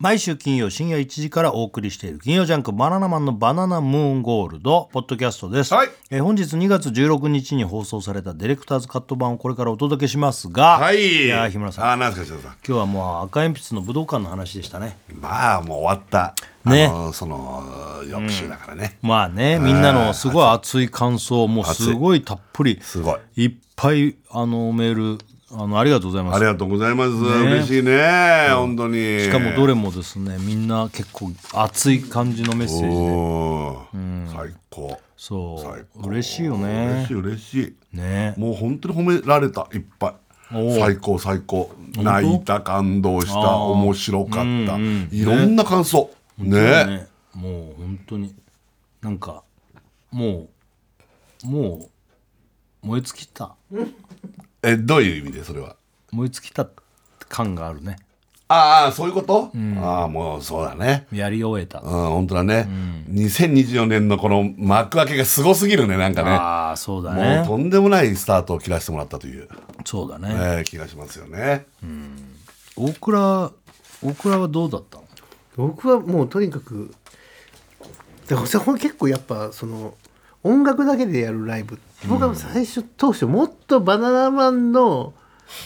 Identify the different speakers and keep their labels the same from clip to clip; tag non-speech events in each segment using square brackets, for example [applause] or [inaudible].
Speaker 1: 毎週金曜深夜1時からお送りしている金曜ジャンクバナナマンのバナナムーンゴールドポッドキャストです、
Speaker 2: はい
Speaker 1: えー本日2月16日に放送されたディレクターズカット版をこれからお届けしますが、
Speaker 2: はい
Speaker 1: いやー日村さん
Speaker 2: あーなんですか千田さん
Speaker 1: 今日はもう赤鉛筆の武道館の話でしたね
Speaker 2: まあもう終わった
Speaker 1: ね
Speaker 2: あのその翌週だからね、
Speaker 1: まあねみんなのすごい熱い感想もうすごいたっぷり
Speaker 2: すごい
Speaker 1: いっぱいあのメールあのありがとうございま
Speaker 2: あ
Speaker 1: す
Speaker 2: りがとうございます、嬉しいね、本当に
Speaker 1: しかもどれもですねみんな結構熱い感じのメッセージで
Speaker 2: おー最高
Speaker 1: そ
Speaker 2: 最
Speaker 1: う
Speaker 2: 高
Speaker 1: 嬉しいよ
Speaker 2: 嬉
Speaker 1: ね
Speaker 2: しい嬉しい
Speaker 1: ね
Speaker 2: もう本当に褒められたいっぱい
Speaker 1: おう
Speaker 2: 最高最高泣いた感動した面白かった、いろんな感想ね
Speaker 1: ねもう本当になんかもうもう燃え尽きた
Speaker 2: えどういう意味でそれは
Speaker 1: 燃え尽きた感があるね
Speaker 2: ああそういうこと、ああもうそうだね
Speaker 1: やり終えた
Speaker 2: うん本当だね、2024年のこの幕開けがすごすぎるねなんか
Speaker 1: ああそうだ
Speaker 2: ねもう
Speaker 1: ね
Speaker 2: とんでもないスタートを切らせてもらったという、
Speaker 1: そうだ
Speaker 2: え
Speaker 1: ね
Speaker 2: ー気がしますよね、
Speaker 1: 大倉大倉はどうだったの
Speaker 3: 僕はもうとにかくでもさほん結構やっぱその音楽だけでやるライブ僕は最初当初もっとバナナマンの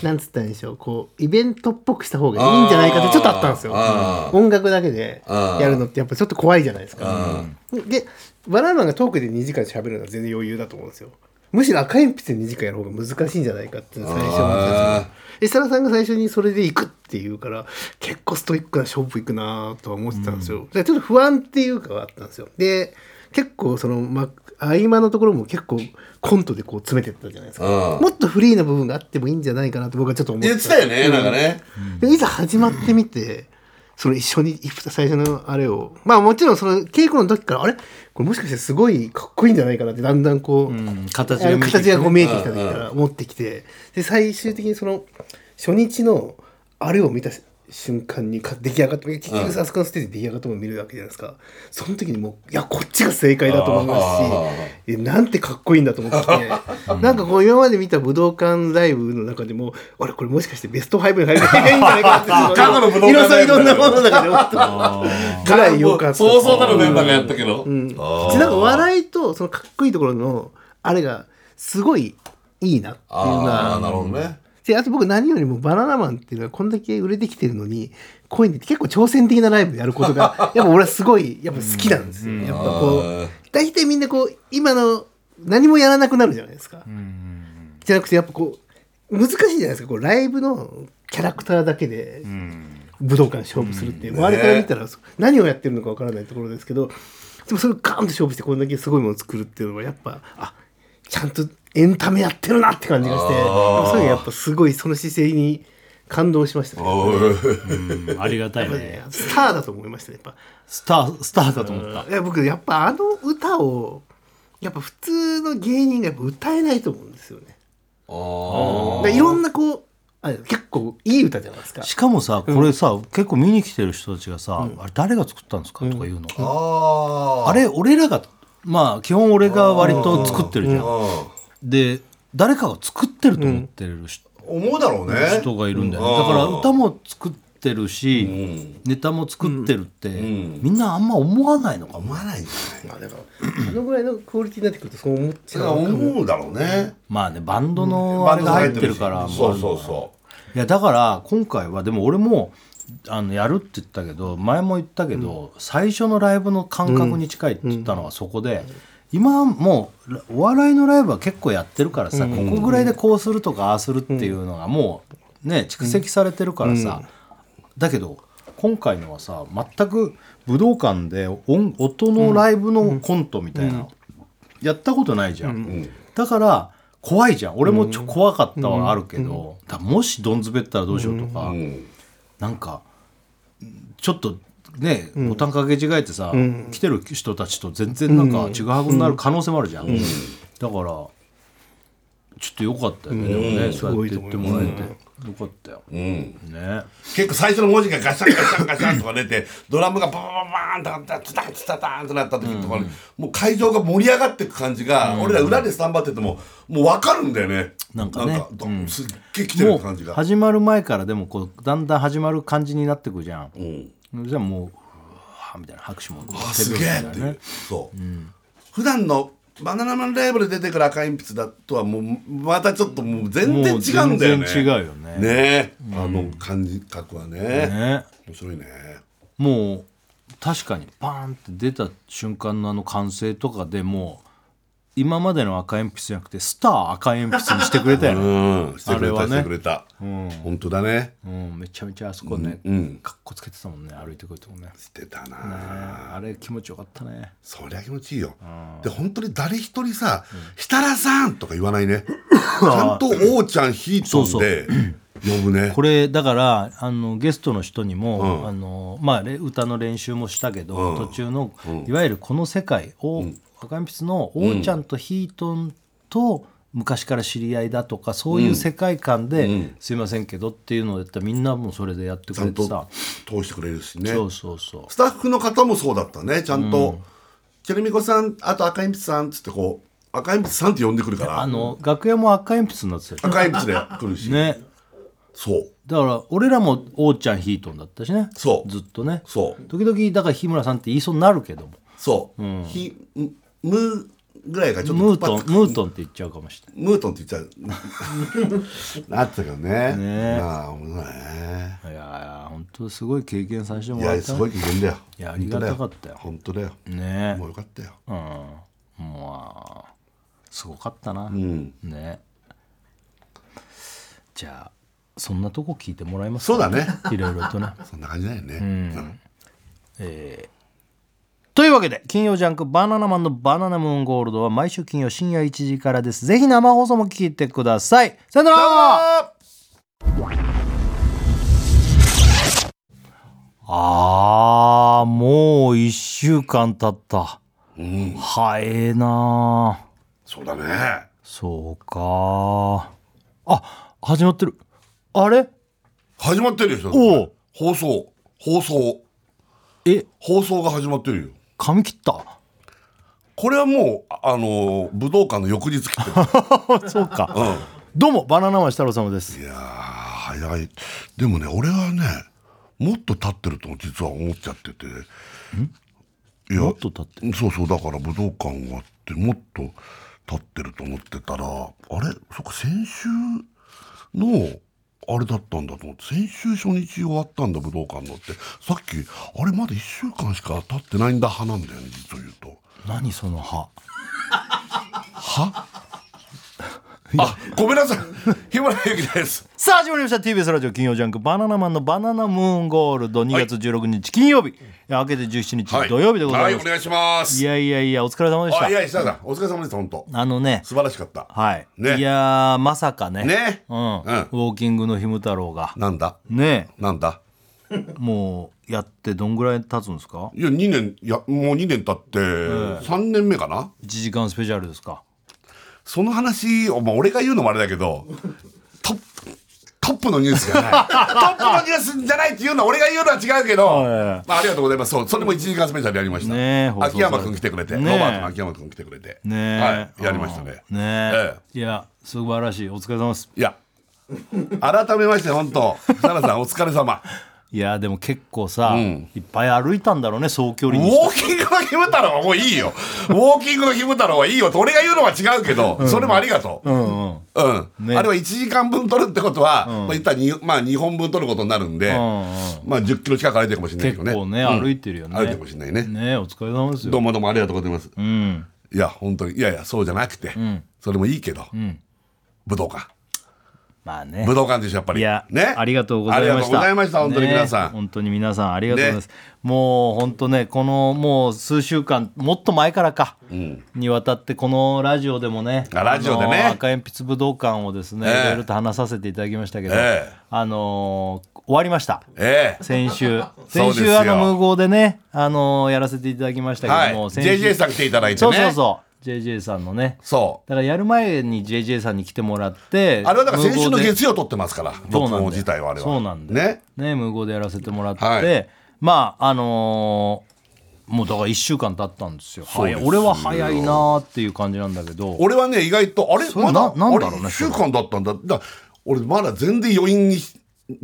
Speaker 3: なんつったらいいんでしょうこうイベントっぽくした方がいいんじゃないかってちょっとあったんですよ
Speaker 2: あ
Speaker 3: 音楽だけでやるのってやっぱちょっと怖いじゃないですかでバナナマンがトークで2時間喋るのは全然余裕だと思うんですよむしろ赤鉛筆で2時間やる方が難しいんじゃないかっていうのが最初思ってたんですよ
Speaker 2: あ
Speaker 3: 設楽さんが最初にそれで行くっていうから結構ストイックな勝負行くなとは思ってたんですよ、でちょっと不安っていうかはあったんですよで結構その、ま、合間のところも結構コントでこう詰めてったじゃないですか
Speaker 2: あ
Speaker 3: もっとフリーな部分があってもいいんじゃないかなと僕はちょっと思って
Speaker 2: 言ってたよね、なんかね
Speaker 3: でいざ始まってみてその一緒に最初のあれをまあもちろんその稽古の時からあれこれもしかしてすごいかっこいいんじゃないかなってだんだんこう、
Speaker 1: うん形
Speaker 3: あ
Speaker 1: が
Speaker 3: の
Speaker 1: 見えてき
Speaker 3: 形
Speaker 1: て
Speaker 3: がこう見えてきた時から持ってきてで最終的にその初日のあれを見た瞬間にか出来上がって結局さあそこのステージで出来上がったもの見るわけじゃないですかその時にもういやこっちが正解だと思いますしえなんてかっこいいんだと思ってきてなんかこう今まで見た武道館ライブの中でもあれこれもしかしてベスト5に入るばいいんじゃない
Speaker 2: [laughs]
Speaker 3: かなって
Speaker 2: 過去の武道館ライ
Speaker 3: いろ
Speaker 2: ブ
Speaker 3: んなものの中で思ったぐらい良かった
Speaker 2: そうそうたるメンバーがやったけど、あ
Speaker 3: でなんか笑いとそのかっこいいところのあれがすごいいいなっていうの
Speaker 2: あー
Speaker 3: は
Speaker 2: なるほどね
Speaker 3: であと僕何よりもバナナマンっていうのはこんだけ売れてきてるのにこういうの結構挑戦的なライブやるこ
Speaker 2: [laughs]
Speaker 3: とがやっぱ俺はすごいやっぱ好きなんですよ、やっぱこう大体みんなこう今の何もやらなくなるじゃないですか、じゃなくてやっぱこう難しいじゃないですかこうライブのキャラクターだけで武道館勝負するって、いう周りから見たらそ何をやってるのかわからないところですけどでもそれをガーンと勝負してこんだけすごいものを作るっていうのはやっぱあちゃんとエンタメやってるなって感じがしてそういうのやっぱすごいその姿勢に感動しましたね。
Speaker 2: おー
Speaker 1: うんありがたい
Speaker 3: やっぱ
Speaker 1: ね
Speaker 3: ねスターだと思いましたねやっ
Speaker 1: [laughs] スタースターだと思った
Speaker 3: ぱいや僕やっぱあの歌をやっぱ普通の芸人がやっぱ歌えないと思うんですよね。
Speaker 2: あ
Speaker 3: でいろんなこうあれ結構いい歌じゃないですか。
Speaker 1: しかもさこれさ、結構見に来てる人たちがさ、あれ誰が作ったんですかとか言うの、
Speaker 2: ーあ
Speaker 1: あれ俺らがまあ基本俺が割と作ってるじゃん、
Speaker 2: ー
Speaker 1: で誰かが作ってると思ってる人,、
Speaker 2: 思うだろうね
Speaker 1: 人がいるんだよね、
Speaker 2: うん
Speaker 1: だから歌も作ってるし、ネタも作ってるって、みんなあんま思わないのかも、
Speaker 2: 思わないんじゃない
Speaker 3: まあでもあのぐらいのクオリティになってくるとそう思っ
Speaker 2: そ
Speaker 3: ちゃ
Speaker 2: れ
Speaker 3: う
Speaker 2: は
Speaker 3: のかも
Speaker 2: 思うだろうね
Speaker 1: まあねバンドのあれが入ってるから、も
Speaker 2: そうそうそ
Speaker 1: いやだから今回はでも俺もあのやるって言ったけど前も言ったけど、最初のライブの感覚に近いって言ったのはそこで、今もうらお笑いのライブは結構やってるからさ、ここぐらいでこうするとかああするっていうのがもうね蓄積されてるからさ、だけど今回のはさ全く武道館で音音のライブのコントみたいな、やったことないじゃん、だから怖いじゃん俺もちょ怖かったはあるけど、だからもしドンズベったらどうしようとか、
Speaker 2: ううん
Speaker 1: なんかちょっとねボタン掛け違えてさ、来てる人たちと全然なんかちぐはぐになる可能性もあるじゃん、だからちょっとよかったよね、でもねそうやって言ってもらえて、よかったよ、ね
Speaker 2: 結構最初の文字がガシャンガシャンガシャンとか出てドラムがバンバンバンバンツタツタタンとなった時とかにもう会場が盛り上がっていく感じが俺ら裏でスタンバっててももう分かるんだよね
Speaker 1: なんかね
Speaker 2: どすっげえ来て
Speaker 1: も
Speaker 2: る感じ
Speaker 1: う
Speaker 2: が
Speaker 1: 始まる前からでもこうだんだん始まる感じになってくじゃん、
Speaker 2: うん
Speaker 1: じゃあもううわーみたいな拍手も
Speaker 2: あすげえっていう、
Speaker 1: ね
Speaker 2: そう、普段のバナナマンライブで出てくる赤鉛筆だとはもうまたちょっともう全然違うんだよね
Speaker 1: もう全然違うよ
Speaker 2: ね
Speaker 1: ね
Speaker 2: えあの感じ覚はね
Speaker 1: ね
Speaker 2: 面白いね
Speaker 1: もう確かにバーンって出た瞬間のあの歓声とかでもう今までの赤鉛筆じゃなくてスター赤鉛筆にしてくれたよ
Speaker 2: う
Speaker 1: ね、
Speaker 2: んしてくれ
Speaker 1: あれは
Speaker 2: た、
Speaker 1: ね
Speaker 2: してくれた、本当だね
Speaker 1: うん、めちゃめちゃあそこね、
Speaker 2: うん
Speaker 1: かっこつけてたもんね歩いてくるとこね
Speaker 2: してたな、
Speaker 1: あれ気持ちよかったね
Speaker 2: そりゃ気持ちいいよ、で本当に誰一人さ「設楽さん!」とか言わない
Speaker 1: [laughs]
Speaker 2: ねちゃんと「王ちゃんヒートン」で呼ぶね
Speaker 1: これだからあのゲストの人にも、
Speaker 2: うん
Speaker 1: あのまあ、れ歌の練習もしたけど、
Speaker 2: うん
Speaker 1: 途中の、いわゆるこの世界を、赤鉛筆の王ちゃんとヒートンと昔から知り合いだとかそういう世界観で、すいませんけどっていうのをやったらみんなもうそれでやって
Speaker 2: ち
Speaker 1: く
Speaker 2: ゃ
Speaker 1: れ
Speaker 2: ん
Speaker 1: て
Speaker 2: と
Speaker 1: さ、
Speaker 2: 通してくれるしね
Speaker 1: そうそうそう
Speaker 2: スタッフの方もそうだったねちゃんと「チェルミコさんあと赤鉛筆さん」っつってこう赤鉛筆さんって呼んでくるから
Speaker 1: あの楽屋も赤鉛筆になってたよ
Speaker 2: 赤鉛筆で来るし、
Speaker 1: ね
Speaker 2: そう
Speaker 1: だから俺らも王ちゃんヒートンだったしね
Speaker 2: そう
Speaker 1: ずっとね
Speaker 2: そう
Speaker 1: 時々だから日村さんって言いそうになるけども
Speaker 2: そう、ひむムーぐらいがちょっと
Speaker 1: ムートン
Speaker 2: パッと
Speaker 1: ムートンって言っちゃうかもしれない
Speaker 2: ムートンって言っちゃう
Speaker 1: [laughs]
Speaker 2: なってたけどね
Speaker 1: ね
Speaker 2: まあ面白いね
Speaker 1: いやいや本当すごい経験させて
Speaker 2: い
Speaker 1: もら
Speaker 2: や
Speaker 1: った
Speaker 2: すごい機嫌だよ
Speaker 1: いやありがたかったよ
Speaker 2: 本当だよ
Speaker 1: ね
Speaker 2: もうよかったよ
Speaker 1: うんもうすごかったな、
Speaker 2: ん
Speaker 1: ねじゃあそんなとこ聞いてもらいます
Speaker 2: そうだね
Speaker 1: いろいろとね [laughs]
Speaker 2: そんな感じだよね、
Speaker 1: というわけで金曜ジャンク「バナナマンのバナナムーンゴールド」は毎週金曜深夜1時からですぜひ生放送も聞いてくださいさよならあーもう1週間経った
Speaker 2: うん
Speaker 1: 早えなあ
Speaker 2: そうだね
Speaker 1: そうかあ始まってるあれ
Speaker 2: 始まってるよ人
Speaker 1: おう
Speaker 2: 放送放送
Speaker 1: え
Speaker 2: 放送が始まってるよ
Speaker 1: 髪切った
Speaker 2: これはもうああのー武道館の翌日来て
Speaker 1: [laughs]
Speaker 2: る、
Speaker 1: そうか
Speaker 2: うん、
Speaker 1: どうもバナナマン設楽様です
Speaker 2: いやー早いでもね俺はねもっと経ってると実は思っちゃってていや
Speaker 1: もっと経って
Speaker 2: そうそうだから武道館終わってもっと経ってると思ってたらあれそっか先週のあれだったんだと思って先週初日終わったんだ武道館のってさっきあれまだ1週間しか経ってないんだ派なんだよね実を言うと
Speaker 1: 何その歯
Speaker 2: はあごめんなさい日村ゆきです
Speaker 1: さあ始まりました TBS ラジオ金曜ジャンク「バナナマンのバナナムーンゴールド」2月16日金曜日、いや明けて17日土曜日でございま
Speaker 2: は
Speaker 1: す、
Speaker 2: い、お願いします
Speaker 1: い、やいやいやお疲れ様でし
Speaker 2: あ
Speaker 1: た
Speaker 2: いや石田さんお疲れ様です本当
Speaker 1: あのね
Speaker 2: 素晴らしかった
Speaker 1: はい、
Speaker 2: ね
Speaker 1: いやーまさかね
Speaker 2: ね
Speaker 1: うんウォーキングのひむ太郎が
Speaker 2: なんだ
Speaker 1: ね
Speaker 2: なんだ
Speaker 1: もうやってどんぐらい経つんですか
Speaker 2: いや2年いやもう2年経って3年目かな、
Speaker 1: 1時間スペシャルですか
Speaker 2: その話を、まあ、俺が言うのもあれだけどトップトップのニュースじゃ
Speaker 1: [laughs]
Speaker 2: ないトップのニュースじゃないっていうのは俺が言うのは違うけど、
Speaker 1: は
Speaker 2: まあ、ありがとうございますそうそれも1時間スペシャルやりました、
Speaker 1: ねえ放送さ
Speaker 2: 秋
Speaker 1: れ
Speaker 2: 山君来てくれて、
Speaker 1: ねえ
Speaker 2: ロバートの秋山君来てくれて、
Speaker 1: ねえ、
Speaker 2: はい、やりましたね
Speaker 1: うんねえ、いや素晴らしいお疲れ様です
Speaker 2: いや改めまして本当設楽さんお疲れ様
Speaker 1: いやでも結構さ、
Speaker 2: ん
Speaker 1: いっぱい歩いたんだろうね総距離にして
Speaker 2: ウォーキングのひむ太郎はもういいよ。ウォーキングのひむ太郎はいいよ。俺が言うのは違うけど、それもありがとう。
Speaker 1: うんうん
Speaker 2: うん。
Speaker 1: ね
Speaker 2: あれは1時間分取るってことは、まあ言ったらに、まあ、2本分取ることになるんで、
Speaker 1: んうん
Speaker 2: まあ10キロ近く歩いてるかもしれないけ
Speaker 1: 結
Speaker 2: どね。
Speaker 1: 構ね、
Speaker 2: うん
Speaker 1: 歩いてるよね
Speaker 2: 歩いてるかもしれないね。
Speaker 1: ねお疲れ様ですよ
Speaker 2: どうもどうもありがとうございます。
Speaker 1: うん
Speaker 2: いや、本当に。いやいや、そうじゃなくて、それもいいけど、武道館。
Speaker 1: まあね
Speaker 2: 武道館でしょ、やっぱり。
Speaker 1: いや、ありがとうございました
Speaker 2: ありがとうございました、本当に
Speaker 1: ね
Speaker 2: 皆さん。
Speaker 1: 本当に皆さんありがとうございます、もう本当ねこのもう数週間もっと前からか、にわたってこのラジオでもね
Speaker 2: あラジオでね
Speaker 1: あの赤鉛筆武道館をですね、
Speaker 2: ええ
Speaker 1: いろいろと話させていただきましたけど、
Speaker 2: ええ
Speaker 1: あのー終わりました
Speaker 2: ええ。
Speaker 1: 先週
Speaker 2: [laughs] そうで
Speaker 1: 先
Speaker 2: すよ
Speaker 1: 週あの無号でねあのーやらせていただきました
Speaker 2: は
Speaker 1: け
Speaker 2: い。
Speaker 1: ども、先週
Speaker 2: JJ さん来ていただいて
Speaker 1: そ
Speaker 2: ね。
Speaker 1: うそうそう。JJ さんのね。
Speaker 2: そう。
Speaker 1: だからやる前に JJ さんに来てもらって。
Speaker 2: あれはだから先週の
Speaker 1: 無言で
Speaker 2: 月曜撮ってますから、
Speaker 1: そ
Speaker 2: 録
Speaker 1: うなんだよ
Speaker 2: 音自体はあれは。
Speaker 1: そうなんだよ
Speaker 2: ね。
Speaker 1: ね、無言でやらせてもらって。
Speaker 2: はい
Speaker 1: まあ、あのーもうだから1週間経ったんですよ。
Speaker 2: そうですよ
Speaker 1: 早い俺は早いなーっていう感じなんだけど。
Speaker 2: 俺はね、意外と、あれ
Speaker 1: れ
Speaker 2: まだ、
Speaker 1: ななん
Speaker 2: あ
Speaker 1: だ
Speaker 2: れ
Speaker 1: ろうね
Speaker 2: 1週間だったんだ。だから俺まだ全然余韻に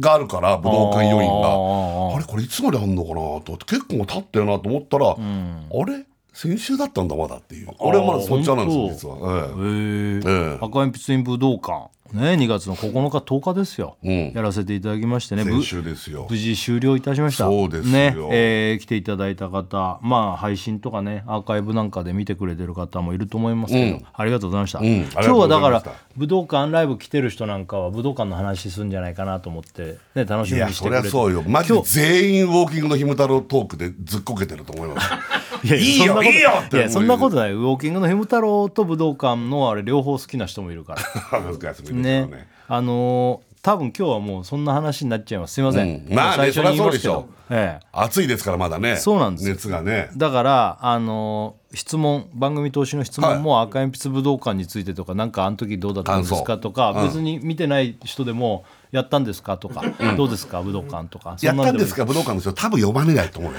Speaker 2: があるから武道館要員が
Speaker 1: あー
Speaker 2: あれこれいつまであんのかなと思って結構経ってるなと思ったら、
Speaker 1: うん
Speaker 2: あれ先週だったんだまだっていう俺はまだそっち派なんですよ実は、え
Speaker 1: へえ
Speaker 2: ええ
Speaker 1: 赤鉛筆院武道館ね2月の9日10日ですよ、
Speaker 2: うん
Speaker 1: やらせていただきましてね
Speaker 2: え
Speaker 1: ぶ
Speaker 2: 先週ですよ
Speaker 1: 無事終了いたしました
Speaker 2: そうですよ
Speaker 1: ねえー来ていただいた方まあ配信とかねアーカイブなんかで見てくれてる方もいると思いますけど、
Speaker 2: うん
Speaker 1: ありがとうございました、
Speaker 2: うんありがと
Speaker 1: 今日
Speaker 2: うご
Speaker 1: は
Speaker 2: ざいました
Speaker 1: だから武道館ライブ来てる人なんかは武道館の話するんじゃないかなと思って、ね、楽し
Speaker 2: い
Speaker 1: み
Speaker 2: や
Speaker 1: にし
Speaker 2: そ
Speaker 1: てく
Speaker 2: り
Speaker 1: れ
Speaker 2: ゃ
Speaker 1: て
Speaker 2: そうよマジで全員ウォーキングのひむ太郎トークでずっこけてると思います
Speaker 1: いや
Speaker 2: いいよ
Speaker 1: そんなこと
Speaker 2: いいよって
Speaker 1: いやそんなことないウォーキングのヘム太郎と武道館のあれ両方好きな人もいる
Speaker 2: [laughs]
Speaker 1: から
Speaker 2: [laughs] お休みですよ
Speaker 1: ね
Speaker 2: ね
Speaker 1: あのー多分今日はもうそんな話になっちゃいますすいません、
Speaker 2: うんまあね
Speaker 1: 最初に言いますけ
Speaker 2: そりゃ
Speaker 1: ど
Speaker 2: そうでし
Speaker 1: ええ
Speaker 2: 暑いですからまだね
Speaker 1: そうなんですよ
Speaker 2: 熱がね
Speaker 1: だからあのー質問番組投資の質問も赤鉛筆武道館についてとかなんかあの時どうだったんですか
Speaker 2: 感想
Speaker 1: とか、
Speaker 2: うん
Speaker 1: 別に見てない人でもやったんですかとか、どうですか武道館とか
Speaker 2: や
Speaker 1: そ
Speaker 2: っ
Speaker 1: な
Speaker 2: たん
Speaker 1: もい
Speaker 2: で
Speaker 1: い
Speaker 2: すか武道館の人多分呼ばれないと思うよ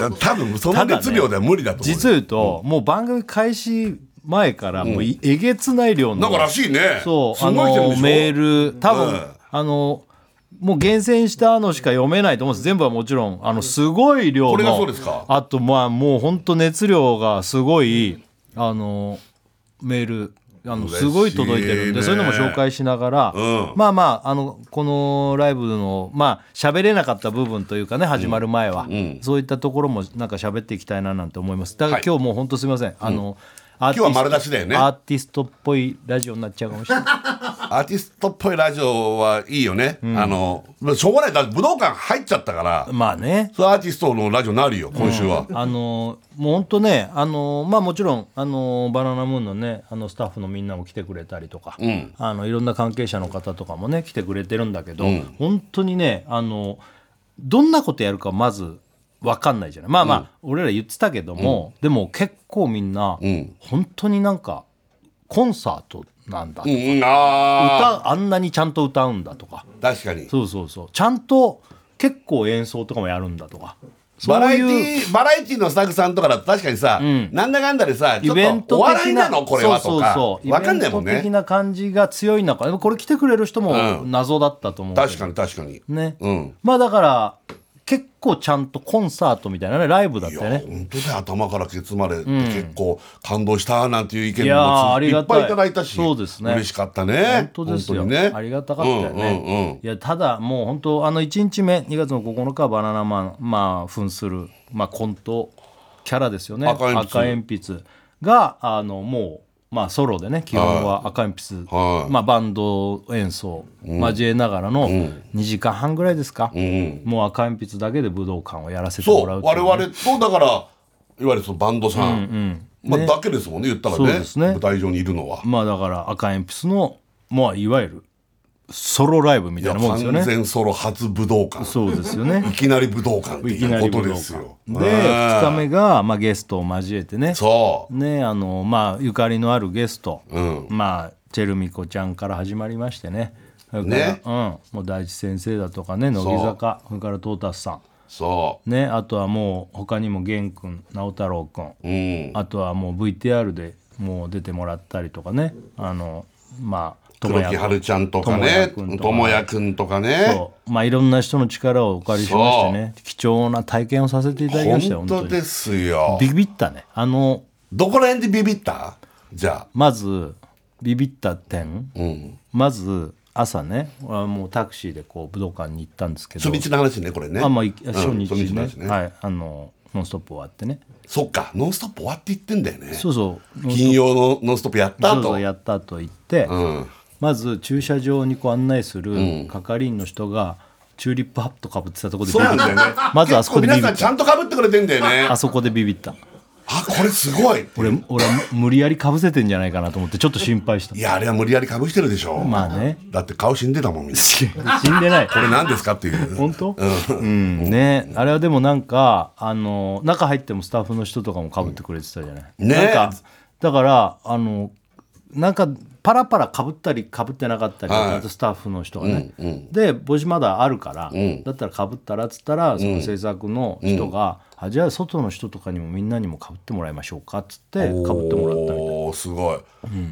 Speaker 2: だ多分その
Speaker 1: ただね
Speaker 2: 熱量では無理だと思うよ
Speaker 1: 実を言うと、もう番組開始前からもういえげつない量の
Speaker 2: なんからしいね
Speaker 1: そう、
Speaker 2: す
Speaker 1: あ
Speaker 2: ごい来てるで
Speaker 1: の
Speaker 2: しょ
Speaker 1: メール、多分、
Speaker 2: うん
Speaker 1: あの。もう厳選したのしか読めないと思うんです全部はもちろんあのすごい量の
Speaker 2: これがそうですか
Speaker 1: あとまあもう本当熱量がすごいあのメールあの
Speaker 2: 嬉しいね
Speaker 1: すごい届いてるんでそういうのも紹介しながら、
Speaker 2: うん
Speaker 1: まあまああのこのライブのまあ喋れなかった部分というかね始まる前は、
Speaker 2: ん
Speaker 1: そういったところもなんか喋っていきたいななんて思いますだから今日もう本当すみません、あの
Speaker 2: 今
Speaker 1: 今
Speaker 2: 日は丸出しだよね
Speaker 1: アーティストっぽいラジオになっちゃうかもしれない
Speaker 2: アーティストっぽいラジオはいいよね、あのしょうがないだって武道館入っちゃったから
Speaker 1: [laughs] まあね。
Speaker 2: それアーティストのラジオになるよ今週は、
Speaker 1: あのーもう本当ね、あのーまあもちろん、あのーバナナムーンのね、あのスタッフのみんなも来てくれたりとか、
Speaker 2: ん
Speaker 1: あのいろんな関係者の方とかもね来てくれてるんだけど、本当にね、あのーどんなことやるかまず分かんないじゃない。まあまあ、俺ら言ってたけども、でも結構みんな、
Speaker 2: ん
Speaker 1: 本当になんかコンサートなんだ、
Speaker 2: うんうんああ
Speaker 1: 歌あんなにちゃんと歌うんだとか。
Speaker 2: 確かに
Speaker 1: そうそうそうちゃんと結構演奏とかもやるんだとか
Speaker 2: バラエテ
Speaker 1: そういう
Speaker 2: ィーバラエティーのスタッフさんとかだと確かにさ、
Speaker 1: ん
Speaker 2: なんだかんだでさち
Speaker 1: イ
Speaker 2: ょっ
Speaker 1: ベン
Speaker 2: と
Speaker 1: ト
Speaker 2: お笑
Speaker 1: 的
Speaker 2: い
Speaker 1: な
Speaker 2: なのこれはとか
Speaker 1: そうそうそう
Speaker 2: わかんないもん
Speaker 1: イベント的
Speaker 2: ね
Speaker 1: な感じが強い中でもこれ来てくれる人も
Speaker 2: うん
Speaker 1: 謎だったと思うけど、
Speaker 2: 確かに確かに、
Speaker 1: ね、
Speaker 2: うん
Speaker 1: まあだから結構ちゃんとコンサートみたいなねライブだっ
Speaker 2: い
Speaker 1: た
Speaker 2: や
Speaker 1: よね
Speaker 2: 本当だよ頭からケツまでって結構感動したなんていう意見も
Speaker 1: いやーあ
Speaker 2: つ
Speaker 1: り
Speaker 2: い
Speaker 1: が
Speaker 2: った
Speaker 1: い
Speaker 2: ぱいいただいたし
Speaker 1: そうですね
Speaker 2: 嬉しかったね
Speaker 1: 本当ですよ、
Speaker 2: 本当にね
Speaker 1: ありがたかったよね、
Speaker 2: うんうんうん
Speaker 1: いやただもう本当あの1日目2月の9日はバナナマンまあ扮する、まあ、コントキャラですよね
Speaker 2: 赤鉛筆
Speaker 1: 鉛筆があのもう、まあ、ソロでね基本は赤鉛筆、
Speaker 2: はい
Speaker 1: まあ、バンド演奏交えながらの2時間半ぐらいですか、
Speaker 2: ん
Speaker 1: もう赤鉛筆だけで武道館をやらせて
Speaker 2: そ
Speaker 1: も
Speaker 2: う
Speaker 1: らうってい
Speaker 2: 我
Speaker 1: うね
Speaker 2: 々とだからいわゆるそのバンドさん、まあ、だけですもんね言ったら
Speaker 1: そう
Speaker 2: ね
Speaker 1: ですね
Speaker 2: 舞台上にいるのは。
Speaker 1: まあだから赤鉛筆のまあいわゆるソロライブみ
Speaker 2: い
Speaker 1: たい
Speaker 2: や
Speaker 1: なもんですよ
Speaker 2: 完
Speaker 1: ね
Speaker 2: 全ソロ初武道館
Speaker 1: そうですよね
Speaker 2: いきなり武道館って
Speaker 1: いきな
Speaker 2: いう
Speaker 1: り
Speaker 2: こと
Speaker 1: 武道
Speaker 2: で
Speaker 1: 館
Speaker 2: すよ。
Speaker 1: で
Speaker 2: ね
Speaker 1: 2日目が、まあ、ゲストを交えてね
Speaker 2: そう
Speaker 1: ねあの、まあ、ゆかりのあるゲスト、
Speaker 2: うん
Speaker 1: まあ、チェルミコちゃんから始まりましてねそれから
Speaker 2: ね
Speaker 1: うん、もう大地先生だとかね乃木坂それからトータスさ
Speaker 2: そ
Speaker 1: ん、ね、あとはもう他にも玄君直太朗君
Speaker 2: ううん
Speaker 1: あとはもう VTR でもう出てもらったりとかねあのまあ
Speaker 2: 黒
Speaker 1: 智也
Speaker 2: 木
Speaker 1: 君
Speaker 2: 春ちゃんとか
Speaker 1: 智也
Speaker 2: ね
Speaker 1: 君とか
Speaker 2: 智也くんとかね
Speaker 1: そうまあいろんな人の力をお借りしましてね貴重な体験をさせていただきましたよ
Speaker 2: 本
Speaker 1: 本
Speaker 2: 当
Speaker 1: 当に
Speaker 2: ですよ
Speaker 1: ビビったねあの
Speaker 2: どこら辺でビビったじゃ
Speaker 1: まずビビった点
Speaker 2: あうん
Speaker 1: まず朝ねあもうタクシーでこう武道館に行ったんですけど
Speaker 2: 初日の話ねこれね
Speaker 1: あまあい
Speaker 2: うん
Speaker 1: 初日
Speaker 2: 初日の
Speaker 1: ね,、
Speaker 2: 話ね
Speaker 1: はいあの「ノンストップ!」終わってね
Speaker 2: そっか「ノンストップ!」終わっていってんだよね
Speaker 1: そうそう
Speaker 2: 金曜の「ノンストップ!」やった
Speaker 1: そうそ
Speaker 2: と
Speaker 1: うやったと言って、
Speaker 2: うん
Speaker 1: まず駐車場にこう案内する係員の人がチューリップハットかぶってたところで
Speaker 2: そう
Speaker 1: ビ
Speaker 2: な
Speaker 1: ビ
Speaker 2: ん
Speaker 1: った
Speaker 2: だよね
Speaker 1: まずあそこでビビ
Speaker 2: 結構皆
Speaker 1: った
Speaker 2: さんちゃんとかぶってくれてんだよね
Speaker 1: あそこでビビった
Speaker 2: あこれすごい
Speaker 1: 俺俺は無理やりかぶせてんじゃないかなと思ってちょっと心配した
Speaker 2: いやあれは無理やりかぶしてるでしょ
Speaker 1: まあね
Speaker 2: だって顔死んでたもんみんな
Speaker 1: 死んでない
Speaker 2: これ何ですかっ
Speaker 1: [laughs]
Speaker 2: ていう
Speaker 1: 本当うんねあれはでもなんかあの中入ってもスタッフの人とかもかぶってくれてたじゃない、
Speaker 2: ね
Speaker 1: なんかだからあのなんかパラパラかぶったりかぶってなかったり、
Speaker 2: はい
Speaker 1: あとスタッフの人がね、
Speaker 2: うんうん
Speaker 1: で帽子まだあるから、
Speaker 2: ん
Speaker 1: だったらかぶったらっつったらその制作の人が、あじゃあ外の人とかにもみんなにもかぶってもらいましょうかっつってかぶってもらったみたい
Speaker 2: おーすごい、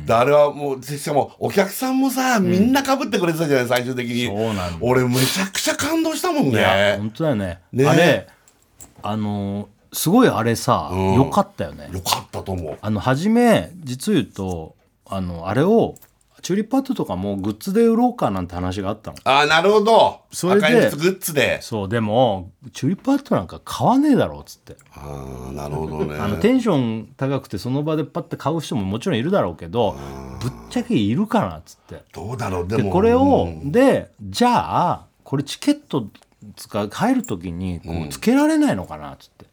Speaker 2: であれはもうしかもお客さんもさみんなかぶってくれてたじゃない、最終的に
Speaker 1: そうなんだ
Speaker 2: 俺めちゃくちゃ感動したもん
Speaker 1: いや
Speaker 2: ね
Speaker 1: 本当だよね
Speaker 2: ね
Speaker 1: あれあのーすごいあれさ、
Speaker 2: ん
Speaker 1: よかったよね
Speaker 2: よかったと思う
Speaker 1: あの初め実言うとあのあれをチューリップハットとかもグッズで売ろうかなんて話があったの
Speaker 2: ああなるほど
Speaker 1: それで
Speaker 2: 赤鉛筆グッズで
Speaker 1: そうでもチューリップハットなんか買わねえだろうっつって
Speaker 2: ああなるほどね
Speaker 1: あのテンション高くてその場でパッて買う人ももちろんいるだろうけどぶっちゃけいるかなっつって
Speaker 2: どうだろうで
Speaker 1: で
Speaker 2: も
Speaker 1: これ
Speaker 2: う
Speaker 1: を
Speaker 2: ん
Speaker 1: でじゃあこれチケットつか入る時にこうつけられないのかなっつって、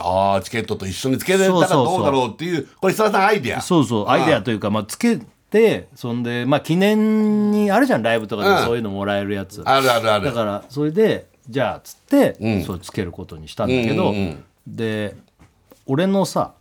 Speaker 2: ああチケットと一緒につけれたら
Speaker 1: そうそうそう
Speaker 2: どうだろうっていうこれ設楽さんアイディア
Speaker 1: そうそうアイデアというか、まあ、つけてそんでまあ記念にあるじゃんライブとかでも
Speaker 2: うん
Speaker 1: そういうのもらえるやつ、
Speaker 2: あるあるある
Speaker 1: だからそれでじゃあつって、
Speaker 2: ん
Speaker 1: それつけることにしたんだけど、
Speaker 2: うんうんうん
Speaker 1: で俺のさ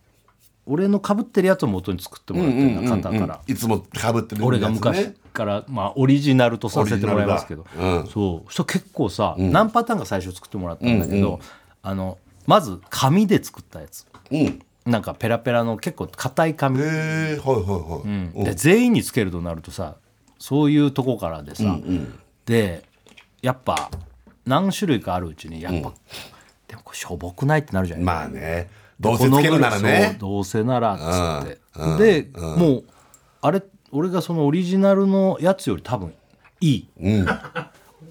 Speaker 1: 俺のかぶってるやつを元に作ってもらってるな、肩から、
Speaker 2: いつもかぶってる
Speaker 1: 俺が
Speaker 2: やつね
Speaker 1: 昔から、まあ、オリジナルとさせてもらいますけど
Speaker 2: オリジナルだうん
Speaker 1: そうそしたら結構さ、何パターンか最初作ってもらったんだけど、あのまず紙で作ったやつ
Speaker 2: うん
Speaker 1: なんかペラペラの結構硬い紙
Speaker 2: へえはいはいはい、うん
Speaker 1: で全員につけるとなるとさそういうとこからでさ、でやっぱ何種類かあるうちにやっぱ、でもこれしょぼくないってなるじゃない、
Speaker 2: まあねどう
Speaker 1: こ
Speaker 2: せ
Speaker 1: の
Speaker 2: つ
Speaker 1: ぐ
Speaker 2: け
Speaker 1: らい
Speaker 2: るなら
Speaker 1: そう
Speaker 2: ね
Speaker 1: どうせならっつって、で、もうあれ俺がそのオリジナルのやつより多分いい、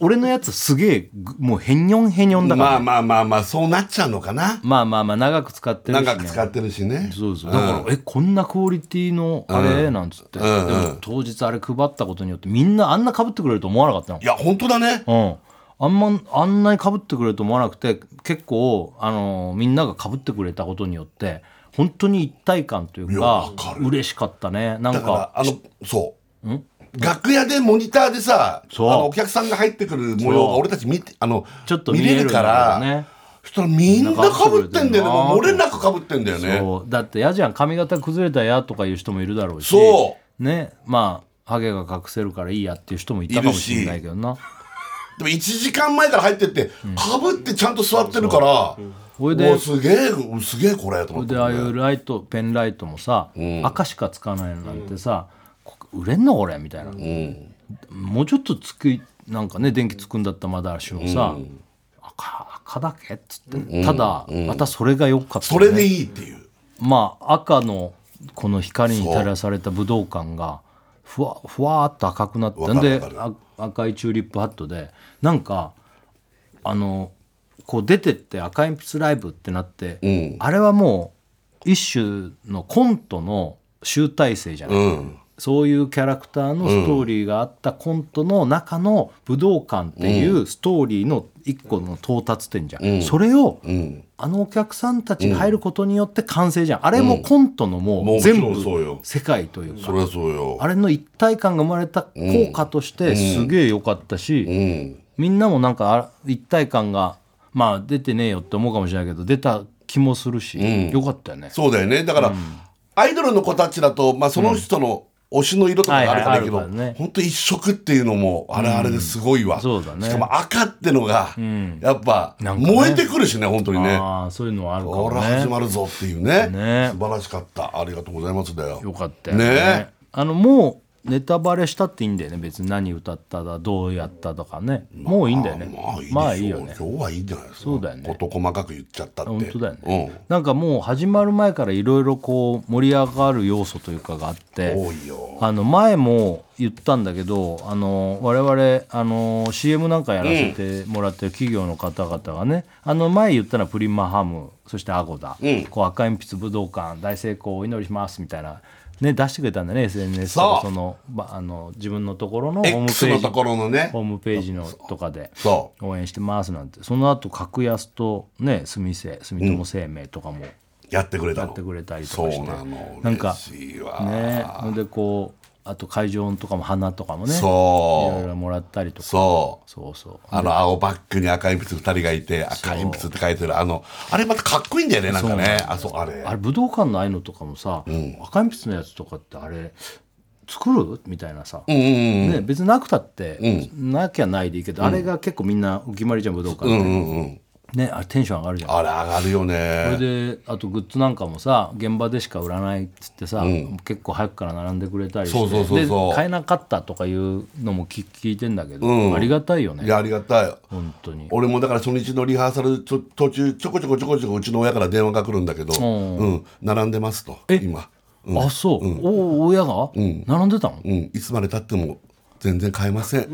Speaker 1: 俺のやつすげえぐもうへにょんへにょんだから、
Speaker 2: まあまあまあまあそうなっちゃうのかな
Speaker 1: まあまあまあ長く使ってるし、ね、
Speaker 2: 長く使ってるしね
Speaker 1: そうそうだから、えこんなクオリティのあれ、なんつって、
Speaker 2: ん
Speaker 1: でも当日あれ配ったことによってみんなあんな被ってくれると思わなかったの
Speaker 2: いや本当だね
Speaker 1: うんあんまあんなに被ってくれると思わなくて結構、あのーみんなが被ってくれたことによって本当に一体感という
Speaker 2: いや
Speaker 1: か
Speaker 2: わかる
Speaker 1: 嬉しかったねなん
Speaker 2: だ
Speaker 1: か
Speaker 2: からあのそう楽屋でモニターでさあ
Speaker 1: そう
Speaker 2: のお客さんが入ってくる模様が
Speaker 1: そう
Speaker 2: 俺たち見てあの
Speaker 1: ちょっと
Speaker 2: 見
Speaker 1: 見える
Speaker 2: れるか
Speaker 1: んだけど
Speaker 2: ら
Speaker 1: ね
Speaker 2: そしたらみんなかぶってんだよね
Speaker 1: みんな
Speaker 2: もう
Speaker 1: 被って
Speaker 2: 漏
Speaker 1: る
Speaker 2: れなくかぶってんだよね
Speaker 1: そうだって嫌じゃん髪型崩れたやとかいう人もいるだろうし
Speaker 2: そ
Speaker 1: ねまあハゲが隠せるからいいやっていう人もいたかもしれないけどな
Speaker 2: でも1時間前から入ってってかぶってちゃんと座ってるから
Speaker 1: ほいで
Speaker 2: もうすげえすげえこれと思って
Speaker 1: でああいうライトペンライトもさ、赤しかつかないのなんてさ、こ売れんのこれみたいな、もうちょっとつくなんかね電気つくんだったらまだしもさ、赤赤だけっつって、ただ、またそれが良かった
Speaker 2: そ
Speaker 1: よね、
Speaker 2: れでいいっていう
Speaker 1: まあ赤のこの光に照らされた武道館がふわふわーっと赤くなって
Speaker 2: わかる
Speaker 1: で
Speaker 2: わかる
Speaker 1: あ赤いチューリップハットでなんかあのこう出てって赤鉛筆ライブってなって、
Speaker 2: ん
Speaker 1: あれはもう一種のコントの集大成じゃない、
Speaker 2: うん
Speaker 1: そういうキャラクターのストーリーがあったコントの中の武道館っていうストーリーの一個の到達点じゃん、それを
Speaker 2: うん
Speaker 1: あのお客さんたちが入ることによって完成じゃん、あれもコントのも
Speaker 2: も
Speaker 1: う
Speaker 2: ちろん
Speaker 1: 全部
Speaker 2: そうよ
Speaker 1: 世界という
Speaker 2: そ
Speaker 1: か、
Speaker 2: りゃそうよ
Speaker 1: あれの一体感が生まれた効果としてすげえ良かったし、
Speaker 2: うん
Speaker 1: みんなもなんかあ一体感がまあ出てねえよって思うかもしれないけど出た気もするし、良かったよね。
Speaker 2: そうだよねだから、アイドルの子たちだと、まあ、その人の推しの色とかがあるからいいけど、
Speaker 1: はいはいあるからね
Speaker 2: 本当一色っていうのもあれあれですごいわ、
Speaker 1: そうだね
Speaker 2: しかも赤ってのが、やっぱ、
Speaker 1: なんかね
Speaker 2: 燃えてくるしね本当にね
Speaker 1: ああそういうのはあるか
Speaker 2: こ
Speaker 1: も
Speaker 2: れ始
Speaker 1: ね。
Speaker 2: まるぞっていうね
Speaker 1: ね
Speaker 2: 素晴らしかったありがとうございますだよ
Speaker 1: 良かったよね
Speaker 2: ね
Speaker 1: あのもうネタバレしたっていいんだよね別に何歌っただどうやったとかね、もういいんだよね
Speaker 2: まあいいでしょう、
Speaker 1: まあいいよね
Speaker 2: 今日はいいんじゃないですか
Speaker 1: そうだよね
Speaker 2: 事細かく言っちゃったって
Speaker 1: 本当だよね、なんかもう始まる前からいろいろこう盛り上がる要素というかがあっ
Speaker 2: う
Speaker 1: て
Speaker 2: ん、多いよ
Speaker 1: あの前も言ったんだけどあの我々あの CM なんかやらせてもらってる企業の方々がね、あの前言ったのはプリマハムそしてアゴダ、こう赤鉛筆武道館大成功お祈りしますみたいな、ね、出してくれたんだね SNS とか
Speaker 2: そう
Speaker 1: そのばあの自分のところのホームペ
Speaker 2: X
Speaker 1: ー
Speaker 2: の
Speaker 1: ジ
Speaker 2: ところのね
Speaker 1: ホームページのとかで
Speaker 2: そ
Speaker 1: 応援してますなんてその後格安とね住生住友生命とかも
Speaker 2: やってくれたの
Speaker 1: やってくれたりと
Speaker 2: そう
Speaker 1: かして、
Speaker 2: なの
Speaker 1: なんか
Speaker 2: 嬉しいわ、
Speaker 1: ねほんでこうあと会場とかも花とかもねい
Speaker 2: そう
Speaker 1: ろいろもらったりとか
Speaker 2: そう
Speaker 1: そうそう
Speaker 2: あの青バッグに赤鉛筆2人がいて赤鉛筆って書いてるあのあれまたかっこいいんだよねなんかねあそうあれ
Speaker 1: あれ武道館のああいうのとかもさ、赤鉛筆のやつとかってあれ作るみたいなさ、
Speaker 2: うんうんうん
Speaker 1: ね、別になくたって、なきゃないでいいけど、あれが結構みんなお決まりじゃん武道館って、
Speaker 2: うんうんうん
Speaker 1: ね、あれテンション上がるじゃん
Speaker 2: あれ上がるよ
Speaker 1: そ
Speaker 2: ね
Speaker 1: れであとグッズなんかもさ現場でしか売らないっつってさ、結構早くから並んでくれたりして
Speaker 2: そうそうそうそう
Speaker 1: で買えなかったとかいうのも聞聞いてんだけど、
Speaker 2: うん
Speaker 1: ありがたいよ
Speaker 2: い
Speaker 1: ね
Speaker 2: やありがたい
Speaker 1: 本当に
Speaker 2: 俺もだから初日のリハーサルちょ途中ちょこちょこちょこちょこうちの親から電話が来るんだけど、
Speaker 1: ん
Speaker 2: うん、並んでますと今、うん
Speaker 1: あそう、お親が、並んでたの、
Speaker 2: うん、いつまでたっても全然買えません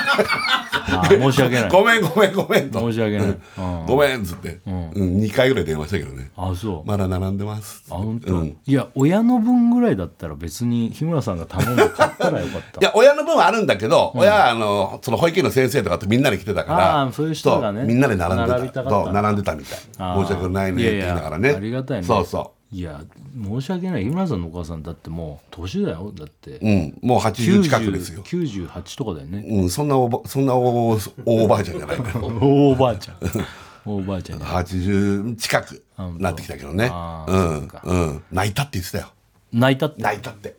Speaker 1: あ申し
Speaker 2: [laughs]
Speaker 1: 訳ない
Speaker 2: ごめんごめんごめんと
Speaker 1: 申し訳ない、うん
Speaker 2: ごめんっつって、うん2回ぐらい電話したけどね
Speaker 1: あそう、
Speaker 2: まだ並んでます
Speaker 1: あ本当、
Speaker 2: うん、い
Speaker 1: いや親の分ぐらいだったら別に日村さんが頼んで買ったらよかった
Speaker 2: や親の分はあるんだけど、親はあのその保育園の先生とかとみんなで来てたから
Speaker 1: あーそういう人がね
Speaker 2: そうみんなで並ん
Speaker 1: 並
Speaker 2: で
Speaker 1: び
Speaker 2: た
Speaker 1: たかった
Speaker 2: そう並んでたみたい
Speaker 1: あー
Speaker 2: 申し訳ないねって言いながらね
Speaker 1: いやいやありがたいね
Speaker 2: そうそ
Speaker 1: いや申し訳ない日村さんのお母さんだってもう年だよだって、
Speaker 2: う、うん、もう80近くですよ
Speaker 1: 90 98とかだよね
Speaker 2: うん、そんなおばそんなおおおばあちゃんじゃ
Speaker 1: [laughs]
Speaker 2: ないから
Speaker 1: おばあちゃ
Speaker 2: [laughs]
Speaker 1: んおばあちゃんね
Speaker 2: 80近くなってきたけどね
Speaker 1: あ
Speaker 2: う
Speaker 1: ー
Speaker 2: ん
Speaker 1: そっか
Speaker 2: うん泣いたって言ってたよ
Speaker 1: 泣いたって
Speaker 2: 泣いたって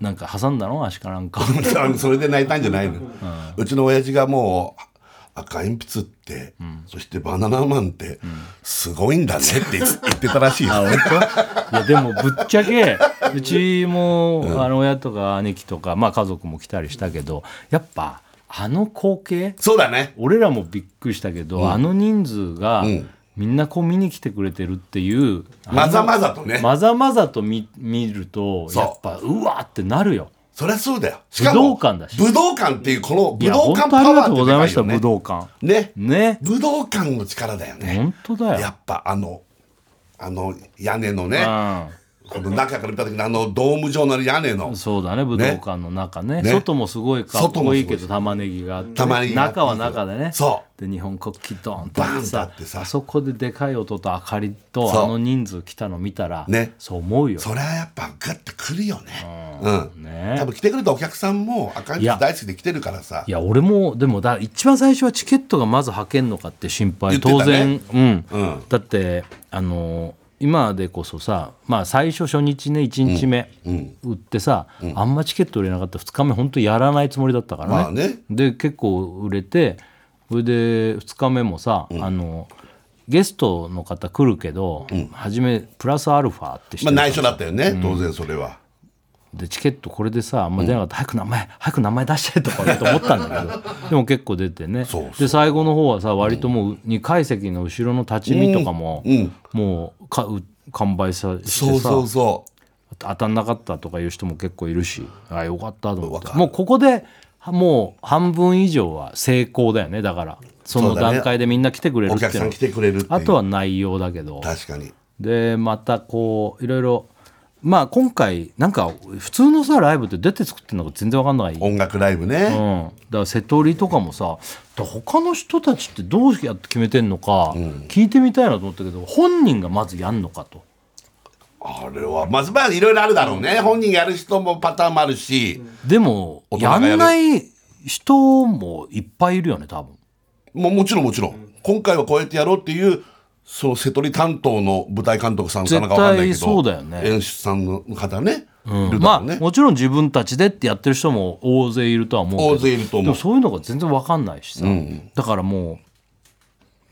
Speaker 1: なんか挟んだの足かな
Speaker 2: [laughs]
Speaker 1: んか
Speaker 2: あのそれで泣いたんじゃないの、うちの親父がもう赤鉛筆って、そしてバナナマンってすごいんだねって言って言ってたらしいよ
Speaker 1: あ本当いやでもぶっちゃけうちも、あの親とか兄貴とか、まあ、家族も来たりしたけどやっぱあの光景
Speaker 2: そうだね
Speaker 1: 俺らもびっくりしたけど、あの人数が、みんなこう見に来てくれてるっていう
Speaker 2: まざまざとね、
Speaker 1: まざまざと見見ると
Speaker 2: そう
Speaker 1: やっぱうわーってなるよ
Speaker 2: そりゃそうだよしかも
Speaker 1: 武道館だし
Speaker 2: 武道館っていうこの武
Speaker 1: いや
Speaker 2: 道
Speaker 1: 本
Speaker 2: 館
Speaker 1: 当あ
Speaker 2: パ
Speaker 1: り
Speaker 2: ワー
Speaker 1: が
Speaker 2: って
Speaker 1: とう
Speaker 2: で
Speaker 1: ござい
Speaker 2: か
Speaker 1: ま
Speaker 2: い
Speaker 1: した
Speaker 2: よ
Speaker 1: 武
Speaker 2: ね
Speaker 1: 道館
Speaker 2: ね
Speaker 1: ね
Speaker 2: 武道館の力だよね
Speaker 1: 本当だよ
Speaker 2: やっぱあのあの屋根のね
Speaker 1: うん
Speaker 2: この中から見た時のあのドーム状の屋根の
Speaker 1: そうだね武道館の中ね
Speaker 2: ね
Speaker 1: 外もすごいかっ
Speaker 2: 外も
Speaker 1: こ
Speaker 2: す
Speaker 1: い
Speaker 2: ごい
Speaker 1: いけど玉ねぎがあってね、
Speaker 2: 玉ねぎがあって
Speaker 1: 中は中でね
Speaker 2: そう
Speaker 1: で日本国旗ドーン
Speaker 2: バーン
Speaker 1: とさ
Speaker 2: ってあってさ
Speaker 1: あそこででかい音と明かりと
Speaker 2: そう
Speaker 1: あの人数来たの見たら、
Speaker 2: ね
Speaker 1: そう思うよ
Speaker 2: それはやっぱグッてくるよねうん
Speaker 1: ね
Speaker 2: 多分来てくれたお客さんも赤い
Speaker 1: い
Speaker 2: 靴
Speaker 1: や
Speaker 2: 大好きで来てるからさ
Speaker 1: いや俺もでもだ一番最初はチケットがまず履けんのかって心配、
Speaker 2: 言って
Speaker 1: 当
Speaker 2: たね
Speaker 1: 然、うん
Speaker 2: うん
Speaker 1: だってあのー今でこそさ、まあ、最初初日ね1日目売ってさ、あんまチケット売れなかった2日目本当やらないつもりだったからね,、
Speaker 2: まあね
Speaker 1: で結構売れてそれで2日目もさ、あのゲストの方来るけど、初めプラスアルファってして
Speaker 2: まあ
Speaker 1: る
Speaker 2: 内緒だったよね当然それは
Speaker 1: でチケットこれでさあんま出なかった、早く名前早く名前出してとかねと思った
Speaker 2: [laughs]
Speaker 1: んだけどでも結構出てね
Speaker 2: そうそう
Speaker 1: で最後の方はさ割ともう2階席の後ろの立ち見とかも、もうかう完売さしてさ
Speaker 2: そうそうそ
Speaker 1: 当たんなかったとかいう人も結構いるしあよかったと思っ
Speaker 2: わか
Speaker 1: て
Speaker 2: る
Speaker 1: もうここではもう半分以上は成功だよねだからそ
Speaker 2: そ
Speaker 1: の
Speaker 2: うだね
Speaker 1: 段階でみんな来てくれ
Speaker 2: う
Speaker 1: るっ
Speaker 2: お
Speaker 1: て
Speaker 2: 客
Speaker 1: いう
Speaker 2: さ
Speaker 1: の
Speaker 2: ん来てくれるってい
Speaker 1: あ
Speaker 2: う
Speaker 1: とは内容だけど
Speaker 2: 確かに
Speaker 1: でまたこういろいろまあ今回なんか普通のさライブってどうやって作ってるのか全然わかんない、うん、だ
Speaker 2: 音楽ライブね
Speaker 1: から瀬戸りとかもさだ他の人たちってどうやって決めてんのか聞いてみたいなと思ったけど本人がまずやんのかと
Speaker 2: あれはまずまあいろいろあるだろうね本人がやる人もパターンもあるし
Speaker 1: でも
Speaker 2: 大人が
Speaker 1: や
Speaker 2: やる
Speaker 1: んない人もいっぱいいるよね多分
Speaker 2: もうもちろんもちろん今回はこうやってやろうっていうその瀬戸利担当の舞台監督さんかなんかわかんないけど
Speaker 1: 絶対そうだよね
Speaker 2: 演出さんの方ねいるだ
Speaker 1: ま
Speaker 2: ろ
Speaker 1: あ
Speaker 2: うね
Speaker 1: もちろん自分たちでってやってる人も大勢いるとは思うけど
Speaker 2: 大勢いると
Speaker 1: で
Speaker 2: 思う
Speaker 1: もそういうのが全然わかんないしさ、だからも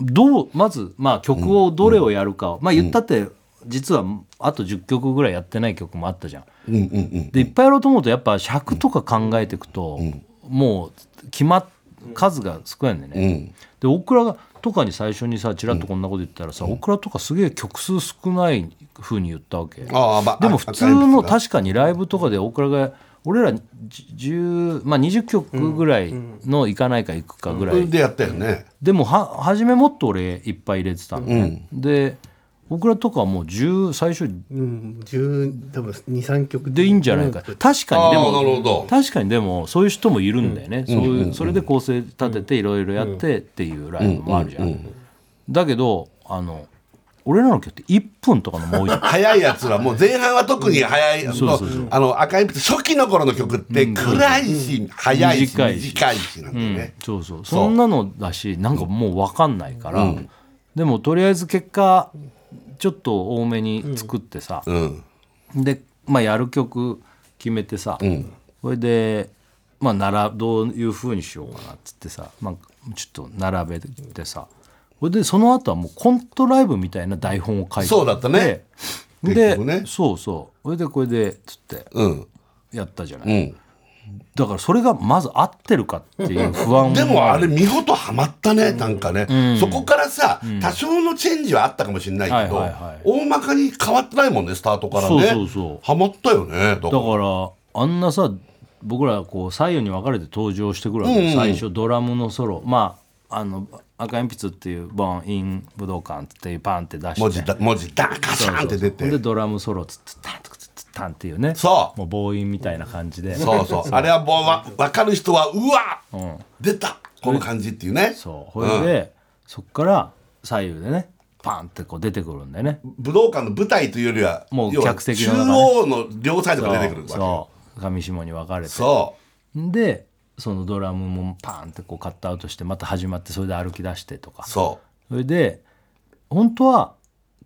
Speaker 1: うどうまず、まあ、曲をどれをやるかを、まあ言ったって実はあと10曲ぐらいやってない曲もあったじゃん。でいっぱいやろうと思うとやっぱ尺とか考えていくと、もう決まっ数が少ないんだよね。でオクラがとかに最初にさちらっとこんなこと言ったらさ、オクラとかすげえ曲数少ない風に言ったわけ。
Speaker 2: ああまあ
Speaker 1: でも普通の
Speaker 2: 赤い
Speaker 1: 確かにライブとかで大倉が俺ら10、まあ、20曲ぐらいの行かないか行くかぐらい、
Speaker 2: 筆がでやったよね
Speaker 1: でもは初めもっと俺いっぱい入れてたのね、で大倉とかはもう10最初
Speaker 3: うん、10多分23曲
Speaker 1: でいいんじゃないか、確かにで
Speaker 2: あーなるほど
Speaker 1: も確かにでもそういう人もいるんだよね、そういうそれで構成立てていろいろやってっていうライブもあるじゃん、だけどあの俺らの曲って1分とかのも [laughs] 多いじゃん
Speaker 2: 早いやつはもう前半は特に早い、あのあの赤い筆初期の頃の曲って暗いし、早いし短
Speaker 1: 短
Speaker 2: い
Speaker 1: い
Speaker 2: し
Speaker 1: し
Speaker 2: なんでね、
Speaker 1: そうそうそんなのだしなんかもう分かんないから、でもとりあえず結果ちょっと多めに作ってさ、
Speaker 2: うん
Speaker 1: で、まあ、やる曲決めてさ、
Speaker 2: ん
Speaker 1: それでまあ並ぶどういうふうにしようかなっつってさ、まあ、ちょっと並べてさそれでその後はもうコントライブみたいな台本を書いて
Speaker 2: そうだったね結
Speaker 1: で、
Speaker 2: 局ね
Speaker 1: そうそうそれでこれでつって
Speaker 2: うん
Speaker 1: やったじゃない、
Speaker 2: うん
Speaker 1: だからそれがまず合ってるかっていう不安
Speaker 2: でもあれ見事ハマったね、なんかね、そこからさ、多少のチェンジはあったかもしれないけど、
Speaker 1: はいはいはい
Speaker 2: 大まかに変わってないもんねスタートからね
Speaker 1: そうそうそう
Speaker 2: ハマったよねだ
Speaker 1: だ
Speaker 2: から
Speaker 1: からあんなさ僕らこう左右に分かれて登場してくるわけ、
Speaker 2: うんうん
Speaker 1: 最初ドラムのソロまああの赤鉛筆っていうボンイン武道館っていうパンって出して
Speaker 2: 文字だ文字だカシャンって出て
Speaker 1: でドラムソロつつったんつつったんっていうね
Speaker 2: そう
Speaker 1: もう暴飲みたいな感じで
Speaker 2: そうそうあれはもうわ分かる人はうわ、出たこの感じっていうね
Speaker 1: そうほいで、そっから左右でねパンってこう出てくるんだよね
Speaker 2: 武道館の舞台というよりは
Speaker 1: もう
Speaker 2: 要は
Speaker 1: 客席の中ね
Speaker 2: 中央の両サイドから出てくるわけ
Speaker 1: そう上下に分かれて
Speaker 2: そ
Speaker 1: でそのドラムもパンってこうカットアウトしてまた始まってそれで歩き出してとか
Speaker 2: うそ
Speaker 1: それで本当は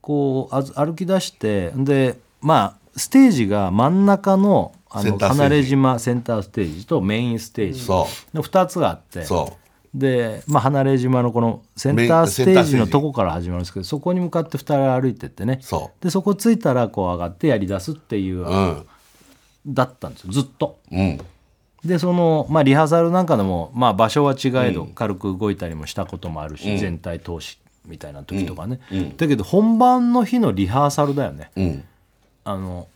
Speaker 1: こうあず歩き出してでまあステージが真ん中のあ
Speaker 2: セン
Speaker 1: の
Speaker 2: ターステージ
Speaker 1: 離れ島センターステージとメインステージ
Speaker 2: そ
Speaker 1: の2つがあって
Speaker 2: うそ
Speaker 1: で、まあ、離れ島のこのセンターステージのとこから始まるんですけどそこに向かって2人歩いてってね
Speaker 2: そ
Speaker 1: でそこ着いたらこう上がってやりだすっていう、
Speaker 2: ううん
Speaker 1: だったんですよずっと。
Speaker 2: うん
Speaker 1: でその、まあ、リハーサルなんかでも、まあ、場所は違えど軽く動いたりもしたこともあるし、全体通しみたいな時とかね、だけど本番の日のリハーサルだよね
Speaker 2: うん
Speaker 1: あの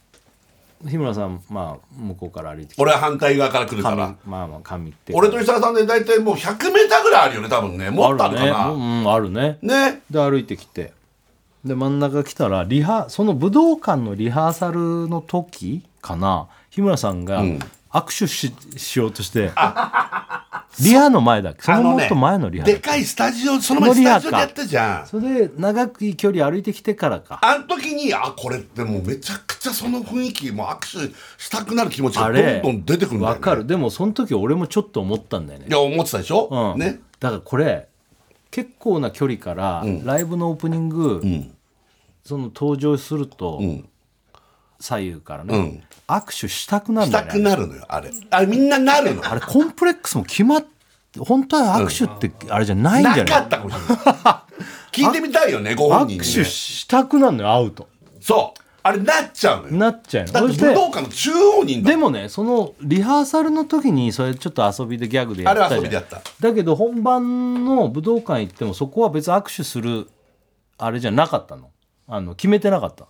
Speaker 1: 日村さん、まあ、向こうから歩いてきて
Speaker 2: 俺は反対側から来るか
Speaker 1: 髪
Speaker 2: ら
Speaker 1: まあまあ髪って
Speaker 2: 俺と石原さんで大体もう 100m ぐらいあるよね多分ねもっとあるか
Speaker 1: あるね、うん、あるね
Speaker 2: なね
Speaker 1: で歩いてきてで真ん中来たらリハその武道館のリハーサルの時かな日村さんが握手し,、しようとしてリハの前だっけそ
Speaker 2: あ
Speaker 1: の
Speaker 2: の
Speaker 1: も
Speaker 2: ね
Speaker 1: っと前のリハだっ
Speaker 2: で
Speaker 1: け
Speaker 2: かいスタジオその前に
Speaker 1: その
Speaker 2: スタジオ
Speaker 1: リハか
Speaker 2: でやったじゃん
Speaker 1: それで長くい距離歩いてきてからか
Speaker 2: あの時にあこれってもうめちゃくちゃその雰囲気もう握手したくなる気持ち
Speaker 1: あ
Speaker 2: がど
Speaker 1: れ
Speaker 2: んどん出てくるんだよ、ね、
Speaker 1: わかるでもその時俺もちょっと思ったんだよね
Speaker 2: いや思ってたでしょ、
Speaker 1: うん
Speaker 2: ね
Speaker 1: だからこれ結構な距離から、ライブのオープニング、その登場すると、左右からね、
Speaker 2: うん
Speaker 1: 握手したくなるん
Speaker 2: し
Speaker 1: だ
Speaker 2: た
Speaker 1: よね
Speaker 2: くなるのよあれあれみんななるの
Speaker 1: あれコンプレックスも決まって本当は握手ってあれじゃないんじ
Speaker 2: な
Speaker 1: ゃな
Speaker 2: か
Speaker 1: い、
Speaker 2: ったかもしれない聞いてみたいよねご本人に、
Speaker 1: 握
Speaker 2: ね、
Speaker 1: 手したくなるのよ会うと
Speaker 2: そうあれなっちゃうのよ
Speaker 1: なっちゃう
Speaker 2: だっ
Speaker 1: の
Speaker 2: て
Speaker 1: そ
Speaker 2: 武
Speaker 1: し
Speaker 2: 道
Speaker 1: て
Speaker 2: 館の中央にいんだ
Speaker 1: でもねそのリハーサルの時にそれちょっと遊びでギャグでやっ
Speaker 2: あ
Speaker 1: た
Speaker 2: れ遊
Speaker 1: じ
Speaker 2: び
Speaker 1: ゃん
Speaker 2: でやった
Speaker 1: だけど本番の武道館行ってもそこは別に握手するあれじゃなかったのあの決めてなかった、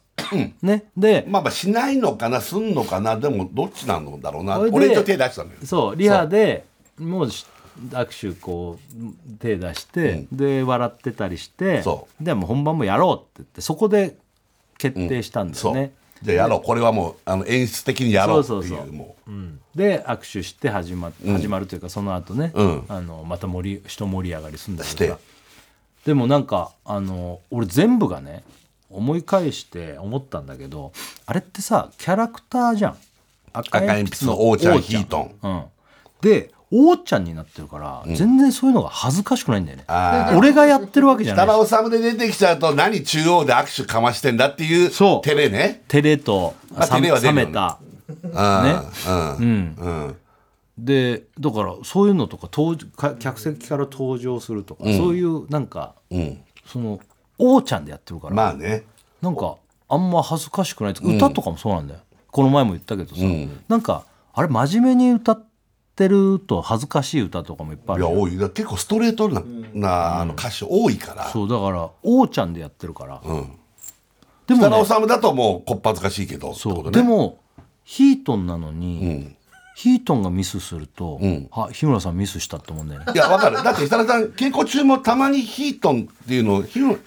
Speaker 1: ねで
Speaker 2: まあまあしないのかなすんのかなでもどっちなのだろうな
Speaker 1: それで
Speaker 2: 俺一応手出したのよ
Speaker 1: そうリハでもうし握手こう手出して、で笑ってたりして
Speaker 2: そ
Speaker 1: でもう本番もやろうって言ってそこで決定したんだ
Speaker 2: そ
Speaker 1: よ
Speaker 2: う、
Speaker 1: ね、
Speaker 2: じゃあやろうこれはもうあの演出的にやろうっていう
Speaker 1: そうそうそう
Speaker 2: もう
Speaker 1: で握手して始ま,、始まるというかその後ね、
Speaker 2: うん
Speaker 1: あのまた盛り一盛り上がりするんだ
Speaker 2: し
Speaker 1: けど
Speaker 2: て
Speaker 1: さでもなんかあの俺全部がね思い返して思ったんだけどあれってさキャラクターじゃん赤
Speaker 2: 赤鉛筆の王ちゃんヒートン
Speaker 1: うん、で王ちゃんになってるから、全然そういうのが恥ずかしくないんだよね
Speaker 2: あ
Speaker 1: 俺がやってるわけじゃ
Speaker 2: 北
Speaker 1: ない
Speaker 2: 場治で出てきちゃうと何中央で握手かましてんだっていう
Speaker 1: そう
Speaker 2: 照れね
Speaker 1: 照れと
Speaker 2: あ
Speaker 1: さ
Speaker 2: 照れは出
Speaker 1: 冷
Speaker 2: るよね
Speaker 1: めた
Speaker 2: うんうんうん
Speaker 1: でだからそういうのとか登場か客席から登場するとか、そういうなんか、その王ちゃんでやってるから、
Speaker 2: まあね
Speaker 1: なんかあんま恥ずかしくないって歌とかもそうなんだよ、この前も言ったけどさ、なんかあれ真面目に歌ってると恥ずかしい歌とかもいっぱいあ
Speaker 2: い
Speaker 1: る
Speaker 2: や多いだから結構ストレートな,、なあの歌詞多いから
Speaker 1: そうだから王ちゃんでやってるから、でも
Speaker 2: 北
Speaker 1: ね
Speaker 2: 場治だともうこっぱずかしいけどって
Speaker 1: そ
Speaker 2: こ
Speaker 1: う
Speaker 2: と
Speaker 1: で
Speaker 2: ね
Speaker 1: もヒートンなのに、ヒートンがミスすると、あ日村さんミスしたって思うんだよね
Speaker 2: いやわかるだって設楽さん稽古中もたまにヒートンっていうのを
Speaker 1: [laughs]
Speaker 2: ヒム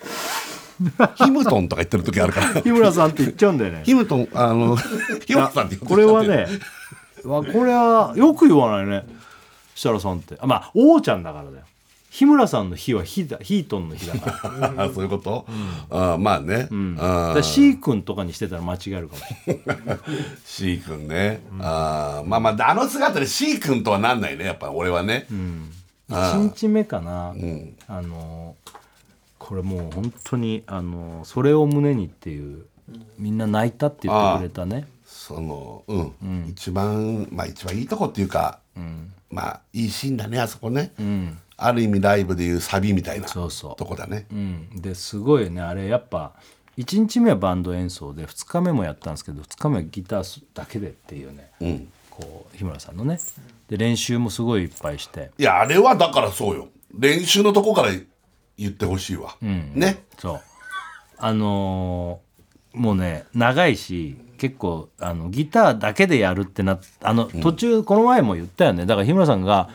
Speaker 2: ヒムトンとか言ってる時ある
Speaker 1: [laughs]
Speaker 2: から
Speaker 1: 日村さんって言っちゃうんだよね
Speaker 2: ヒムトンあのヒムさんって言って
Speaker 1: これはねわこれはよく言わないね設楽さんってあまあ王ちゃんだからだよ日村さんの日はヒだヒートンの日だから
Speaker 2: あそういうこと、あまあね、 [laughs] あ
Speaker 1: だから C 君とかにしてたら間違えるかもしれない
Speaker 2: C 君ね、あまあまああの姿で C 君とはなんないねやっぱ俺はね、
Speaker 1: 1日目かな、あのこれもう本当にあのそれを胸にっていうみんな泣いたって言ってくれたね
Speaker 2: そのうん、一番まあ一番いいとこっていうか、まあいいシーンだねあそこね、ある意味ライブでいうサビみたいな
Speaker 1: そうそう
Speaker 2: とこだね
Speaker 1: うん、ですごいねあれやっぱ1日目はバンド演奏で2日目もやったんですけど2日目はギターだけでっていうね、こう日村さんのねで練習もすごいいっぱいして
Speaker 2: いやあれはだからそうよ練習のとこから言ってほしいわ、ね
Speaker 1: そうあのーもうね長いし結構あのギターだけでやるってなあの途中この前も言ったよねだから日村さんが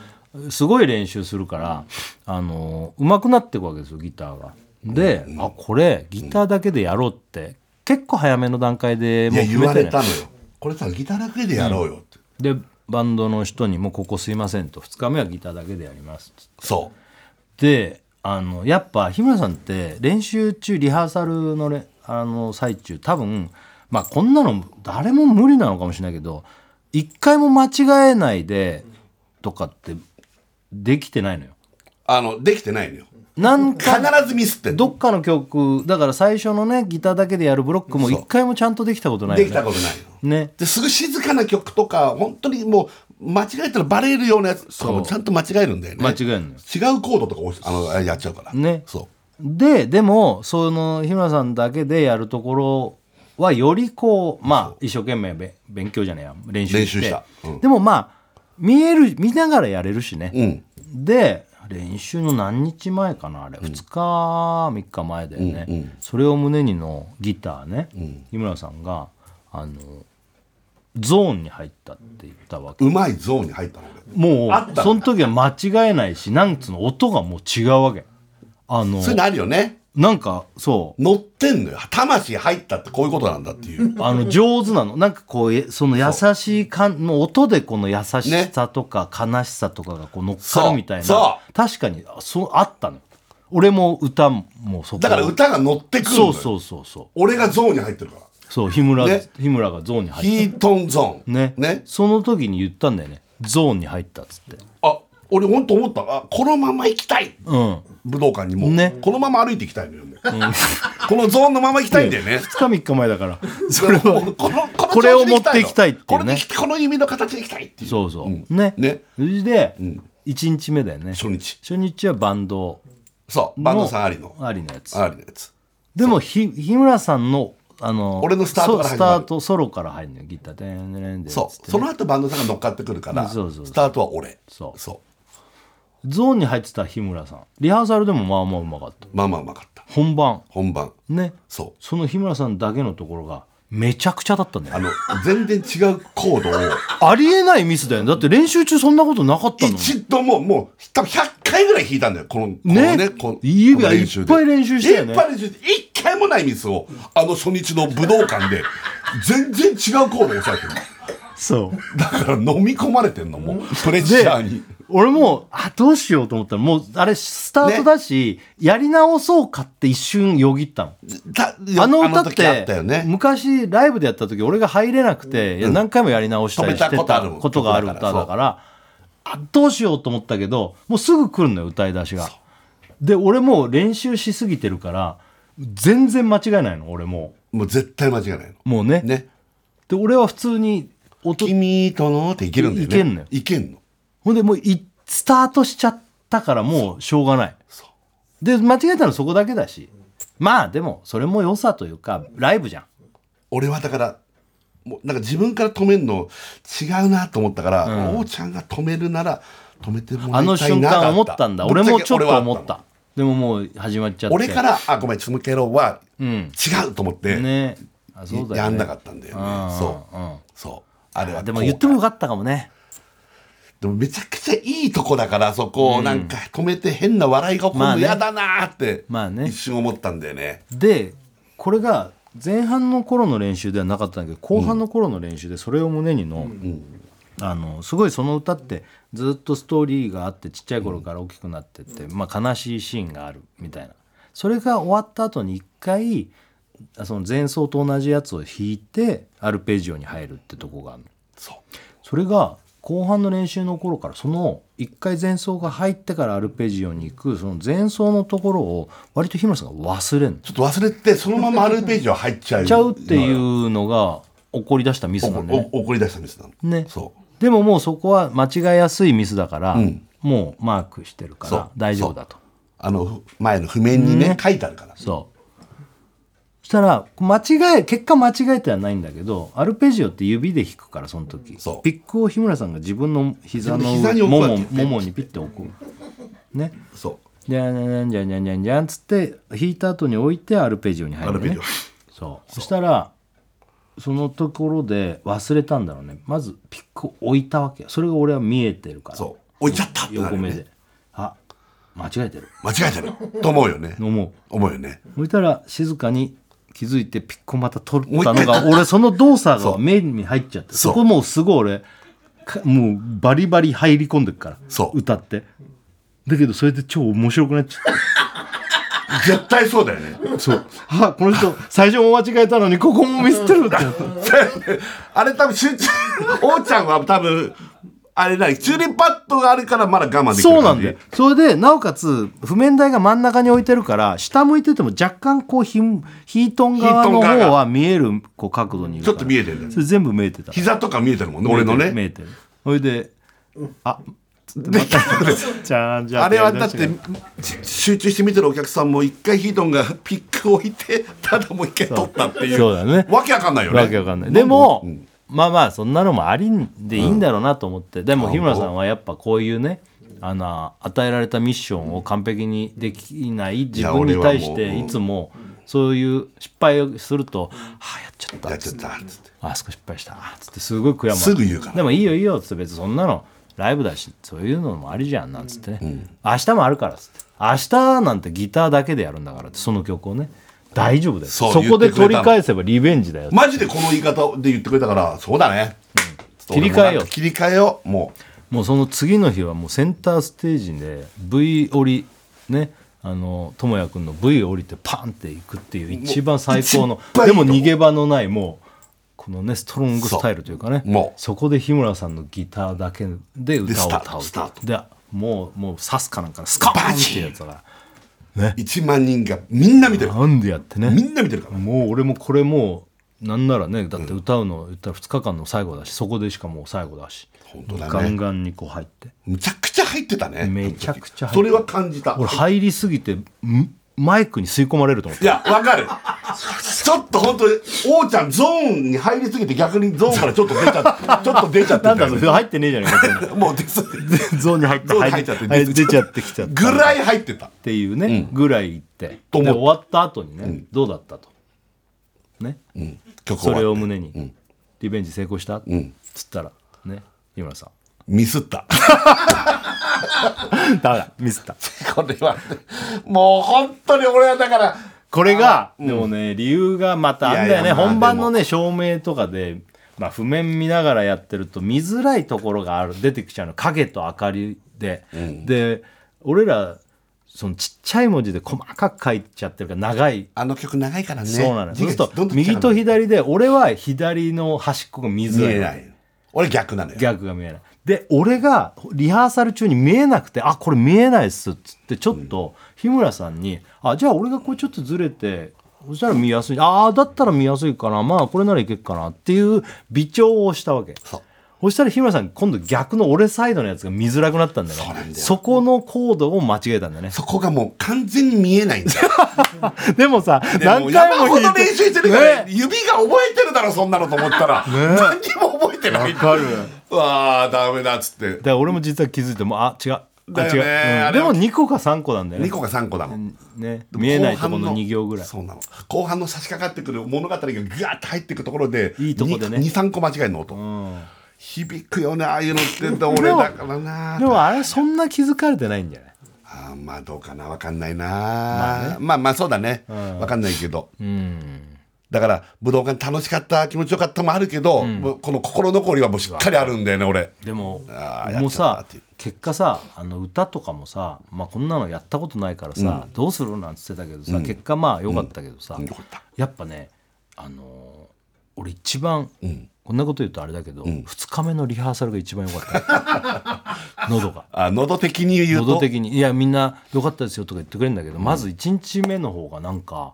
Speaker 1: すごい練習するから、あのー上手くなっていくわけですよギターが。で、あこれギターだけでやろうって結構早めの段階で
Speaker 2: い
Speaker 1: もう
Speaker 2: や
Speaker 1: 決
Speaker 2: 言
Speaker 1: め
Speaker 2: わ
Speaker 1: て
Speaker 2: れ
Speaker 1: ね
Speaker 2: たのよこれさギターだけでやろうよって、
Speaker 1: でバンドの人にも「ここすいません」と「2日目はギターだけでやります」っつって
Speaker 2: そ
Speaker 1: であのやっぱ日村さんって練習中リハーサルのれあの最中多分まあこんなの誰も無理なのかもしれないけど一回も間違えないでとかってできてないのよ。
Speaker 2: うあのできてないのよ
Speaker 1: なん
Speaker 2: 必
Speaker 1: か
Speaker 2: ずミスってんの
Speaker 1: どっかの曲だから最初のねギターだけでやるブロックも
Speaker 2: そう
Speaker 1: 一回もちゃんとできたことない
Speaker 2: で
Speaker 1: よ
Speaker 2: きた
Speaker 1: ね。
Speaker 2: ことないの
Speaker 1: ね
Speaker 2: ですぐ静かな曲とか本当にもう間違えたらバレるようなやつとかも
Speaker 1: そう
Speaker 2: ちゃんと間違えるんだよね
Speaker 1: 間違えるのよ
Speaker 2: 違うコードとか押しあのやっちゃうから
Speaker 1: ね
Speaker 2: そ
Speaker 1: ででもその日村さんだけでやるところはよりこうまあ一生懸命べ勉強じゃねえや練習して
Speaker 2: 練習したうん
Speaker 1: でもまあ見える見ながらやれるしね、
Speaker 2: ううん
Speaker 1: で練習の何日前かなあれ、2日3日前だよね、
Speaker 2: うんうん
Speaker 1: それを胸にのギターね、日村さんがあのゾーンに入ったって言ったわけ
Speaker 2: うまいゾーンに入ったの
Speaker 1: も
Speaker 2: あったん
Speaker 1: う
Speaker 2: だ
Speaker 1: その時は間違えないしなんつうの音がもう違うわけあの
Speaker 2: 俺そういうのあるよね
Speaker 1: なんかそう
Speaker 2: 乗ってんのよ魂入ったってこういうことなんだっていう
Speaker 1: あの上手なのなんかこうえその優しいかんもう音でこの優しさとか悲しさとかがこう乗っか
Speaker 2: そう
Speaker 1: るみたい
Speaker 2: そ
Speaker 1: な確かにあそうあったの俺も歌もそこ
Speaker 2: だから歌が乗ってくるの
Speaker 1: そ
Speaker 2: よ
Speaker 1: うそうそうそ
Speaker 2: 俺がゾーンに入ってるから
Speaker 1: うそう日村、
Speaker 2: ね
Speaker 1: 日村がゾーンに入っ
Speaker 2: ヒートンゾー
Speaker 1: た
Speaker 2: ン
Speaker 1: ね
Speaker 2: ね
Speaker 1: その時に言ったんだよねゾーンに入ったっつって
Speaker 2: あ俺本当思ったあこのまま行きたい
Speaker 1: うん
Speaker 2: 武道館にも、
Speaker 1: ね
Speaker 2: このまま歩いていきたいのよ、もう [laughs] このゾーンのまま行きたいんだよね
Speaker 1: 2日3日前だから
Speaker 2: それはこのこの
Speaker 1: これを持っていきたいっていう
Speaker 2: こ
Speaker 1: ね
Speaker 2: れでこの指の形でいきたいっていう
Speaker 1: そうそう、ね
Speaker 2: ね
Speaker 1: それで、一1日目だよね
Speaker 2: 初日
Speaker 1: 初日はバンド
Speaker 2: そうバンドさんありの
Speaker 1: ありのやつ
Speaker 2: ありのやつ
Speaker 1: でもひ日村さんのあの
Speaker 2: 俺のスタートから
Speaker 1: そ
Speaker 2: 始
Speaker 1: ス
Speaker 2: まる
Speaker 1: タートソロから入るのよギターでんでんでんでん
Speaker 2: そ
Speaker 1: つって
Speaker 2: うその後バンドさんが乗っかってくるから
Speaker 1: そうそうそう
Speaker 2: スタートは俺
Speaker 1: そう
Speaker 2: そう
Speaker 1: ゾーンに入ってた日村さんリハーサルでもまあまあうまかった
Speaker 2: まあまあうまかった
Speaker 1: 本番
Speaker 2: 本番
Speaker 1: ね
Speaker 2: そう
Speaker 1: その日村さんだけのところがめちゃくちゃだったんだよ
Speaker 2: あ
Speaker 1: ね
Speaker 2: の全然違うコードを
Speaker 1: ありえないミスだよねだって練習中そんなことなかったの
Speaker 2: 一度ももう多分100回ぐらい弾いたんだよこのこの
Speaker 1: ね
Speaker 2: ねこ
Speaker 1: いい
Speaker 2: この練習で
Speaker 1: いっぱい練習したよね
Speaker 2: いっぱい練習して一回もないミスをあの初日の武道館で [laughs] 全然違うコードを押さえてる
Speaker 1: そう
Speaker 2: だから飲み込まれてんのもうプレッシャーに
Speaker 1: [laughs] 俺もあどうしようと思ったらもうあれスタートだし、やり直そうかって一瞬よぎったの
Speaker 2: た
Speaker 1: あの歌っ
Speaker 2: 時あ
Speaker 1: て
Speaker 2: ったよね
Speaker 1: 昔ライブでやった時俺が入れなくて、いや何回もやり直したりして
Speaker 2: 止めたことあ
Speaker 1: た
Speaker 2: る
Speaker 1: ことがある歌だから
Speaker 2: そう
Speaker 1: あどうしようと思ったけどもうすぐ来るのよ歌い出しがで俺もう練習しすぎてるから全然間違えないの俺も
Speaker 2: もう絶対間違いないう
Speaker 1: もうね
Speaker 2: のね
Speaker 1: で俺は普通に音
Speaker 2: 君とのっていけるんだよね
Speaker 1: いけんのよ
Speaker 2: いけんの
Speaker 1: ほんでもういスタートしちゃったからもうしょうがないで間違えたのそこだけだしまあでもそれも良さというかライブじゃん
Speaker 2: 俺はだからもうなんか自分から止めるの違うなと思ったから、王ちゃんが止めるなら止めてもらいたい
Speaker 1: あ
Speaker 2: な
Speaker 1: の瞬間思ったんだ俺もちょっと
Speaker 2: ぶ
Speaker 1: 思っ
Speaker 2: ちゃけ俺はあの
Speaker 1: たでももう始まっちゃって
Speaker 2: 俺から「あごめんつむけろ」は
Speaker 1: うん
Speaker 2: 違うと思って、
Speaker 1: ねあそうだよね
Speaker 2: やんなかったんだよねそう、
Speaker 1: うん
Speaker 2: そうあれは
Speaker 1: でも言っても
Speaker 2: 後
Speaker 1: よかったかもね
Speaker 2: 悔でもめちゃくちゃいいとこだからそこをなんか止めて変な笑いが起こる
Speaker 1: まあ
Speaker 2: の
Speaker 1: ね
Speaker 2: 嫌だなーって
Speaker 1: まあね
Speaker 2: 一瞬思ったんだよね
Speaker 1: でこれが前半の頃の練習ではなかったんだけど後半の頃の練習でそれを胸にの、あのすごいその歌ってずっとストーリーがあってちっちゃい頃から大きくなってって、まあ、悲しいシーンがあるみたいなそれが終わった後に一回その前奏と同じやつを弾いてアルペジオに入るってとこがあるの
Speaker 2: そう
Speaker 1: それが後半の練習の頃からその一回前奏が入ってからアルペジオに行くその前奏のところを割と日村さんが忘れんの
Speaker 2: ちょっと忘れてそのままアルページは入っちゃう
Speaker 1: ちゃうっていうのが怒り出したミスなんだよね
Speaker 2: おお怒り出したミスなの。
Speaker 1: ね
Speaker 2: そ
Speaker 1: でももうそこは間違いやすいミスだから、
Speaker 2: ん
Speaker 1: もうマークしてるか
Speaker 2: そ
Speaker 1: ら
Speaker 2: う
Speaker 1: 大丈夫だと
Speaker 2: う。あの、ふ前の譜面にね、書いてあるから。
Speaker 1: そうそしたら間違え結果間違えてはないんだけどアルペジオって指で弾くからその時
Speaker 2: そう
Speaker 1: ピックを日村さんが自分の膝の
Speaker 2: 自分の膝に
Speaker 1: 上
Speaker 2: 置く
Speaker 1: も
Speaker 2: わ
Speaker 1: も
Speaker 2: け
Speaker 1: ももにピッて置くね
Speaker 2: そ
Speaker 1: じゃんじゃんじゃんじゃんじゃんじゃんつって弾いた後に置いてアルペジオに
Speaker 2: う。
Speaker 1: 入
Speaker 2: ア
Speaker 1: る
Speaker 2: ル
Speaker 1: んだ
Speaker 2: ペジ
Speaker 1: よね
Speaker 2: オ。
Speaker 1: そうそしたらそのところで忘れたんだろうねまずピックを置いたわけよそれが俺は見えてるから
Speaker 2: そう。置いちゃったってなる
Speaker 1: 横
Speaker 2: よ
Speaker 1: 目で、
Speaker 2: ね。
Speaker 1: あ間違えてる
Speaker 2: 間違えてる。と思うよね。
Speaker 1: 飲も
Speaker 2: 思うよね。
Speaker 1: うそしたら静かに気づいてピッコまた取っ
Speaker 2: もう一
Speaker 1: たの
Speaker 2: 回
Speaker 1: が俺その動作
Speaker 2: そ
Speaker 1: が
Speaker 2: う
Speaker 1: 目に入っちゃって
Speaker 2: そ
Speaker 1: そうこもうすごい俺かもうバリバリ入り込んでくから
Speaker 2: そう
Speaker 1: 歌ってだけどそれで超面白くなっちゃっ
Speaker 2: 絶対そうだよね。
Speaker 1: てそうあこの人最初も間違えたのにここもミスってるって
Speaker 2: あれ多分集中、おうちゃんは多分、あれ何チューリップパッドがあるからまだ我慢できる感じ。
Speaker 1: そうなんだよ。それでなおかつ譜面台が真ん中に置いてるから下向いてても若干こうヒヒートン側
Speaker 2: ヒ
Speaker 1: の
Speaker 2: ートン
Speaker 1: 方
Speaker 2: 側
Speaker 1: は見えるこう角度にいる
Speaker 2: ち
Speaker 1: か
Speaker 2: ょっ
Speaker 1: ら
Speaker 2: と見えてるんだよ
Speaker 1: それ全部見えてた
Speaker 2: 膝とか見えてるもんね、俺の
Speaker 1: 見え
Speaker 2: ね。
Speaker 1: てる見えてるそれで
Speaker 2: [laughs]
Speaker 1: あつってまたじゃんじゃん
Speaker 2: あれはだって、し集中して見てるお客さんも一回ヒートンがピックを置いて、ただもう一回取ったっていう。
Speaker 1: そうだね
Speaker 2: わけわかんないよね。
Speaker 1: わけわかんないでも、
Speaker 2: うん
Speaker 1: まあまあそんなのもありでいいんだろうなと思って、でも日村さんはやっぱこういうねあの与えられたミッションを完璧にできない自分に対し
Speaker 2: いや俺はも
Speaker 1: て
Speaker 2: ううん
Speaker 1: いつもそういう失敗をすると「はあやっちゃった」
Speaker 2: やっちゃった。つって
Speaker 1: あそこ失敗した」あつってすごい悔やむ
Speaker 2: すぐ言うから
Speaker 1: でもいいよいいよ」つって別にそんなのライブだしそういうのもありじゃんなんつってね、明日もあるから」つって「明日なんてギターだけでやるんだから」ってその曲をね大丈夫だよ
Speaker 2: そう
Speaker 1: そこ
Speaker 2: 言ってくれ
Speaker 1: で
Speaker 2: た
Speaker 1: 取り返せばリベンジだよ
Speaker 2: マジでこの言い方で言ってくれたから、そうだね。
Speaker 1: 切り替えよう
Speaker 2: 切り替えよう。も
Speaker 1: もうその次の日はもうセンターステージで V 降りねあの智也君の V 降りてパンっていくっていう一番最高の
Speaker 2: 一番い
Speaker 1: で
Speaker 2: いとこ
Speaker 1: も逃げ場のないもうこのねストロングスタイルというかね
Speaker 2: そうもう
Speaker 1: そこで日村さんのギターだけで歌を
Speaker 2: で
Speaker 1: 歌う
Speaker 2: スタートス
Speaker 1: でもうもう刺すかなんかスカーンってやつが
Speaker 2: う、1万人がみんな見てる。
Speaker 1: なんでやってね
Speaker 2: みんな見てるから。
Speaker 1: もう俺もこれもうなんならねだって歌うの言ったら2日間の最後だしそこでしかもう最後だし
Speaker 2: 本当だね
Speaker 1: ガンガンにこう入って
Speaker 2: むちゃくちゃ入ってたね。
Speaker 1: めちゃくちゃ入って
Speaker 2: それは感じた。
Speaker 1: 俺入りすぎてんマイクに吸い込まれると思っ
Speaker 2: い
Speaker 1: た
Speaker 2: や、わかる。ちょっと本当に、王ちゃんゾーンに入りすぎて逆にゾーンからちょっと出ち
Speaker 1: [laughs]
Speaker 2: ゃって、ちょっと出ちゃってた
Speaker 1: なんだ
Speaker 2: よ
Speaker 1: そ
Speaker 2: ね
Speaker 1: れ入ってねえじゃねえかと思っ
Speaker 2: もうです。
Speaker 1: て [laughs] ゾーンに入って
Speaker 2: ゾーンに入っちゃって
Speaker 1: はい出ちゃってきちゃった
Speaker 2: ぐらい入ってた。
Speaker 1: っていうね、ぐらい行って
Speaker 2: と思
Speaker 1: で
Speaker 2: った
Speaker 1: 終わった後にね、どうだったとね
Speaker 2: うん。曲
Speaker 1: そ
Speaker 2: 終わって
Speaker 1: れを胸に、リベンジ成功した、
Speaker 2: ん
Speaker 1: つったらね日村さん
Speaker 2: ミスった。 [laughs]
Speaker 1: ダメだミスった
Speaker 2: これは、もう本当に俺はだから、
Speaker 1: これが、でもね理由がまたあんだよね
Speaker 2: いやいやまあ
Speaker 1: 本番のね照明とかで、まあ、譜面見ながらやってると見づらいところがある出てきちゃうの影と明かりで、で俺らそのちっちゃい文字で細かく書いちゃってるから長い、
Speaker 2: あの曲長いからね。
Speaker 1: そうなのよ
Speaker 2: 字
Speaker 1: そ
Speaker 2: が
Speaker 1: うすると
Speaker 2: どんどん違う
Speaker 1: 右
Speaker 2: の
Speaker 1: と左で俺は左の端っこが見
Speaker 2: 見
Speaker 1: づらい
Speaker 2: えない。俺逆なのよ。
Speaker 1: 逆が見えないで俺がリハーサル中に見えなくて「あこれ見えないっす」っつってちょっと日村さんに「あじゃあ俺がこうちょっとずれてそしたら見やすいああだったら見やすいかなまあこれならいけっかな」っていう微調をしたわけ
Speaker 2: そう
Speaker 1: そしたら日村さん今度逆の俺サイドのやつが見づらくなったんだよね
Speaker 2: そうなんだよ
Speaker 1: このコードを間違えたんだよね
Speaker 2: そこがもう完全に見えないんだよ。
Speaker 1: でもさ
Speaker 2: でも
Speaker 1: [laughs] 何回も
Speaker 2: 山ほど
Speaker 1: 弾い
Speaker 2: 練習してるから、指が覚えてるだろ、そんなのと思ったら。何にも覚えてない。わ
Speaker 1: かる。
Speaker 2: わあ、ダメだっつって。
Speaker 1: だから俺も実は気づいてもあ違うあ
Speaker 2: だよね
Speaker 1: 違う、
Speaker 2: あ
Speaker 1: で
Speaker 2: れは
Speaker 1: も2個か3個なんだよね
Speaker 2: 2個か3個だもん。
Speaker 1: ね見えないところの2行ぐらい
Speaker 2: そうなの後半の差し掛かってくる物語がガーッと入っていくところで
Speaker 1: いいとこでね
Speaker 2: 23個間違えるの音、響くよねああいうのって俺だからな
Speaker 1: でもあれそんな気づかれてないんじゃない
Speaker 2: あーまあどうかなわかんないな、まあまあそうだねわかんないけど、だから武道館楽しかった気持ちよかったもあるけど、もうこの心残りはもうしっかりあるんだよね俺
Speaker 1: でも
Speaker 2: あー
Speaker 1: も
Speaker 2: やっ
Speaker 1: う
Speaker 2: ちゃった
Speaker 1: さ
Speaker 2: っていう
Speaker 1: 結果さあの歌とかもさ、まあ、こんなのやったことないからさ、どうするなんつってたけどさ、結果まあ良かったけどさ、
Speaker 2: うんよかった
Speaker 1: やっぱね、あのー俺一番、こんなこと言うとあれだけど、2日目のリハーサルが一番良か [laughs] った喉が。
Speaker 2: あ喉的に言うと
Speaker 1: 喉的に「いやみんな良かったですよ」とか言ってくれるんだけど、まず1日目の方がなんか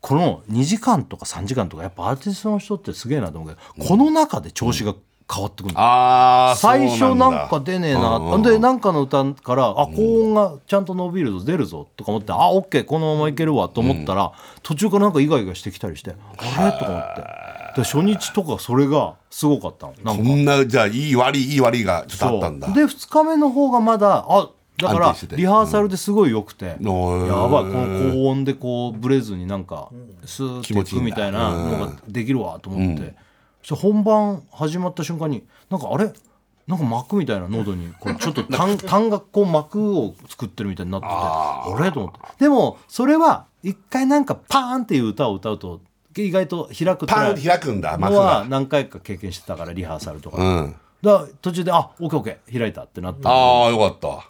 Speaker 1: この2時間とか3時間とかやっぱアーティストの人ってすげえなと思うけど、この中で調子が変わってくるの、
Speaker 2: ああ
Speaker 1: 最初なんか出ねえな、
Speaker 2: うんうん
Speaker 1: でなんかの歌からあ高音がちゃんと伸びるぞ出るぞとか思って、あオッケーこのままいけるわと思ったら、途中からなんかイガイガしてきたりしてあれとか思ってで初日とかそれがすごかったのなん
Speaker 2: こ
Speaker 1: か
Speaker 2: んなじゃあいい悪いいい悪いがちょっとあったんだ
Speaker 1: そうで2日目の方がまだあだか
Speaker 2: 安定
Speaker 1: ら
Speaker 2: してて
Speaker 1: リハーサルですごい良くて、
Speaker 2: うん
Speaker 1: やばいこの高音でこうブレずになんかスーッ
Speaker 2: 気
Speaker 1: て
Speaker 2: 持
Speaker 1: い
Speaker 2: ちいい
Speaker 1: く
Speaker 2: んだ
Speaker 1: みたいなのができるわと思って、そして本番始まった瞬間になんかあれなんか膜みたいな喉にこうちょっと
Speaker 2: [laughs]
Speaker 1: 痰痰がこう膜を作ってるみたいになっててあれと思ってでもそれは一回なんかパーンっていう歌を歌うと意外と開くって
Speaker 2: パンって開くんだ
Speaker 1: の
Speaker 2: 幕が
Speaker 1: は何回か経験してたからリハーサルとか
Speaker 2: う
Speaker 1: で。
Speaker 2: ん
Speaker 1: だから途中で「あオッケーオッケー開いた」ってなった
Speaker 2: ああよかった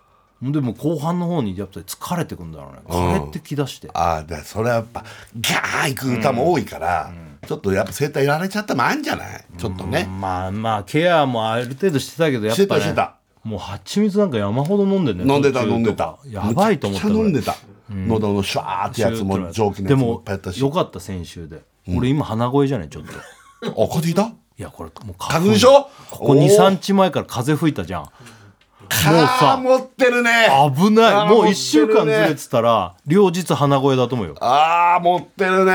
Speaker 1: でもう後半の方にやっぱり疲れてくんだろうね疲れてきだして、
Speaker 2: ああだからそれはやっぱギャー行く歌も多いから、ちょっとやっぱ声帯やられちゃったもあんじゃないちょっとね、
Speaker 1: まあまあケアもある程度してたけどやっぱ、ね、
Speaker 2: してたしてた
Speaker 1: もう蜂蜜なんか山ほど飲んでんね
Speaker 2: 飲んでた
Speaker 1: 途中
Speaker 2: 飲んでた
Speaker 1: とかやばいと思った
Speaker 2: めちゃくちゃ飲んで
Speaker 1: た
Speaker 2: た、喉のシュワーってやつも蒸気の
Speaker 1: で
Speaker 2: やつもいっ
Speaker 1: も
Speaker 2: ぱいやったし
Speaker 1: よかった先週で、俺今鼻声じゃないちょっとい
Speaker 2: あ風邪ひいた
Speaker 1: やこれもう
Speaker 2: 花粉症
Speaker 1: ここ23日前から風吹いたじゃんもう
Speaker 2: か
Speaker 1: さ
Speaker 2: 持ってるね
Speaker 1: 危な
Speaker 2: あー
Speaker 1: いもう
Speaker 2: 持ってるね
Speaker 1: 1週間ずれてたら両日鼻声だと思うよ
Speaker 2: あー持ってる
Speaker 1: あう
Speaker 2: ね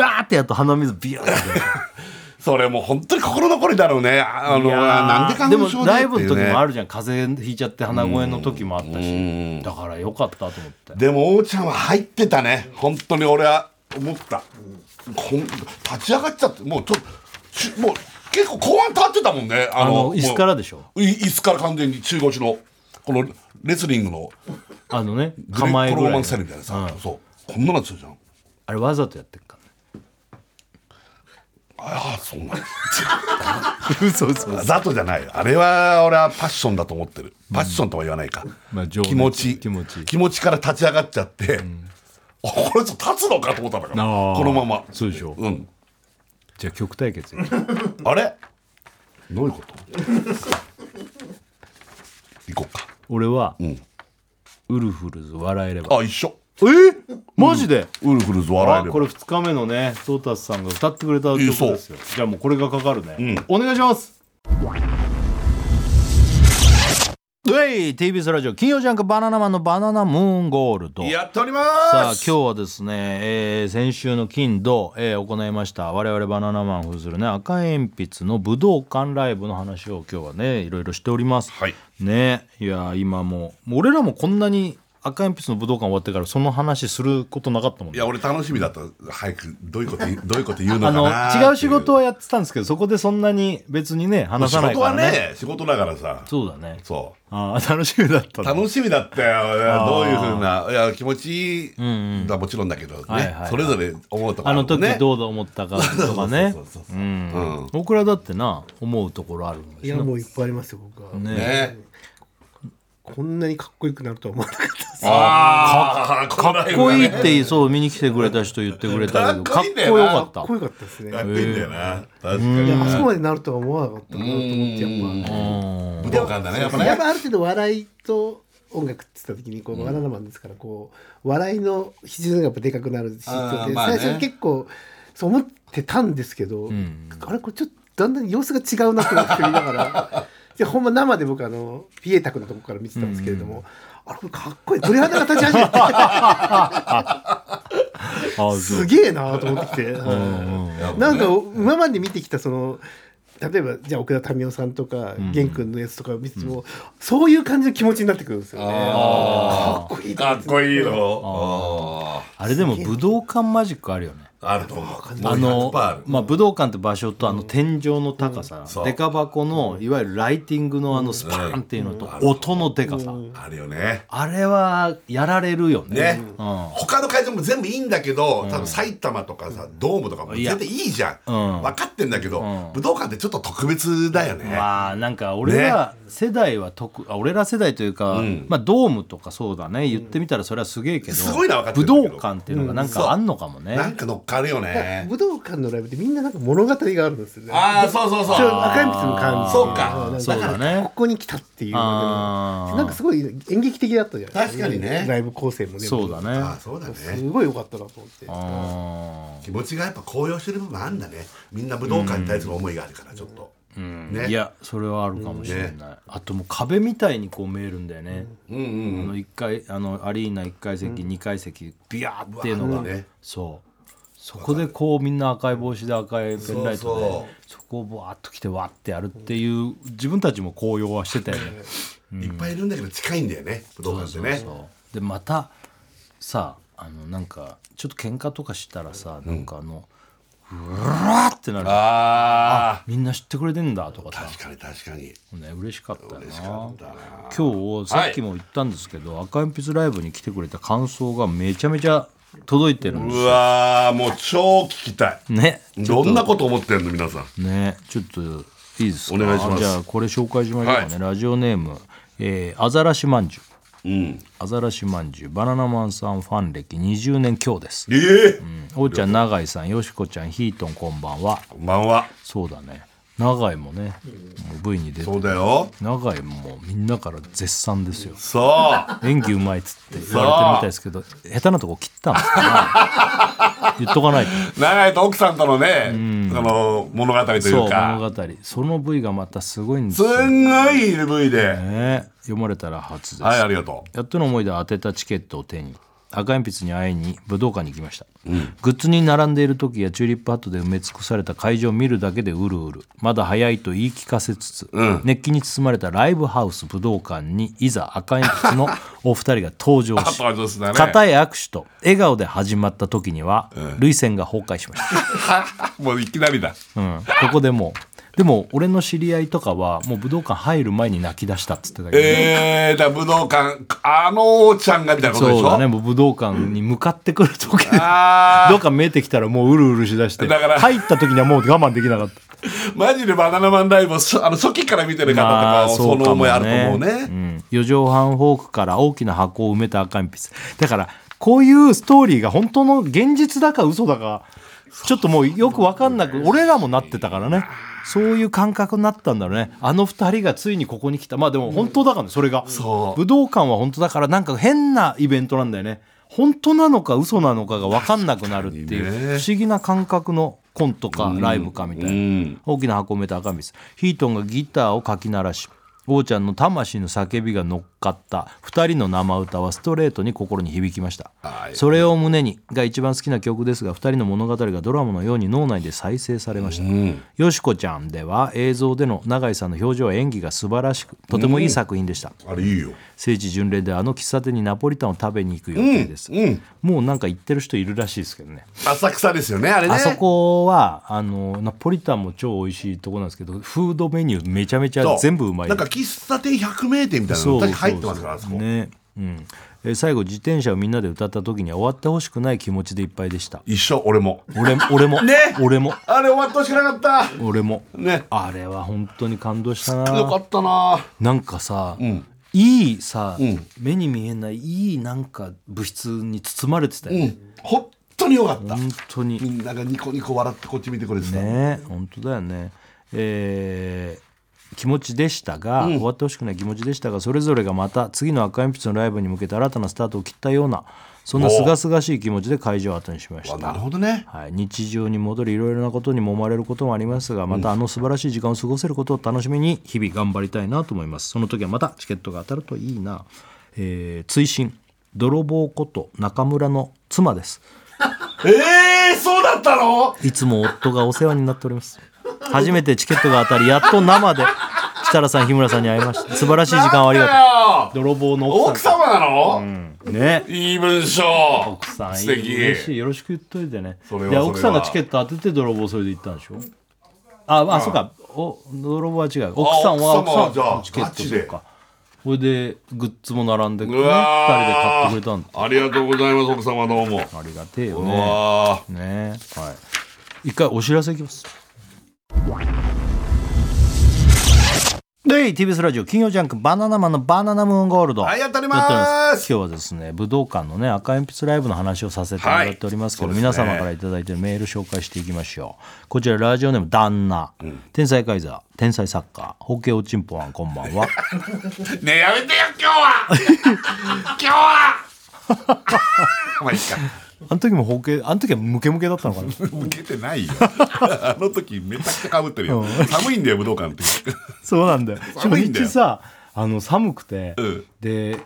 Speaker 1: わーってやっと鼻水ビューって
Speaker 2: それもう本当に心残りだろうねああの
Speaker 1: いやー
Speaker 2: なんで花粉症
Speaker 1: も
Speaker 2: だっ
Speaker 1: ラ
Speaker 2: てい
Speaker 1: イ
Speaker 2: う、
Speaker 1: ブ
Speaker 2: ね、
Speaker 1: の時もあるじゃん風邪ひいちゃって鼻声の時もあった
Speaker 2: うん
Speaker 1: しだからよかったと思って
Speaker 2: でも王ちゃんは入ってたね本当に俺は思った、こん立ち上がっちゃってもうちょっとちもう結構後半立ってたもんねあ
Speaker 1: あ
Speaker 2: の
Speaker 1: の椅子から
Speaker 2: で
Speaker 1: でしょ
Speaker 2: 椅子から完全に中腰のこのレスリングの
Speaker 1: あのね
Speaker 2: グレ
Speaker 1: 構え
Speaker 2: コ
Speaker 1: ぐ
Speaker 2: ロー
Speaker 1: ら
Speaker 2: マ
Speaker 1: い
Speaker 2: ンスタイルみたいなさ、そうこんなのつうじゃん
Speaker 1: あれわざとやってるからね
Speaker 2: ああそうなんだ
Speaker 1: 嘘嘘
Speaker 2: あざとじゃないあれは俺はパッションだと思ってるパッションとは言わないか、
Speaker 1: まあ情熱
Speaker 2: 気持ち
Speaker 1: 気持ち
Speaker 2: 気持ちから立ち上がっちゃって、あこれちょっと立つのかと思ったんだから
Speaker 1: あー
Speaker 2: このまま
Speaker 1: そうでしょ
Speaker 2: うん
Speaker 1: じゃあ曲
Speaker 2: [laughs]
Speaker 1: 対決
Speaker 2: あれどういうこと行こうか。
Speaker 1: 俺は
Speaker 2: ん
Speaker 1: ウルフルズ笑えれば
Speaker 2: あ、一緒。
Speaker 1: えーマジで
Speaker 2: ウルフルズ笑
Speaker 1: あ
Speaker 2: えれば。
Speaker 1: これ2日目のねトータスさんが歌ってくれた曲
Speaker 2: いいそう
Speaker 1: ですよじゃあもうこれがかかるねお願いしますウェイ TBS ラジオ金曜ジャンク「バナナマンのバナナムーンゴールド」
Speaker 2: やっておりま
Speaker 1: さあ
Speaker 2: す。
Speaker 1: 今日はですね、えー先週の金土、えー行いました我々バナナマンをするね赤鉛筆の武道館ライブの話を今日はねいろいろしております、
Speaker 2: はい
Speaker 1: ねいや今もうもう俺らもこんなに赤鉛筆の武道館終わってからその話することなかったもん
Speaker 2: い
Speaker 1: ね
Speaker 2: や、俺楽しみだった。早くどういうこと言うどういうこと言うの
Speaker 1: あ
Speaker 2: かなってい。
Speaker 1: の違う仕事はやってたんですけどそこでそんなに別にね話
Speaker 2: 仕
Speaker 1: さない
Speaker 2: 事
Speaker 1: か
Speaker 2: は
Speaker 1: らね
Speaker 2: ね、仕事だからさ。
Speaker 1: そうだね
Speaker 2: そ
Speaker 1: あー楽しみだった
Speaker 2: う。
Speaker 1: ね
Speaker 2: 楽しみだったよ。どういうふうな、いや、気持ちいいだもちろんだけど
Speaker 1: はいはい
Speaker 2: ね
Speaker 1: は。い
Speaker 2: それぞれ思うとこ
Speaker 1: あ
Speaker 2: ろ
Speaker 1: の
Speaker 2: るもん
Speaker 1: 時
Speaker 2: ね
Speaker 1: どう思ったかとかね
Speaker 2: そうそうそうそううん
Speaker 1: 僕らだってな思うところあるんで
Speaker 3: い
Speaker 1: し
Speaker 3: や
Speaker 1: ょ
Speaker 3: もういっぱいありますよ僕は、
Speaker 1: ね
Speaker 2: ね。
Speaker 3: こんなにかっこよくなるとは思わなかったです
Speaker 2: ああ、かっ
Speaker 1: かっこいいっ。てそう見に来てくれた人言ってくれたけど
Speaker 2: か
Speaker 1: か
Speaker 2: っ
Speaker 1: っ
Speaker 2: こいいん
Speaker 1: こ
Speaker 2: だよ
Speaker 1: よ
Speaker 2: な
Speaker 1: かっ
Speaker 3: か
Speaker 1: た
Speaker 3: っこよかったですね
Speaker 2: やっ
Speaker 3: い
Speaker 2: てんだよな。確かに。
Speaker 3: やあそこまでなるとは思わなかったなと思ってやっぱ
Speaker 2: 武道館だね、やっぱね
Speaker 3: やっ。ぱある程度笑いと音楽って言った時にこうバナナマンですからこう笑いの比重がやっぱでかくなるし、
Speaker 2: あー
Speaker 3: で
Speaker 2: まあね
Speaker 3: 最初結構そう思ってたんですけど、あれこれちょっとだんだん様子が違うなって思って見ながら [laughs] でほんま生で僕あのピエタクのとこから見てたんですけれども、あれこれかっこいい鳥肌が立ち始
Speaker 2: [laughs]
Speaker 3: めて
Speaker 1: ああそう
Speaker 3: すげえなと思ってきて。
Speaker 2: やっぱね
Speaker 3: なんか今まで見てきたその例えばじゃあ奥田民生さんとか玄君のやつとか見てても、そういう感じの気持ちになってくるんですよね。
Speaker 2: あ
Speaker 3: かっこいい
Speaker 2: かっこいいの。
Speaker 1: あれでも武道館マジックあるよね
Speaker 2: あると思う。
Speaker 1: あの
Speaker 2: ある。
Speaker 1: まあ、武道館って場所とあの天井の高さ、
Speaker 2: そう
Speaker 1: デカ箱のいわゆるライティングのあのスパーンっていうのと音のデカさ、
Speaker 2: あるよね。
Speaker 1: あれはやられるよね
Speaker 2: ね。
Speaker 1: うん
Speaker 2: 他の会場も全部いいんだけど、多分埼玉とかさ、ドームとかも全然いいじゃん。
Speaker 1: うん
Speaker 2: 分かってんだけど
Speaker 1: う、ん
Speaker 2: 武道館ってちょっと特別だよね。
Speaker 1: まあなんか俺ら世代は特、あ俺ら世代というか、まあドームとかそうだね言ってみたらそれはすげえけど、
Speaker 2: すごいのは分かって
Speaker 1: 武
Speaker 2: るけど
Speaker 1: 道館っていうのがなんかあんのかもね、
Speaker 2: なんか乗っかるよ
Speaker 3: だ
Speaker 2: ね
Speaker 3: 武道館のライブってみんななんか物語があるんですよね。
Speaker 2: ああそうそうそう
Speaker 3: ちょっと赤鉛筆の感じ。
Speaker 2: そうか
Speaker 3: ん
Speaker 1: そうだね
Speaker 3: ここに来たっていうまで
Speaker 1: あー
Speaker 3: の。なんかすごい演劇的だったじゃないです
Speaker 2: 確かにね
Speaker 3: ライブ構成もね。
Speaker 1: そうだね
Speaker 2: あーそうだ
Speaker 3: す
Speaker 2: ね
Speaker 3: ごい良かったなと思って。
Speaker 1: あ
Speaker 2: 気持ちがやっぱ高揚してる部分あんだねみんな武道館に対する思いがあるからちょっと、
Speaker 1: ーうん、
Speaker 2: ね
Speaker 1: いやそれはあるかもしれない、あともう壁みたいにこう見えるんだよね、
Speaker 2: うんうん
Speaker 1: あの一階あのアリーナ1階席、二2階席ビヤーっていうの
Speaker 2: う
Speaker 1: が、
Speaker 2: わね
Speaker 1: そうそこでこうみんな赤い帽子で赤いペンライトで
Speaker 2: そ
Speaker 1: そうこをバーッと来てわってやるっていう自分たちも高揚はしてたよね
Speaker 2: いっぱいいるんだけど近いんだよね武道館ってね
Speaker 1: でまたさあのなんかちょっと喧嘩とかしたらさ、なんかあのうわーってなる
Speaker 2: あ
Speaker 1: みんな知ってくれてんだとか
Speaker 2: あ
Speaker 1: さ
Speaker 2: 確かに確かに
Speaker 1: ね嬉しかったよな
Speaker 2: だな
Speaker 1: 今日さっきも言ったんですけど、赤鉛筆ライブに来てくれた感想がめちゃめちゃ届いてるんです
Speaker 2: うわーもう超聞きたい
Speaker 1: ね
Speaker 2: どんなこと思ってんの皆さん
Speaker 1: ねちょっといいですか
Speaker 2: お願いします
Speaker 1: じゃあこれ紹介しましょうかね、ラジオネーム、えー、アザラシまんじゅう
Speaker 2: うん
Speaker 1: アザラシまんじゅうバナナマンさんファン歴20年強です
Speaker 2: ええ
Speaker 1: おうちゃん永井さんよしこちゃんヒートンこんばんは
Speaker 2: こんばんは
Speaker 1: そうだね永井もねもう V に出て
Speaker 2: そうだよ
Speaker 1: 永井もみんなから絶賛ですよ
Speaker 2: そう
Speaker 1: [laughs] 演技うまいっつって言われてるみたいですけど下手なとこ切ったんです
Speaker 2: [laughs]
Speaker 1: かね言っとかないと
Speaker 2: 長井と奥さんとのね、その物語とい
Speaker 1: そう
Speaker 2: うか
Speaker 1: 物語その V がまたすごいんです
Speaker 2: す
Speaker 1: よ
Speaker 2: んごい LV で、
Speaker 1: ね読まれたら初です、
Speaker 2: はいありがと
Speaker 1: やっとの思いで当てたチケットを手に赤鉛筆に会いに武道館に行きました、グッズに並んでいる時やチューリップハットで埋め尽くされた会場を見るだけでうるうるまだ早いと言い聞かせつつ、熱気に包まれたライブハウス武道館にいざ赤鉛
Speaker 2: [laughs]
Speaker 1: 筆のお二人が登場し
Speaker 2: 登場したね
Speaker 1: 固い握手と笑顔で始まった時には涙腺が崩壊しました
Speaker 2: う [laughs] もういきなりだ
Speaker 1: うん、ここでもうでも俺の知り合いとかはもう武道館入る前に泣き出したっつってたけど、
Speaker 2: えー、だから武道館あのおーちゃんがみたいなことで
Speaker 1: そ
Speaker 2: し
Speaker 1: う
Speaker 2: ょ
Speaker 1: だねもう武道館に向かってくる時に
Speaker 2: あ
Speaker 1: どっか見えてきたらもううるうるしだして
Speaker 2: だから
Speaker 1: 入った時にはもう我慢できなか
Speaker 2: [laughs]
Speaker 1: った
Speaker 2: ーマジでバナナマンライブをそあの初期から見てる方と
Speaker 1: ま
Speaker 2: か
Speaker 1: あ
Speaker 2: そ
Speaker 1: そうかもね
Speaker 2: の思いあると思うね、
Speaker 1: うん、4畳半フォークから大きな箱を埋めた赤鉛筆だからこういうストーリーが本当の現実だか嘘だかちょっともうよく分かんなく俺らもなってたからねそういう感覚になったんだろうねあの2人がついにここに来たまあでも本当だからねそれが
Speaker 2: そう
Speaker 1: 武道館は本当だからなんか変なイベントなんだよね本当なのか嘘なのかが分かんなくなるっていう
Speaker 2: 確かにね
Speaker 1: 不思議な感覚のコントかライブかみたいな、
Speaker 2: うん
Speaker 1: 大きな箱を埋めた赤水ヒートンがギターをかき鳴らし王ちゃんの魂の叫びが乗っかった2人の生歌はストレートに心に響きました
Speaker 2: はい
Speaker 1: それを胸にが一番好きな曲ですが2人の物語がドラマのように脳内で再生されました、よしこちゃんでは映像での永井さんの表情や演技が素晴らしくとてもいい作品でした、
Speaker 2: あれいいよ
Speaker 1: 聖地巡礼であの喫茶店にナポリタンを食べに行く予定です、
Speaker 2: うん
Speaker 1: もうなんか行ってる人いるらしいですけどね
Speaker 2: 浅草ですよねあれね
Speaker 1: あそこはあのナポリタンも超美味しいとこなんですけどフードメニューめちゃめち
Speaker 2: そ
Speaker 1: ゃ全部うまい
Speaker 2: なんか喫茶店百名店みたいなの確か入ってますからあそこ、
Speaker 1: ねうん、えー最後自転車をみんなで歌った時には終わってほしくない気持ちでいっぱいでした
Speaker 2: 一緒俺も
Speaker 1: 俺俺も、
Speaker 2: ね
Speaker 1: 俺も
Speaker 2: あれ終わってほしくなかっ
Speaker 1: 俺も
Speaker 2: たね
Speaker 1: あれは本当に感動した
Speaker 2: よか
Speaker 1: な
Speaker 2: ったな
Speaker 1: なんかさ、
Speaker 2: ん
Speaker 1: いいさ、
Speaker 2: ん
Speaker 1: 目に見えないいいなんか物質に包まれてたよ、ね
Speaker 2: うん本当によかった
Speaker 1: 本当に
Speaker 2: みんながニコニコ笑ってこっち見てくれてた、
Speaker 1: ね本当だよねえー気持ちでしたが、終わってほしくない気持ちでしたがそれぞれがまた次の赤鉛筆のライブに向けて新たなスタートを切ったようなそんな
Speaker 2: おう
Speaker 1: 清々しい気持ちで会場を後にしまし
Speaker 2: あなる
Speaker 1: た、
Speaker 2: ほどね
Speaker 1: はい、日常に戻りいろいろなことに揉まれることもありますがまたあの素晴らしい時間を過ごせることを楽しみに日々頑張りたいなと思いますその時はまたチケットが当たるといいな、えー追伸泥棒こと中村の妻です
Speaker 2: ええー、そうだったの
Speaker 1: いつも夫がお世話になっております。初めてチケットが当たり、やっと生で設楽さん、日村さんに会いました。素晴らしい時間をありがとう。
Speaker 2: がと
Speaker 1: 泥棒の
Speaker 2: 奥
Speaker 1: 奥さん
Speaker 2: 様なの、
Speaker 1: と。ね。
Speaker 2: いい文章
Speaker 1: 奥さん、
Speaker 2: 素
Speaker 1: いい嬉し
Speaker 2: 敵
Speaker 1: い。よろしく言っといてね。
Speaker 2: それはそ
Speaker 1: で
Speaker 2: れは
Speaker 1: 奥さんがチケット当てて泥棒それで行ったんでしょあ、あ、そうか。お、泥棒は違う。奥さんは
Speaker 2: 奥様は
Speaker 1: 奥さんの
Speaker 2: じ
Speaker 1: チ
Speaker 2: ゃ
Speaker 1: ケ
Speaker 2: あ
Speaker 1: ッ
Speaker 2: ガチ
Speaker 1: ト
Speaker 2: で
Speaker 1: とか。それで、グッズも並んで、ね、
Speaker 2: う
Speaker 1: 二人で買っ
Speaker 2: わー
Speaker 1: てくれたんだ。
Speaker 2: ありがとうございます奥様どうも
Speaker 1: ありがてえよ
Speaker 2: う
Speaker 1: ね。
Speaker 2: わ
Speaker 1: ね。はい。一回お知らせいきます。
Speaker 2: ー
Speaker 1: で TBS ラジオ金曜ジャンク「バナナマンのバナナムーンゴールド」
Speaker 2: はいやっております
Speaker 1: やっ今日はですね武道館のね赤鉛筆ライブの話をさせてもらっておりますけど、
Speaker 2: はいそうで
Speaker 1: 皆
Speaker 2: すね
Speaker 1: 様からいただいてるメール紹介していきましょうこちらラジオネーム旦那、天才カイザー天才サッカーホケオチンポワンこんばん
Speaker 2: [laughs]
Speaker 1: は
Speaker 2: ねえやめてよ今日は今
Speaker 1: [laughs]
Speaker 2: 日はまあいいか
Speaker 1: あの時もホケあの時はムケムケだったのかな
Speaker 2: 向けてないよあの時めちゃくちゃかぶってるよ寒いんだよ武道館って
Speaker 1: そうなんだよ。
Speaker 2: [laughs] 寒いんだよ
Speaker 1: 初日さ、あの寒くて、
Speaker 2: うん
Speaker 1: で。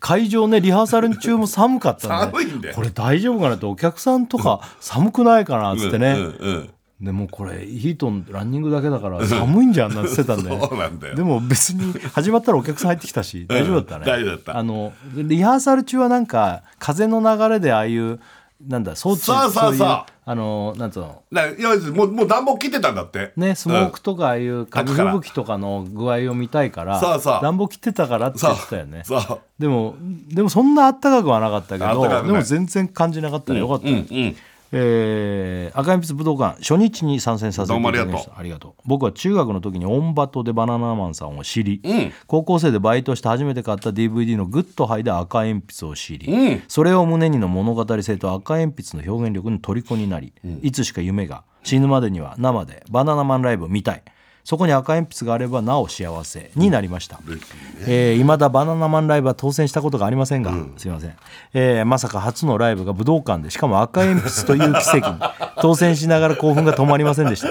Speaker 1: 会場ねリハーサル中も寒かったんで
Speaker 2: 寒いんだよ
Speaker 1: これ大丈夫かなってお客さんとか寒くないかなっつってね、
Speaker 2: うんうん
Speaker 1: でもうこれヒートンランニングだけだから寒いんじゃんなんて言ってたんで
Speaker 2: そうなん [laughs] だよ
Speaker 1: でも別に始まったらお客さん入ってきたし大丈夫だったね、
Speaker 2: 大丈夫だった
Speaker 1: あのリハーサル中はなんか風の流れでああいうなんだ装置
Speaker 2: そうそうそう
Speaker 1: いあのなんつうの
Speaker 2: だから要するにもうもう暖房切ってたんだって
Speaker 1: ね、スモークとかああいう紙吹雪とかの具合を見たいから
Speaker 2: そうそう
Speaker 1: 暖房切ってたからって言ってたよね
Speaker 2: そうそう
Speaker 1: でもでもそんなあったかくはなかったけ
Speaker 2: あったかくな
Speaker 1: ど
Speaker 2: い
Speaker 1: でも全然感じなかったねよかった、
Speaker 2: うんうん
Speaker 1: えー赤鉛筆武道館初日に参戦させていただきまし
Speaker 2: どう
Speaker 1: たありがとう僕は中学の時にオンバトでバナナマンさんを知り、
Speaker 2: ん
Speaker 1: 高校生でバイトして初めて買った DVD の「グッとハイで赤鉛筆を知り、
Speaker 2: うん
Speaker 1: それを胸にの物語性と赤鉛筆の表現力に虜になり、いつしか夢が死ぬまでには生でバナナマンライブを見たいそこに赤鉛筆があればなお幸せになりました、えー、未だバナナマンライブは当選したことがありませんが、すいません、えーまさか初のライブが武道館でしかも赤鉛筆という奇 [laughs] 跡に当選しながら興奮が止まりませんでした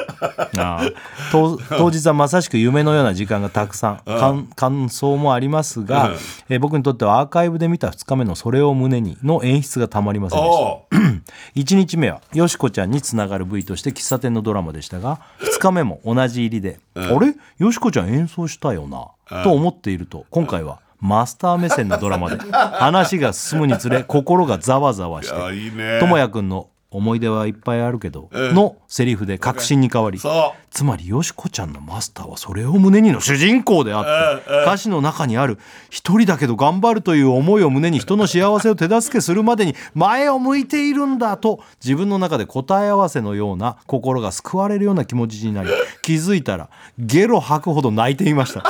Speaker 1: あー当当日はまさしく夢のような時間がたくさん感感想もありますが、えー僕にとってはアーカイブで見た2日目の「それを胸に」の演出がたまりませんでした
Speaker 2: おう
Speaker 1: 1日目はよしこちゃんにつながる V として喫茶店のドラマでしたが2日目も同じ入りで、あれよしこちゃん演奏したよな、と思っていると今回はマスター目線のドラマで話が進むにつれ心がざわざわし
Speaker 2: いや
Speaker 1: て
Speaker 2: いいね
Speaker 1: ともやくんの「思い出はいっぱいあるけど」のセリフで確信に変わり
Speaker 2: そ
Speaker 1: つまりよしこちゃんのマスターはそれを胸にの主人公であって歌詞の中にある「一人だけど頑張る」という思いを胸に人の幸せを手助けするまでに前を向いているんだと自分の中で答え合わせのような心が救われるような気持ちになり気づいたらゲロ吐くほど泣いていました。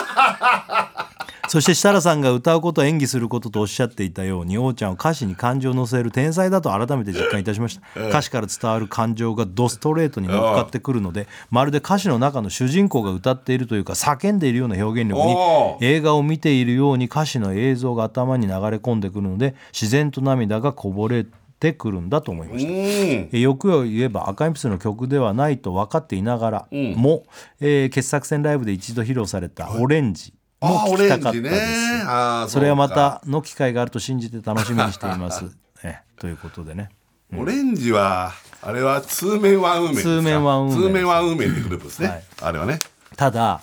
Speaker 1: そして設楽さんが歌うこと演技することとおっしゃっていたように王ちゃんは歌詞に感情を乗せる天才だと改めて実感いたしました歌詞から伝わる感情がドストレートに乗っかってくるのでまるで歌詞の中の主人公が歌っているというか叫んでいるような表現力に
Speaker 2: おー
Speaker 1: 映画を見ているように歌詞の映像が頭に流れ込んでくるので自然と涙がこぼれてくるんだと思いました
Speaker 2: ううん
Speaker 1: えー欲を言えば赤鉛筆の曲ではないと分かっていながらも、えー傑作戦ライブで一度披露された「オレンジ」も
Speaker 2: あー
Speaker 1: 聴
Speaker 2: オ
Speaker 1: き
Speaker 2: レ
Speaker 1: た
Speaker 2: ン
Speaker 1: かった
Speaker 2: ジ
Speaker 1: で
Speaker 2: ね
Speaker 1: す、
Speaker 2: あー
Speaker 1: それはま
Speaker 2: うか
Speaker 1: たの機会があると信じて楽しみにしてい [laughs] ます、ね、ということでね
Speaker 2: オレンジはあれは通面ワンウーメンですか
Speaker 1: 通面ワンウーメン
Speaker 2: 通面ワンウーメンってグループですね、
Speaker 1: はい
Speaker 2: あれはね
Speaker 1: ただ、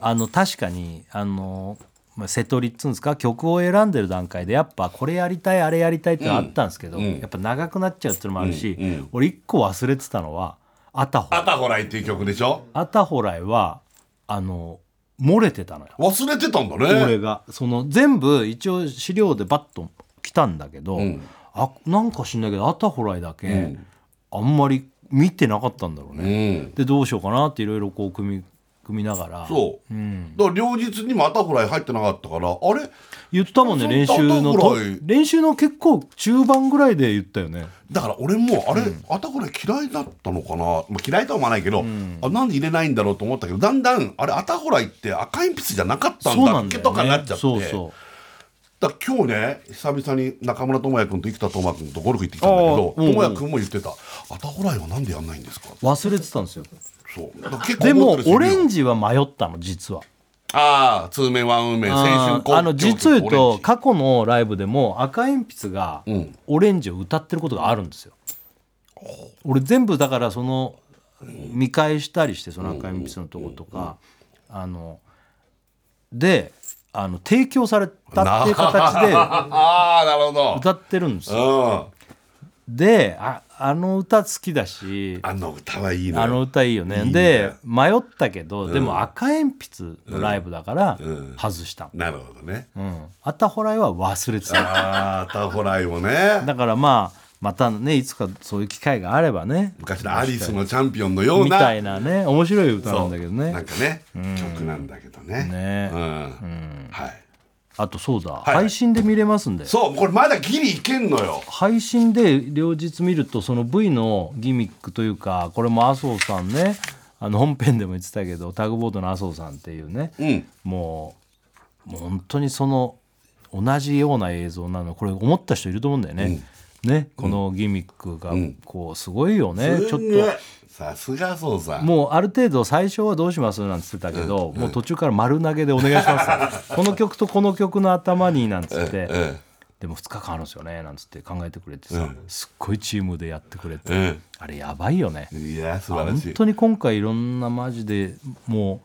Speaker 1: あの確かにあのまあ瀬戸りっつうんですか曲を選んでる段階でやっぱこれやりたいあれやりたいってのあったんですけど、やっぱ長くなっちゃうっていうのもあるし、俺一個忘れてたのは「アタホライ
Speaker 2: アタホライっていう曲でしょ」
Speaker 1: アタホライはあの漏れてたのよ
Speaker 2: 忘れてたんだ
Speaker 1: 俺
Speaker 2: ね
Speaker 1: がその全部一応資料でバッと来たんだけど、あなんか知んないけどアタホライだけ、あんまり見てなかったんだろうね、
Speaker 2: うん
Speaker 1: でどうしようかなっていろいろこう組み組みながら
Speaker 2: そう、だから両日にもアタホライ入ってなかったからあれ
Speaker 1: 言ったもんね
Speaker 2: そう
Speaker 1: 練習の
Speaker 2: アタホ
Speaker 1: と
Speaker 2: ライ
Speaker 1: 練習の結構中盤ぐらいで言ったよね
Speaker 2: だから俺もあれ、あたこれ嫌いだったのかな、まあ、嫌いとは思わないけど、あなんで入れないんだろうと思ったけどだんだんあれアタホライって赤鉛筆じゃなかったんだっけとかなっちゃって
Speaker 1: そうそ
Speaker 2: だから今日ね久々に中村智也君と生田斗真君とゴルフ行ってきたんだけど
Speaker 1: あーうんうん
Speaker 2: 智也君も言ってた「アタホライはなんでやんないんですか?
Speaker 1: う忘れてたんですよ」
Speaker 2: そうだから結構
Speaker 1: で
Speaker 2: 思っ
Speaker 1: も
Speaker 2: てる人い
Speaker 1: オ
Speaker 2: るよ
Speaker 1: レンジは迷ったの実は
Speaker 2: ああ通面ワンウーメン青春
Speaker 1: あの実を言うと過去のライブでも赤鉛筆が
Speaker 2: ん
Speaker 1: オレンジを歌ってることがあるんですよ、俺全部だからその見返したりしてその赤鉛筆のとことか、あのであの提供されたっていう形で
Speaker 2: ああなるほど
Speaker 1: 歌ってるんですよ
Speaker 2: うん
Speaker 1: でああの歌好きだし
Speaker 2: あの歌はいいのよ
Speaker 1: あの歌いいよね
Speaker 2: いいね
Speaker 1: で迷ったけど、でも赤鉛筆のライブだから
Speaker 2: うん
Speaker 1: 外した、
Speaker 2: なるほどね
Speaker 1: うん、アタホライは忘れてた [laughs]
Speaker 2: ああアタホライもね
Speaker 1: だからまあまたねいつかそういう機会があればね
Speaker 2: 昔のアリスのチャンピオンのよう
Speaker 1: みた
Speaker 2: ない
Speaker 1: なね面白い歌なんだけど
Speaker 2: なん
Speaker 1: ね
Speaker 2: かね曲なんだけどね
Speaker 1: ね
Speaker 2: うんはい
Speaker 1: あとそうだ、
Speaker 2: い
Speaker 1: 配信で見れますんで
Speaker 2: そうこれまだギリいけんのよ
Speaker 1: 配信で両日見るとその V のギミックというかこれも麻生さんねあの本編でも言ってたけどタグボードの麻生さんっていうね、
Speaker 2: うん
Speaker 1: もうもう本当にその同じような映像なのこれ思った人いると思うんだよね。ねこのギミックがこうすごいよね、ちょっと
Speaker 2: さすがそうさん
Speaker 1: もうある程度最初はどうしますなんつってたけど、もう途中から丸投げでお願い
Speaker 2: [laughs]
Speaker 1: します、この曲とこの曲の頭になんつって、でも2日間あるんですよねなんつって考えてくれてさ、すっごいチームでやってくれて、
Speaker 2: ん
Speaker 1: あれやばいよね、
Speaker 2: いや素晴ら
Speaker 1: 本
Speaker 2: しい
Speaker 1: 当に今回いろんなマジでも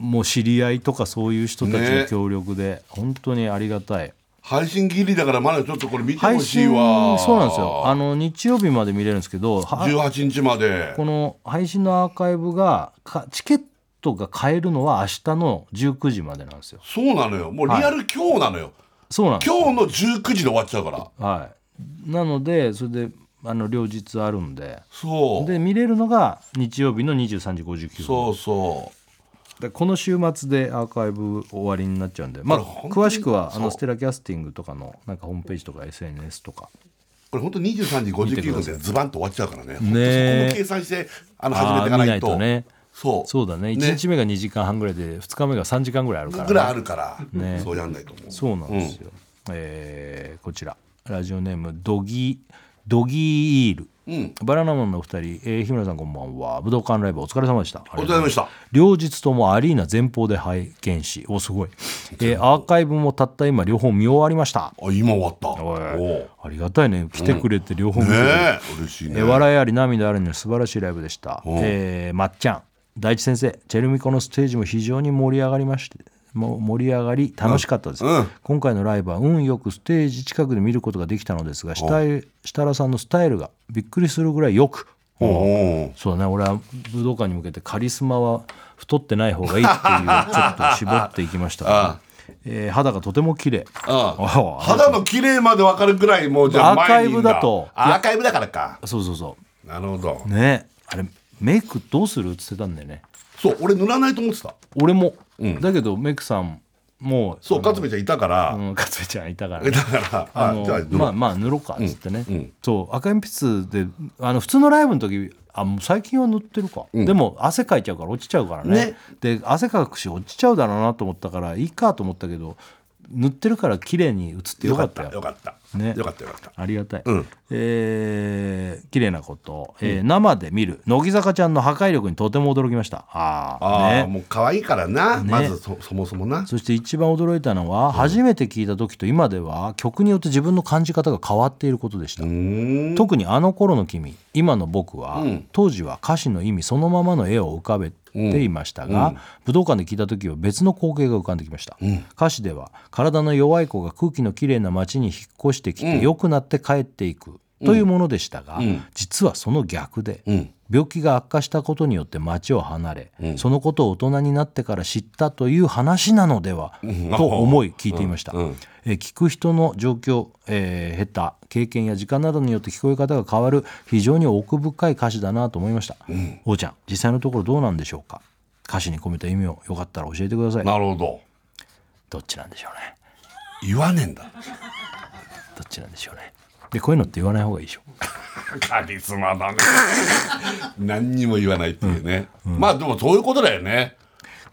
Speaker 1: うもう知り合いとかそういう人たちの
Speaker 2: ね
Speaker 1: 協力で、本当にありがたい
Speaker 2: 配信ギリだからまだちょっとこれ見てほ
Speaker 1: 配
Speaker 2: しい
Speaker 1: 信
Speaker 2: わ
Speaker 1: そうなんですよあの日曜日まで見れるんですけどは
Speaker 2: 18日まで
Speaker 1: この配信のアーカイブがかチケットが買えるのは明日の19時までなんですよ
Speaker 2: そうなのよもうリアル今日なのよ
Speaker 1: そうなんです
Speaker 2: 今日の19時で終わっちゃうから
Speaker 1: はいなのでそれであの両日あるんで
Speaker 2: そう
Speaker 1: で見れるのが日曜日の23時59分
Speaker 2: そうそう
Speaker 1: でこの週末でアーカイブ終わりになっちゃうんで、まあ、
Speaker 2: これ本当に
Speaker 1: 詳しくはあのステラキャスティングとかのなんかホームページとか SNS とか
Speaker 2: これ本当23時59分でズバンと終わっちゃうからね本当そこも
Speaker 1: ね
Speaker 2: 計算してあの
Speaker 1: あー
Speaker 2: 始めていかない
Speaker 1: 見
Speaker 2: と
Speaker 1: ないとね
Speaker 2: そう
Speaker 1: そうだね1日目が2時間半ぐらいで2日目が3時間ぐらいあるから、ね、
Speaker 2: ぐらいあるから、そうやんないと思う
Speaker 1: そうなんですよ、えーこちらラジオネームドギドギーイール、バラナマンのお二人、えー日村さんこんばんは武道館ライブお疲れ様でした
Speaker 2: お疲れ様でした
Speaker 1: 両日ともアリーナ前方で拝見しおすごい、えーアーカイブもたった今両方見終わりました
Speaker 2: あ今終わった
Speaker 1: おい
Speaker 2: おう
Speaker 1: ありがたいね来てくれて両方見てくれて
Speaker 2: ねえ嬉しいね
Speaker 1: えー笑いあり涙ありの素晴らしいライブでした、えーまっちゃん大地先生チェルミコのステージも非常に盛り上がりましても盛り上がり楽しかったです、
Speaker 2: うん
Speaker 1: 今回のライブは運よくステージ近くで見ることができたのですが下へ設楽さんのスタイルがびっくりするぐらいよく
Speaker 2: おお
Speaker 1: そうだね俺は武道館に向けてカリスマは太ってない方
Speaker 2: [laughs]
Speaker 1: がいいっていうちょっと絞っていきましたが、えー肌がとても綺麗
Speaker 2: あ
Speaker 1: [laughs] あ
Speaker 2: 肌の綺麗までわかるぐらいもうじゃあ
Speaker 1: アーカ
Speaker 2: 前
Speaker 1: イ
Speaker 2: にいる
Speaker 1: ブ
Speaker 2: んだ
Speaker 1: だと
Speaker 2: アーカイブだからか
Speaker 1: そうそうそ
Speaker 2: なるほど
Speaker 1: うねあれメイクどうするっつってたんだよね
Speaker 2: そう俺塗らないと思ってた
Speaker 1: 俺も、だけどメイクさんもう
Speaker 2: そう勝部ちゃんいたから、
Speaker 1: うん、勝部ちゃんいたか
Speaker 2: だ
Speaker 1: ら、
Speaker 2: から
Speaker 1: あ
Speaker 2: あ
Speaker 1: の
Speaker 2: じゃあ
Speaker 1: まあまあ塗ろうかっつってね、そう赤鉛筆であの普通のライブの時あもう最近は塗ってるか、でも汗かいちゃうから落ちちゃうからね
Speaker 2: ね
Speaker 1: で汗かくし落ちちゃうだろうなと思ったからいいかと思ったけど塗ってるから綺麗に写ってよ
Speaker 2: よ
Speaker 1: か
Speaker 2: か
Speaker 1: っ
Speaker 2: ったた
Speaker 1: よ
Speaker 2: よかった
Speaker 1: ね
Speaker 2: よかったよかった
Speaker 1: ありがたい、
Speaker 2: ん
Speaker 1: えー綺麗なこと、えー生で見る乃木坂ちゃんの破壊力にとても驚きましたああ
Speaker 2: あ
Speaker 1: ね
Speaker 2: あ、もう可愛いからな、まずそそもそもな
Speaker 1: そして一番驚いたのは初めて聞いた時と今では曲によって自分の感じ方が変わっていることでした
Speaker 2: うーん
Speaker 1: 特にあの頃の君今の僕は当時は歌詞の意味そのままの絵を浮かべていましたが武道館で聞いた時は別の光景が浮かんできました歌詞では体の弱い子が空気のきれいな街に引っ越してきて良くなって帰っていくというものでしたが実はその逆で
Speaker 2: ん
Speaker 1: 病気が悪化したことによって町を離れ、そのことを大人になってから知ったという話なのでは、と思い聞いていました、えー聞く人の状況、えー、下手経験や時間などによって聞こえ方が変わる非常に奥深い歌詞だなと思いました、おうちゃん実際のところどうなんでしょうか歌詞に込めた意味をよかったら教えてください
Speaker 2: なるほど
Speaker 1: どっちなんでしょうね
Speaker 2: 言わねえんだ
Speaker 1: どっちなんでしょうねでこういうのって言わない方がいいでしょ
Speaker 2: カリスマだね [laughs] 何にも言わないっていうね、まあでもそういうことだよね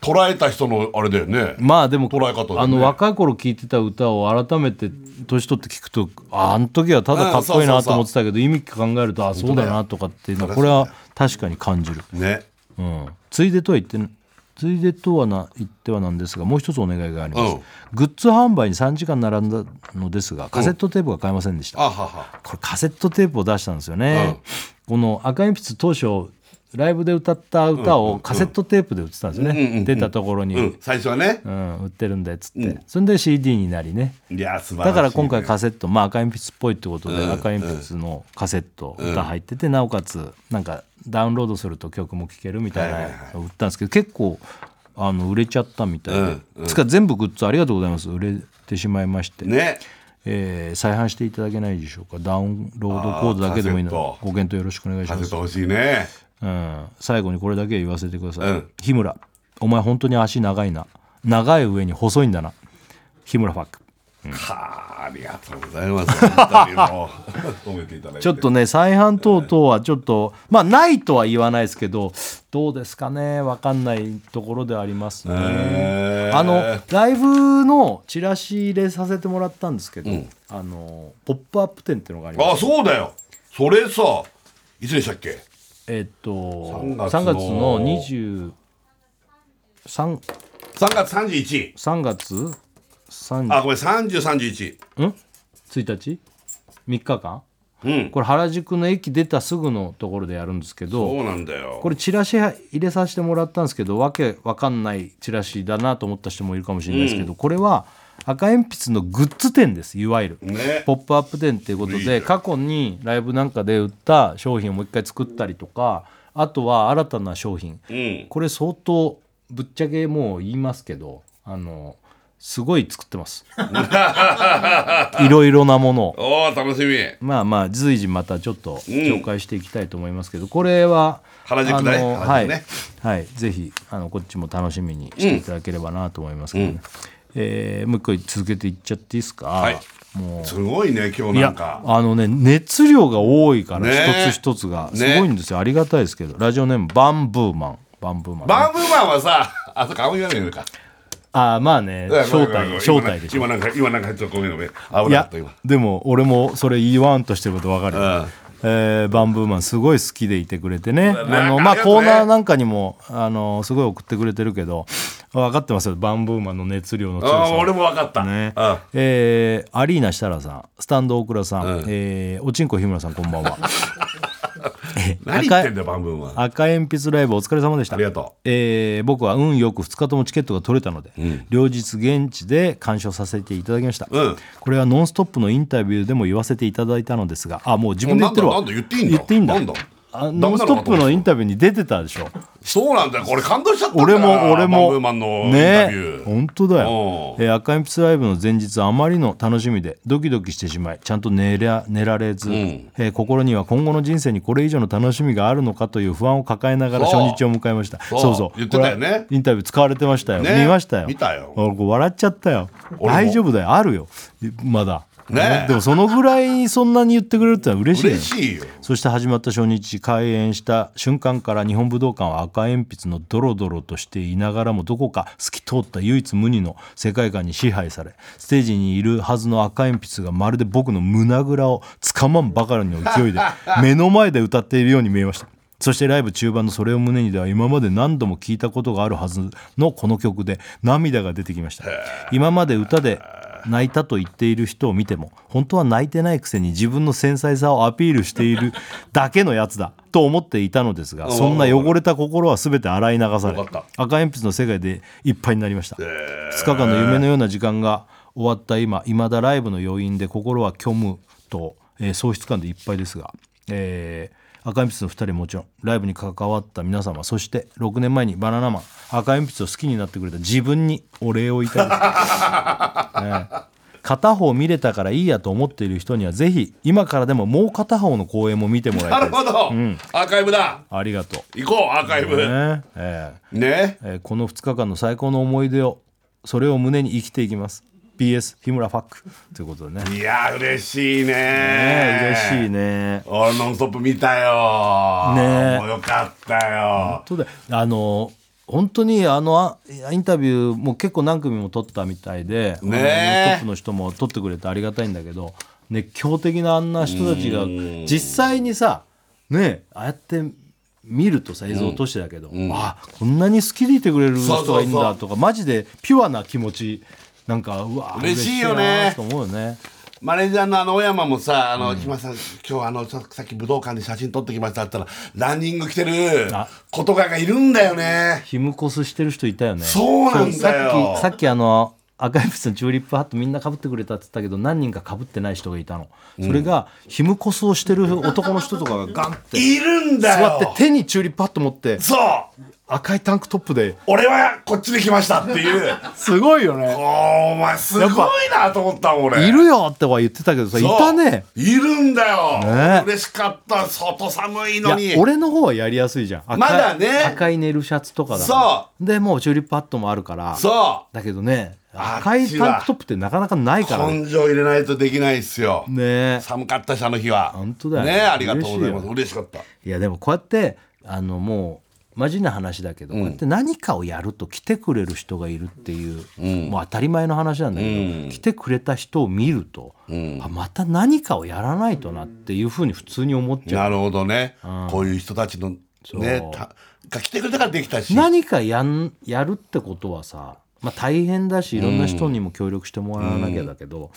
Speaker 2: 捉えた人のあれだよね、
Speaker 1: まあでも
Speaker 2: 捉え方だよね
Speaker 1: あの若い頃聴いてた歌を改めて年取って聞くとああの時はただかっこいいなと思ってたけど意味考えるとあそうだなとかっていうのはこれは確かに感じる、
Speaker 2: ね
Speaker 1: うん、ついでとは言ってなついでとはな言ってはなんですがもう一つお願いがあります、
Speaker 2: うん
Speaker 1: グッズ販売に3時間並んだのですがカセットテープが買えませんでした、
Speaker 2: あはは
Speaker 1: これカセットテープを出したんですよね、この赤鉛筆当初ライブで歌った歌をカセットテープで売ってたんですよね、出たところに、
Speaker 2: うん最初はね
Speaker 1: う、ん、売ってるんだよっつって、それで CD になりね
Speaker 2: いや素晴らしい、
Speaker 1: だから今回
Speaker 2: か
Speaker 1: カセット、まあ、赤鉛筆っぽいってことで、赤鉛筆のカセット歌入ってて、なおかつなんかダウンロードすると曲も聴けるみたいなのを売ったんですけど結構あの売れちゃったみたいで、つか全部グッズありがとうございます売れてしまいまして、
Speaker 2: ね
Speaker 1: えー再販していただけないでしょうかダウンロードコードだけでもいいので
Speaker 2: あーカセット
Speaker 1: ご検討よろしくお願いし
Speaker 2: さ
Speaker 1: ま
Speaker 2: せて
Speaker 1: す、
Speaker 2: ほしいね。
Speaker 1: うん、最後にこれだけは言わせてください、
Speaker 2: うん
Speaker 1: 日村お前本当に足長いな長い上に細いんだな日村ファック
Speaker 2: はあ、ありがとうございます。本当にもう褒めていただいて。
Speaker 1: ちょっとね再販等々はちょっとまあないとは言わないですけどどうですかね分かんないところではありますね、
Speaker 2: えー
Speaker 1: あのライブのチラシ入れさせてもらったんですけど、あのポップアップ展っていうのがあります
Speaker 2: あ、そうだよ。それさ、いつでしたっけ
Speaker 1: えっと
Speaker 2: 3
Speaker 1: 3
Speaker 2: 月
Speaker 1: 月
Speaker 2: の
Speaker 1: の2 3
Speaker 2: ?3 月31。
Speaker 1: 3
Speaker 2: あ、
Speaker 1: 月3
Speaker 2: これ30、31。
Speaker 1: ん1日3日間
Speaker 2: うん。
Speaker 1: これ原宿の駅出たすぐのところでやるんですけど
Speaker 2: そうなんだよ。
Speaker 1: これチラシ入れさせてもらったんですけどわけわかんないチラシだなと思った人もいるかもしれないですけど、これは赤鉛筆のグッズ店ですいわゆる、
Speaker 2: ね
Speaker 1: ポップアップ店っていうこと
Speaker 2: いいね
Speaker 1: で過去にライブなんかで売った商品をもう一回作ったりとかあとは新たな商品、
Speaker 2: うん。
Speaker 1: これ相当ぶっちゃけもう言いますけどあのすごい作っ
Speaker 2: [laughs]
Speaker 1: てますいろいろなものを
Speaker 2: おー、楽しみ。
Speaker 1: まあまあ随時またちょっと紹介していきたいと思いますけど、これは
Speaker 2: 原宿だね
Speaker 1: あの
Speaker 2: 原宿ね
Speaker 1: はい、はい、ぜひあのこっちも楽しみにしていただければなと思いますけど、ねえーもう一回続けていっちゃっていいですか、
Speaker 2: はい
Speaker 1: も
Speaker 2: すごいね、今
Speaker 1: う
Speaker 2: 日
Speaker 1: い
Speaker 2: な
Speaker 1: や
Speaker 2: んか。
Speaker 1: あのね熱量が多いから
Speaker 2: ねえ
Speaker 1: 一つ一つが
Speaker 2: ね
Speaker 1: すごいんですよ、ありがたいですけどラジオネームバンブーマンバンブーマンね、
Speaker 2: バーブーマンはさ、 [laughs] あ、そっか、あんま言わないのか。
Speaker 1: あーまあね招
Speaker 2: ごめんごめんごめん
Speaker 1: 待招待でしょ
Speaker 2: 今なんか、今なんか、ちょっとごめんごめん。危
Speaker 1: い
Speaker 2: なか
Speaker 1: や
Speaker 2: った、今。
Speaker 1: でも俺もそれ言わんとしてることわかるよ、
Speaker 2: うん
Speaker 1: えーバンブーマンすごい好きでいてくれてね
Speaker 2: うわ
Speaker 1: あの、
Speaker 2: なんか
Speaker 1: ま
Speaker 2: あ
Speaker 1: あ、
Speaker 2: りがとう
Speaker 1: コ
Speaker 2: ね
Speaker 1: ーナーなんかにもあのすごい送ってくれてるけど分かってますよバンブーマンの熱量の強さ
Speaker 2: あー俺も分かった。
Speaker 1: ね
Speaker 2: うん
Speaker 1: えーアリーナ設楽さんスタンド大倉さん、
Speaker 2: うん
Speaker 1: えーおちんこ日村さんこんばんはえー
Speaker 2: 何言ってんだよ、バンブーマン。あ
Speaker 1: 赤鉛筆ライブお疲れ様でした
Speaker 2: りがと
Speaker 1: えー僕は運よく2日ともチケットが取れたので、両日現地で鑑賞させていただきました、
Speaker 2: うん
Speaker 1: これは「ノンストップ!」のインタビューでも言わせていただいたのですがあもう自分で言ってる
Speaker 2: な
Speaker 1: わ
Speaker 2: んだなんだ言っていいんだなんだ
Speaker 1: あ
Speaker 2: ダメな
Speaker 1: ノ
Speaker 2: の
Speaker 1: ン
Speaker 2: か
Speaker 1: ス
Speaker 2: と
Speaker 1: ト
Speaker 2: 思
Speaker 1: ッ
Speaker 2: った
Speaker 1: プ!」のインタビューに出てたでしょ
Speaker 2: う。そうなんだよ、これ感動しちゃったんだ
Speaker 1: 俺
Speaker 2: よな
Speaker 1: も俺も
Speaker 2: バンブーマンのインタビュ
Speaker 1: ね
Speaker 2: ー。
Speaker 1: 本当だよ
Speaker 2: お、う
Speaker 1: えー赤鉛筆ライブの前日あまりの楽しみでドキドキしてしまいちゃんと寝りゃ寝られず、えー心には今後の人生にこれ以上の楽しみがあるのかという不安を抱えながら初
Speaker 2: そう
Speaker 1: 日を迎えました
Speaker 2: そう
Speaker 1: そうそう
Speaker 2: 言ってたよね
Speaker 1: これインタビュー使われてましたよ、
Speaker 2: ね
Speaker 1: 見ましたよ
Speaker 2: 見たよ
Speaker 1: 俺これ笑っちゃったよ
Speaker 2: も
Speaker 1: 大丈夫だよあるよまだ、
Speaker 2: ね
Speaker 1: でもそのぐらいそんなに言ってくれるってのは嬉しいよね
Speaker 2: 嬉しいよ。
Speaker 1: そして始まった初日開演した瞬間から日本武道館は赤鉛筆のドロドロとしていながらもどこか透き通った唯一無二の世界観に支配されステージにいるはずの赤鉛筆がまるで僕の胸ぐらをつかまんばかりの勢いで目の前で歌っているように見えました。そしてライブ中盤のそれを胸にでは今まで何度も聞いたことがあるはずのこの曲で涙が出てきました今まで歌で泣いたと言っている人を見ても本当は泣いてないくせに自分の繊細さをアピールしているだけのやつだと思っていたのですがそんな汚れた心は全て洗い流され
Speaker 2: よかっ
Speaker 1: 赤鉛筆の世界でいっぱいになりました2日間の夢のような時間が終わった今いまだライブの余韻で心は虚無と、えー喪失感でいっぱいですが、えー赤鉛筆の2人もちろんライブに関わった皆様そして6年前にバナナマン赤鉛筆を好きになってくれた自分にお礼をいただき [laughs] 片方見れたからいいやと思っている人にはぜひ今からでももう片方の公演も見てもらい
Speaker 2: な
Speaker 1: たい
Speaker 2: る
Speaker 1: です
Speaker 2: ほど、アーカイブだ。
Speaker 1: ありがと
Speaker 2: 行こう、アーカイ
Speaker 1: う、
Speaker 2: ブ。
Speaker 1: ねえー
Speaker 2: ね。
Speaker 1: えーこの2日間の最高の思い出をそれを胸に生きていきます PS 日村ファックということでねね
Speaker 2: いや、嬉しいね。
Speaker 1: 嬉し
Speaker 2: ね。
Speaker 1: いね
Speaker 2: 俺、ノンストップ見たよ。
Speaker 1: ね
Speaker 2: もうよかったよ。
Speaker 1: そうだよあの本当にあのあインタビューも結構何組も撮ったみたいで、
Speaker 2: ねえ
Speaker 1: あのトップの人も撮ってくれてありがたいんだけど熱狂的なあんな人たちが実際にさねえああやって見るとさ映像を通してだけど、あこんなに好きでいてくれる人がいいんだとかマジでピュアな気持ちなんかうわ
Speaker 2: 嬉しいよね
Speaker 1: 嬉しいなと思うよね。
Speaker 2: マネージャーのあの、小山もさ、あの、木村さん、今日あの、ささっき武道館で写真撮ってきましたって言ったら、ランニング来てる
Speaker 1: あ
Speaker 2: 子とかがいるんだよね。
Speaker 1: ヒムコスしてる人いたよね
Speaker 2: そうなんだよ
Speaker 1: そうさっきさっきあの赤いブスのチューリップハットみんなかぶってくれたって言ったけど何人かかぶってない人がいたのそれがひむこすをしてる男の人とかがガンって
Speaker 2: いるんだ
Speaker 1: 座
Speaker 2: よ
Speaker 1: って手にチューリップハット持って
Speaker 2: そう
Speaker 1: 赤いタンクトップで
Speaker 2: 俺はこっちで来ましたっていう
Speaker 1: すごいよ
Speaker 2: お
Speaker 1: ね
Speaker 2: ーお前すごいなと思ったもん俺
Speaker 1: いるよっては言ってたけどさい
Speaker 2: そう
Speaker 1: たね
Speaker 2: いるんだよ、
Speaker 1: ね
Speaker 2: 嬉しかった外寒い
Speaker 1: い
Speaker 2: のに
Speaker 1: や俺の方はやりやすいじゃん赤い
Speaker 2: まだね
Speaker 1: 赤いネルシャツとかだからでもうチューリップハットもあるから
Speaker 2: そ
Speaker 1: だけどね
Speaker 2: あっちは
Speaker 1: 赤いタンクトップってなかなかないうからね
Speaker 2: 根性入れないとできないっすよ、
Speaker 1: ね
Speaker 2: 寒かったしあの日は
Speaker 1: 本当だよ
Speaker 2: ねありがとうございます
Speaker 1: 嬉しい
Speaker 2: 嬉しかった
Speaker 1: いやでもこうやってあのもうマジな話だけど、こうやって何かをやると来てくれる人がいるっていう、もう当たり前の話なんだけど、来てくれた人を見ると、あまた何かをやらないとなっていうふうに普通に思っちゃう。
Speaker 2: なるほどね、こういう人たちのねたが来てくれたからできたし
Speaker 1: 何かやんやるってことはさ、まあ、大変だしいろんな人にも協力してもらわなきゃだけど、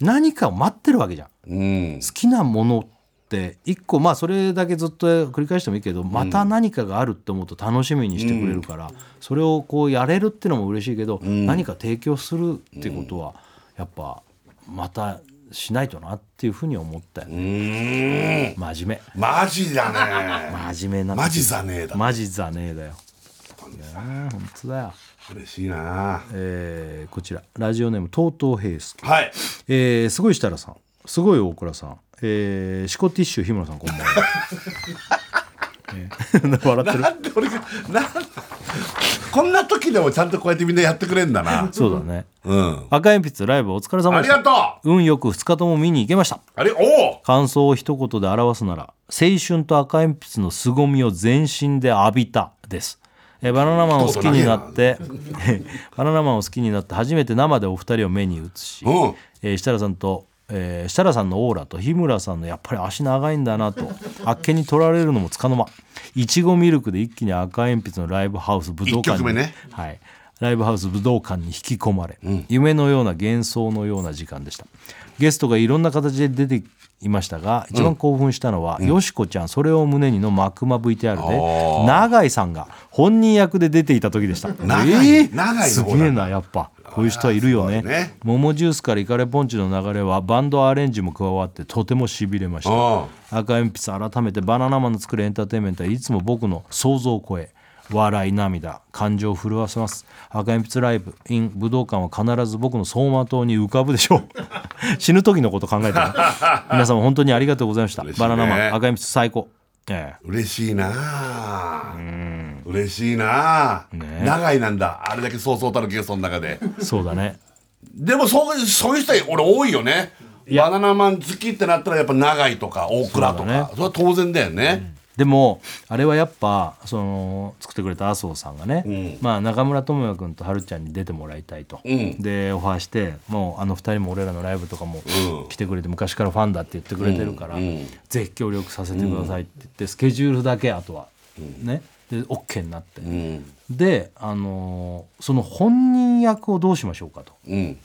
Speaker 1: 何かを待ってるわけじゃん。
Speaker 2: うん
Speaker 1: 好きなものって一個まあそれだけずっと繰り返してもいいけどまた何かがあるって思うと楽しみにしてくれるから、それをこうやれるってのも嬉しいけど、何か提供するってことはやっぱまたしないとなっていうふうに思ったよ
Speaker 2: う
Speaker 1: ね、
Speaker 2: ーん
Speaker 1: 真面
Speaker 2: マジだね
Speaker 1: 目真面目な
Speaker 2: マジだねだ
Speaker 1: マジざねえだよいやー本当だよ、
Speaker 2: 嬉しいな
Speaker 1: えーこちらラジオネームとうとう平助
Speaker 2: はい
Speaker 1: えー、すごい設楽さんすごい大倉さん、えー、シコティッシュ日村さんこん
Speaker 2: [laughs]
Speaker 1: ばんは、えー笑ってる
Speaker 2: なんで俺がなんこんな時でもちゃんとこうやってみんなやってくれんだな
Speaker 1: そうだね
Speaker 2: うん
Speaker 1: 赤鉛筆ライブお疲れ様
Speaker 2: あ
Speaker 1: で
Speaker 2: り
Speaker 1: し
Speaker 2: が
Speaker 1: た
Speaker 2: とう
Speaker 1: 運よく2日とも見に行けました
Speaker 2: あれおお
Speaker 1: 感想を一言で表すなら青春と赤鉛筆の凄みを全身で浴びたですえーバナナマンを好きになってえー [laughs] バナナマンを好きになって初めて生でお二人を目に映し、
Speaker 2: うん
Speaker 1: えー設楽さんと、えー設楽さんのオーラと日村さんのやっぱり足長いんだ
Speaker 2: [laughs]
Speaker 1: なとあっけに取られるのもつかの間いちごミルクで一気に赤鉛筆のライブハウス武道
Speaker 2: 一
Speaker 1: 館
Speaker 2: 曲目
Speaker 1: に、
Speaker 2: ね
Speaker 1: はい、ライブハウス武道館に引き込まれ、夢のような幻想のような時間でしたゲストがいろんな形で出ていましたが一番興奮したのは、よしこちゃんそれを胸にの幕間 VTR で
Speaker 2: ー
Speaker 1: 永井さんが本人役で出ていた時でした
Speaker 2: 長い長い
Speaker 1: す
Speaker 2: の方だ
Speaker 1: げえなやっぱこういう人はいるよね
Speaker 2: すごいね
Speaker 1: 桃ジュースからイカレポンチの流れはバンドアレンジも加わってとてもしびれました
Speaker 2: あ
Speaker 1: 赤鉛筆改めてバナナマンの作るエンターテインメントはいつも僕の想像を超え笑い涙感情を震わせます赤鉛筆ライブ in 武道館は必ず僕の走馬灯に浮かぶで
Speaker 2: [laughs]
Speaker 1: しょう死ぬ時のこと考えてね皆様本当にありがとうございました、
Speaker 2: 嬉しい
Speaker 1: バ
Speaker 2: ね
Speaker 1: ナナマン赤鉛筆最高え
Speaker 2: 嬉しいな嬉しいな
Speaker 1: ね
Speaker 2: 長いなんだあれだけそうそうたるゲストの中で
Speaker 1: えそうだね
Speaker 2: でもそうそういう人俺多いよねバナナマン好きってなったらやっぱ長井とか大倉と
Speaker 1: そ
Speaker 2: かそ,、
Speaker 1: うだね
Speaker 2: れは当然だよね、
Speaker 1: でもあれはやっぱその作ってくれた麻生さんがね、まあ、中村智也君とはるちゃんに出てもらいたいと、
Speaker 2: ん
Speaker 1: でオファーしてもうあの2人も俺らのライブとかも来てくれて昔からファンだって言ってくれてるから、ぜひ協力させてくださいって言ってスケジュールだけあとは、ねで OK になって、
Speaker 2: うん
Speaker 1: で、あのーその本人役をどうしましょうかと。
Speaker 2: うん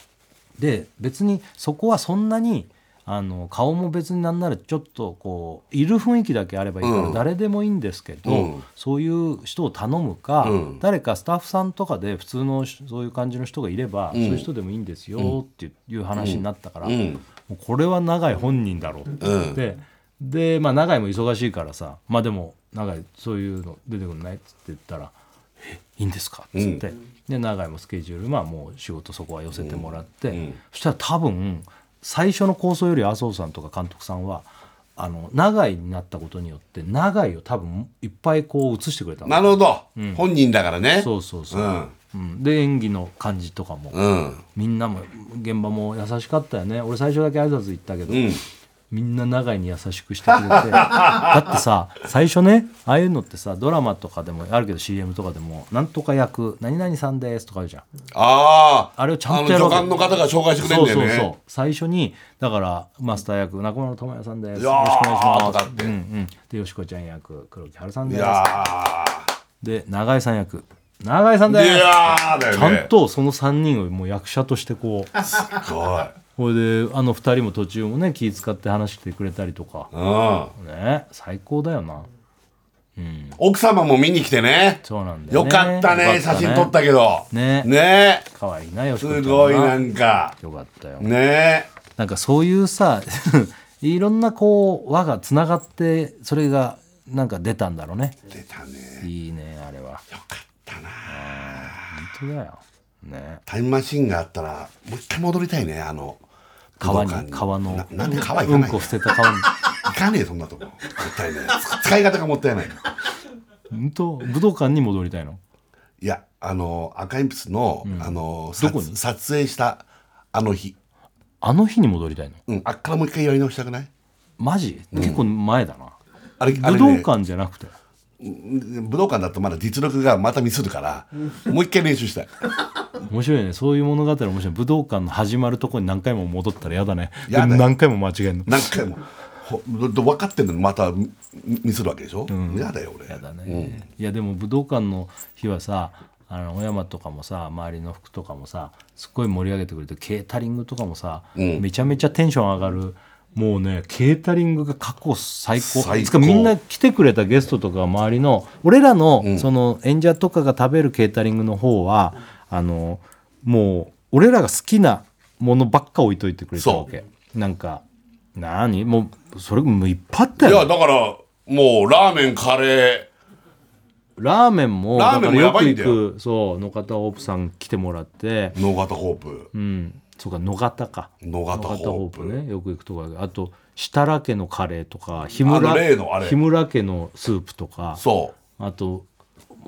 Speaker 1: で別にそこはそんなにあの顔も別になんならちょっとこういる雰囲気だけあればいいから
Speaker 2: うん
Speaker 1: 誰でもいいんですけど、
Speaker 2: うん
Speaker 1: そういう人を頼むか、
Speaker 2: ん
Speaker 1: 誰かスタッフさんとかで普通のそういう感じの人がいれば、そういう人でもいいんですよっていう話になったから、
Speaker 2: ん
Speaker 1: もうこれは永井本人だろうって言って、で、まあ、永井も忙しいからさまあでも永井そういうの出てくんないっつって言ったら「えいいんですか?」っつって、で永井もスケジュールまあもう仕事そこは寄せてもらって、そしたら多分最初の構想より麻生さんとか監督さんは。あの長井になったことによって長井を多分いっぱいこう映してくれたの
Speaker 2: なるほど、本人だからね
Speaker 1: そうそうそう、
Speaker 2: うん
Speaker 1: うんで演技の感じとかも、
Speaker 2: うん
Speaker 1: みんなも現場も優しかったよね俺最初だけ挨拶行ったけど、
Speaker 2: ん
Speaker 1: みんな長井に優しくしてくれ
Speaker 2: [laughs]
Speaker 1: てだってさ最初ねああいうのってさドラマとかでもあるけど CM とかでも「なんとか役何々さんです」とかあるじゃん。
Speaker 2: ああ
Speaker 1: あれをちゃんとやろう
Speaker 2: あの助監の方が紹介してくれるんだよね
Speaker 1: そうそうそう最初にだからマスター役中村智也さんです
Speaker 2: い
Speaker 1: よ
Speaker 2: やー
Speaker 1: ろしくお願いしま
Speaker 2: とかっ
Speaker 1: す
Speaker 2: て
Speaker 1: うんうん、でよしこちゃん役黒木春さん
Speaker 2: い
Speaker 1: です
Speaker 2: や
Speaker 1: で永井さん役永井さん
Speaker 2: ー
Speaker 1: です
Speaker 2: いやーだよ
Speaker 1: ち
Speaker 2: ね
Speaker 1: ゃんとその3人をもう役者としてこう
Speaker 2: すごい
Speaker 1: これであの2人も途中もね気使って話してくれたりとか
Speaker 2: うん
Speaker 1: ね最高だよなうん、
Speaker 2: 奥様も見に来てね。
Speaker 1: そうなんだよ
Speaker 2: よ
Speaker 1: ね
Speaker 2: かったね、
Speaker 1: よか
Speaker 2: 写真撮ったけど。
Speaker 1: ね
Speaker 2: ね
Speaker 1: 可愛いなよしこちゃ
Speaker 2: す
Speaker 1: ん
Speaker 2: ごい
Speaker 1: は
Speaker 2: なんか。
Speaker 1: よかったよ
Speaker 2: ね
Speaker 1: なんかそういうさ [laughs] いろんなこう輪がつながってそれがなんか出たんだろうね
Speaker 2: 出たね。
Speaker 1: いいねあれは
Speaker 2: よかったな。
Speaker 1: 本当だよね
Speaker 2: タイムマシンがあったら、もう一回戻りたいね、あの、
Speaker 1: 川に
Speaker 2: 武道館
Speaker 1: 川の
Speaker 2: ななんで川行
Speaker 1: う
Speaker 2: か
Speaker 1: ん
Speaker 2: ない
Speaker 1: こ
Speaker 2: の
Speaker 1: 捨てた川に
Speaker 2: 行かねえ、そんなとこ。もったいない。使い方がもったいない。
Speaker 1: 本当武道館に戻りたいの
Speaker 2: いや、あの、赤鉛筆の、あの、さ
Speaker 1: どこに
Speaker 2: 撮影した、あの日。
Speaker 1: あの日に戻りたいの
Speaker 2: うん、あっからもう一回やり直したくない
Speaker 1: マジ結構前だな、
Speaker 2: あれ、あれ
Speaker 1: 武道
Speaker 2: ね
Speaker 1: 館じゃなくて
Speaker 2: うん武道館だとまだ実力がまたミスるから、もう一回練習したい。
Speaker 1: 面白いねそういう物語面白い武道館の始まるとこに何回も戻ったらやだね
Speaker 2: やだよ
Speaker 1: でも何回も間違えるの
Speaker 2: 何回も。ほどど分かってんのにまたミミスるわけでしょ、やだよ俺
Speaker 1: やだね、いやでも武道館の日はさあの小山とかもさ周りの服とかもさすっごい盛り上げてくれてケータリングとかもさ、めちゃめちゃテンション上がるもうねケータリングが過去最高
Speaker 2: 最高
Speaker 1: つかみんな来てくれたゲストとか周りの俺らの,、その演者とかが食べるケータリングの方はあのもう俺らが好きなものばっか置いといてくれたわけなんか何もうそれもういっぱいあった
Speaker 2: い
Speaker 1: よ
Speaker 2: やだからもうラーメンカレ
Speaker 1: ラーメンも
Speaker 2: ラーメンも
Speaker 1: だから
Speaker 2: やばいんだよ
Speaker 1: く行くそう野方ホープさん来てもらって
Speaker 2: ー野方ホープ
Speaker 1: うんそうか野方か
Speaker 2: 野方ホープ
Speaker 1: ねよく行くとこだけどあと設楽家のカレーとか日
Speaker 2: あ
Speaker 1: 村
Speaker 2: の例のあれ
Speaker 1: 日村家のスープとか
Speaker 2: そ
Speaker 1: あと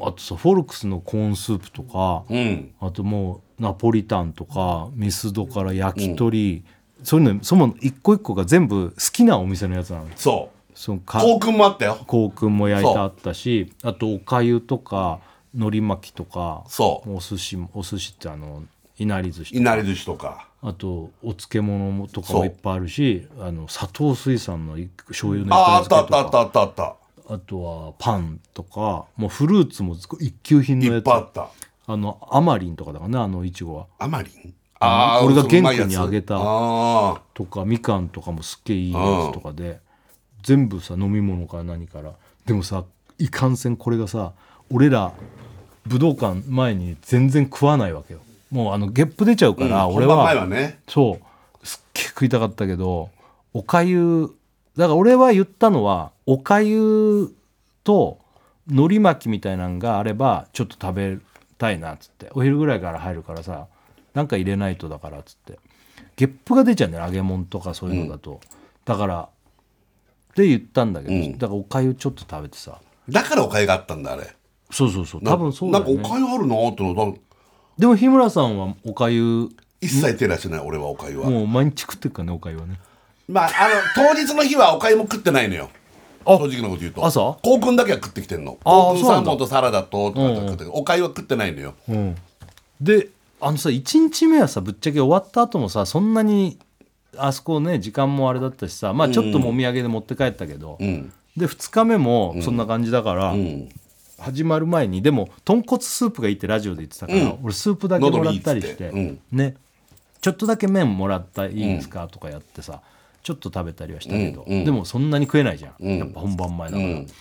Speaker 1: あとさフォルクスのコーンスープとか、
Speaker 2: ううん
Speaker 1: あともうナポリタンとかミスドから焼き鳥、そういうのその一個一個が全部好きなお店のやつなの
Speaker 2: そう
Speaker 1: そのか
Speaker 2: コウ君もあったよ
Speaker 1: コウ君も焼いて
Speaker 2: そう
Speaker 1: あったしあとおかゆとか海苔巻きとか
Speaker 2: そう
Speaker 1: お寿司もお寿司ってあのいなり寿司
Speaker 2: いなり寿司とか
Speaker 1: あとお漬物もとか
Speaker 2: そう
Speaker 1: もいっぱいあるしあの佐藤水産のい醤油の
Speaker 2: ああ
Speaker 1: や
Speaker 2: ったあったあ
Speaker 1: と
Speaker 2: った
Speaker 1: か
Speaker 2: あったあった
Speaker 1: あとはパンとかもうフルーツも一級品の
Speaker 2: いっ
Speaker 1: やつ
Speaker 2: ぱいあった
Speaker 1: あのアマリンとかだからねあのいちごは
Speaker 2: あまりんー
Speaker 1: 俺が
Speaker 2: そううまいやつ
Speaker 1: 玄君にあげた
Speaker 2: あー
Speaker 1: とかみかんとかもすっげえいいやつとかで、全部さ飲み物から何からでもさいかんせんこれがさ俺ら武道館前に全然食わないわけよもうあのゲップ出ちゃうから、
Speaker 2: うん
Speaker 1: 俺
Speaker 2: 本番
Speaker 1: は
Speaker 2: 前はね
Speaker 1: そうすっげえ食いたかったけどおかゆだから俺は言ったのはおかゆと海苔巻きみたいなのがあればちょっと食べたいなっつってお昼ぐらいから入るからさなんか入れないとだからっつってゲップが出ちゃうんだよ揚げ物とかそういうのだと、だからって言ったんだけど、だからおかゆちょっと食べてさ
Speaker 2: だからおかゆがあったんだあれ
Speaker 1: そうそうそう
Speaker 2: な
Speaker 1: 多分そうだよ、ね、
Speaker 2: なんかおかゆあるなってのだ
Speaker 1: でも日村さんはおかゆ
Speaker 2: 一切手出してない俺はおかゆは
Speaker 1: もう毎日食ってるからねおかゆはね
Speaker 2: まあ、あの、当日の日はおかゆも食ってないのよ。正直なこと言うと。
Speaker 1: 朝
Speaker 2: コウ君だけは食ってきてんの。
Speaker 1: あー
Speaker 2: コウ君
Speaker 1: そう
Speaker 2: サ
Speaker 1: な
Speaker 2: ー
Speaker 1: んだ
Speaker 2: モンとサラダと、とか食ってきておかゆは食ってないのよ。
Speaker 1: うん、であのさ1日目はさぶっちゃけ終わった後もさそんなにあそこね時間もあれだったしさまあちょっともみあげで持って帰ったけど、
Speaker 2: うん。
Speaker 1: で2日目もそんな感じだから、
Speaker 2: うん。
Speaker 1: 始まる前にでも豚骨スープがいいってラジオで言ってたから、
Speaker 2: うん
Speaker 1: 俺スープだけもらったりして
Speaker 2: 喉にいいっつって
Speaker 1: ね、ちょっとだけ麺もらったいいですか、とかやってさちょっと食べたりはしたけど、
Speaker 2: うんうん
Speaker 1: でもそんなに食えないじゃん、
Speaker 2: うん
Speaker 1: やっぱ本番前だから、
Speaker 2: うん
Speaker 1: で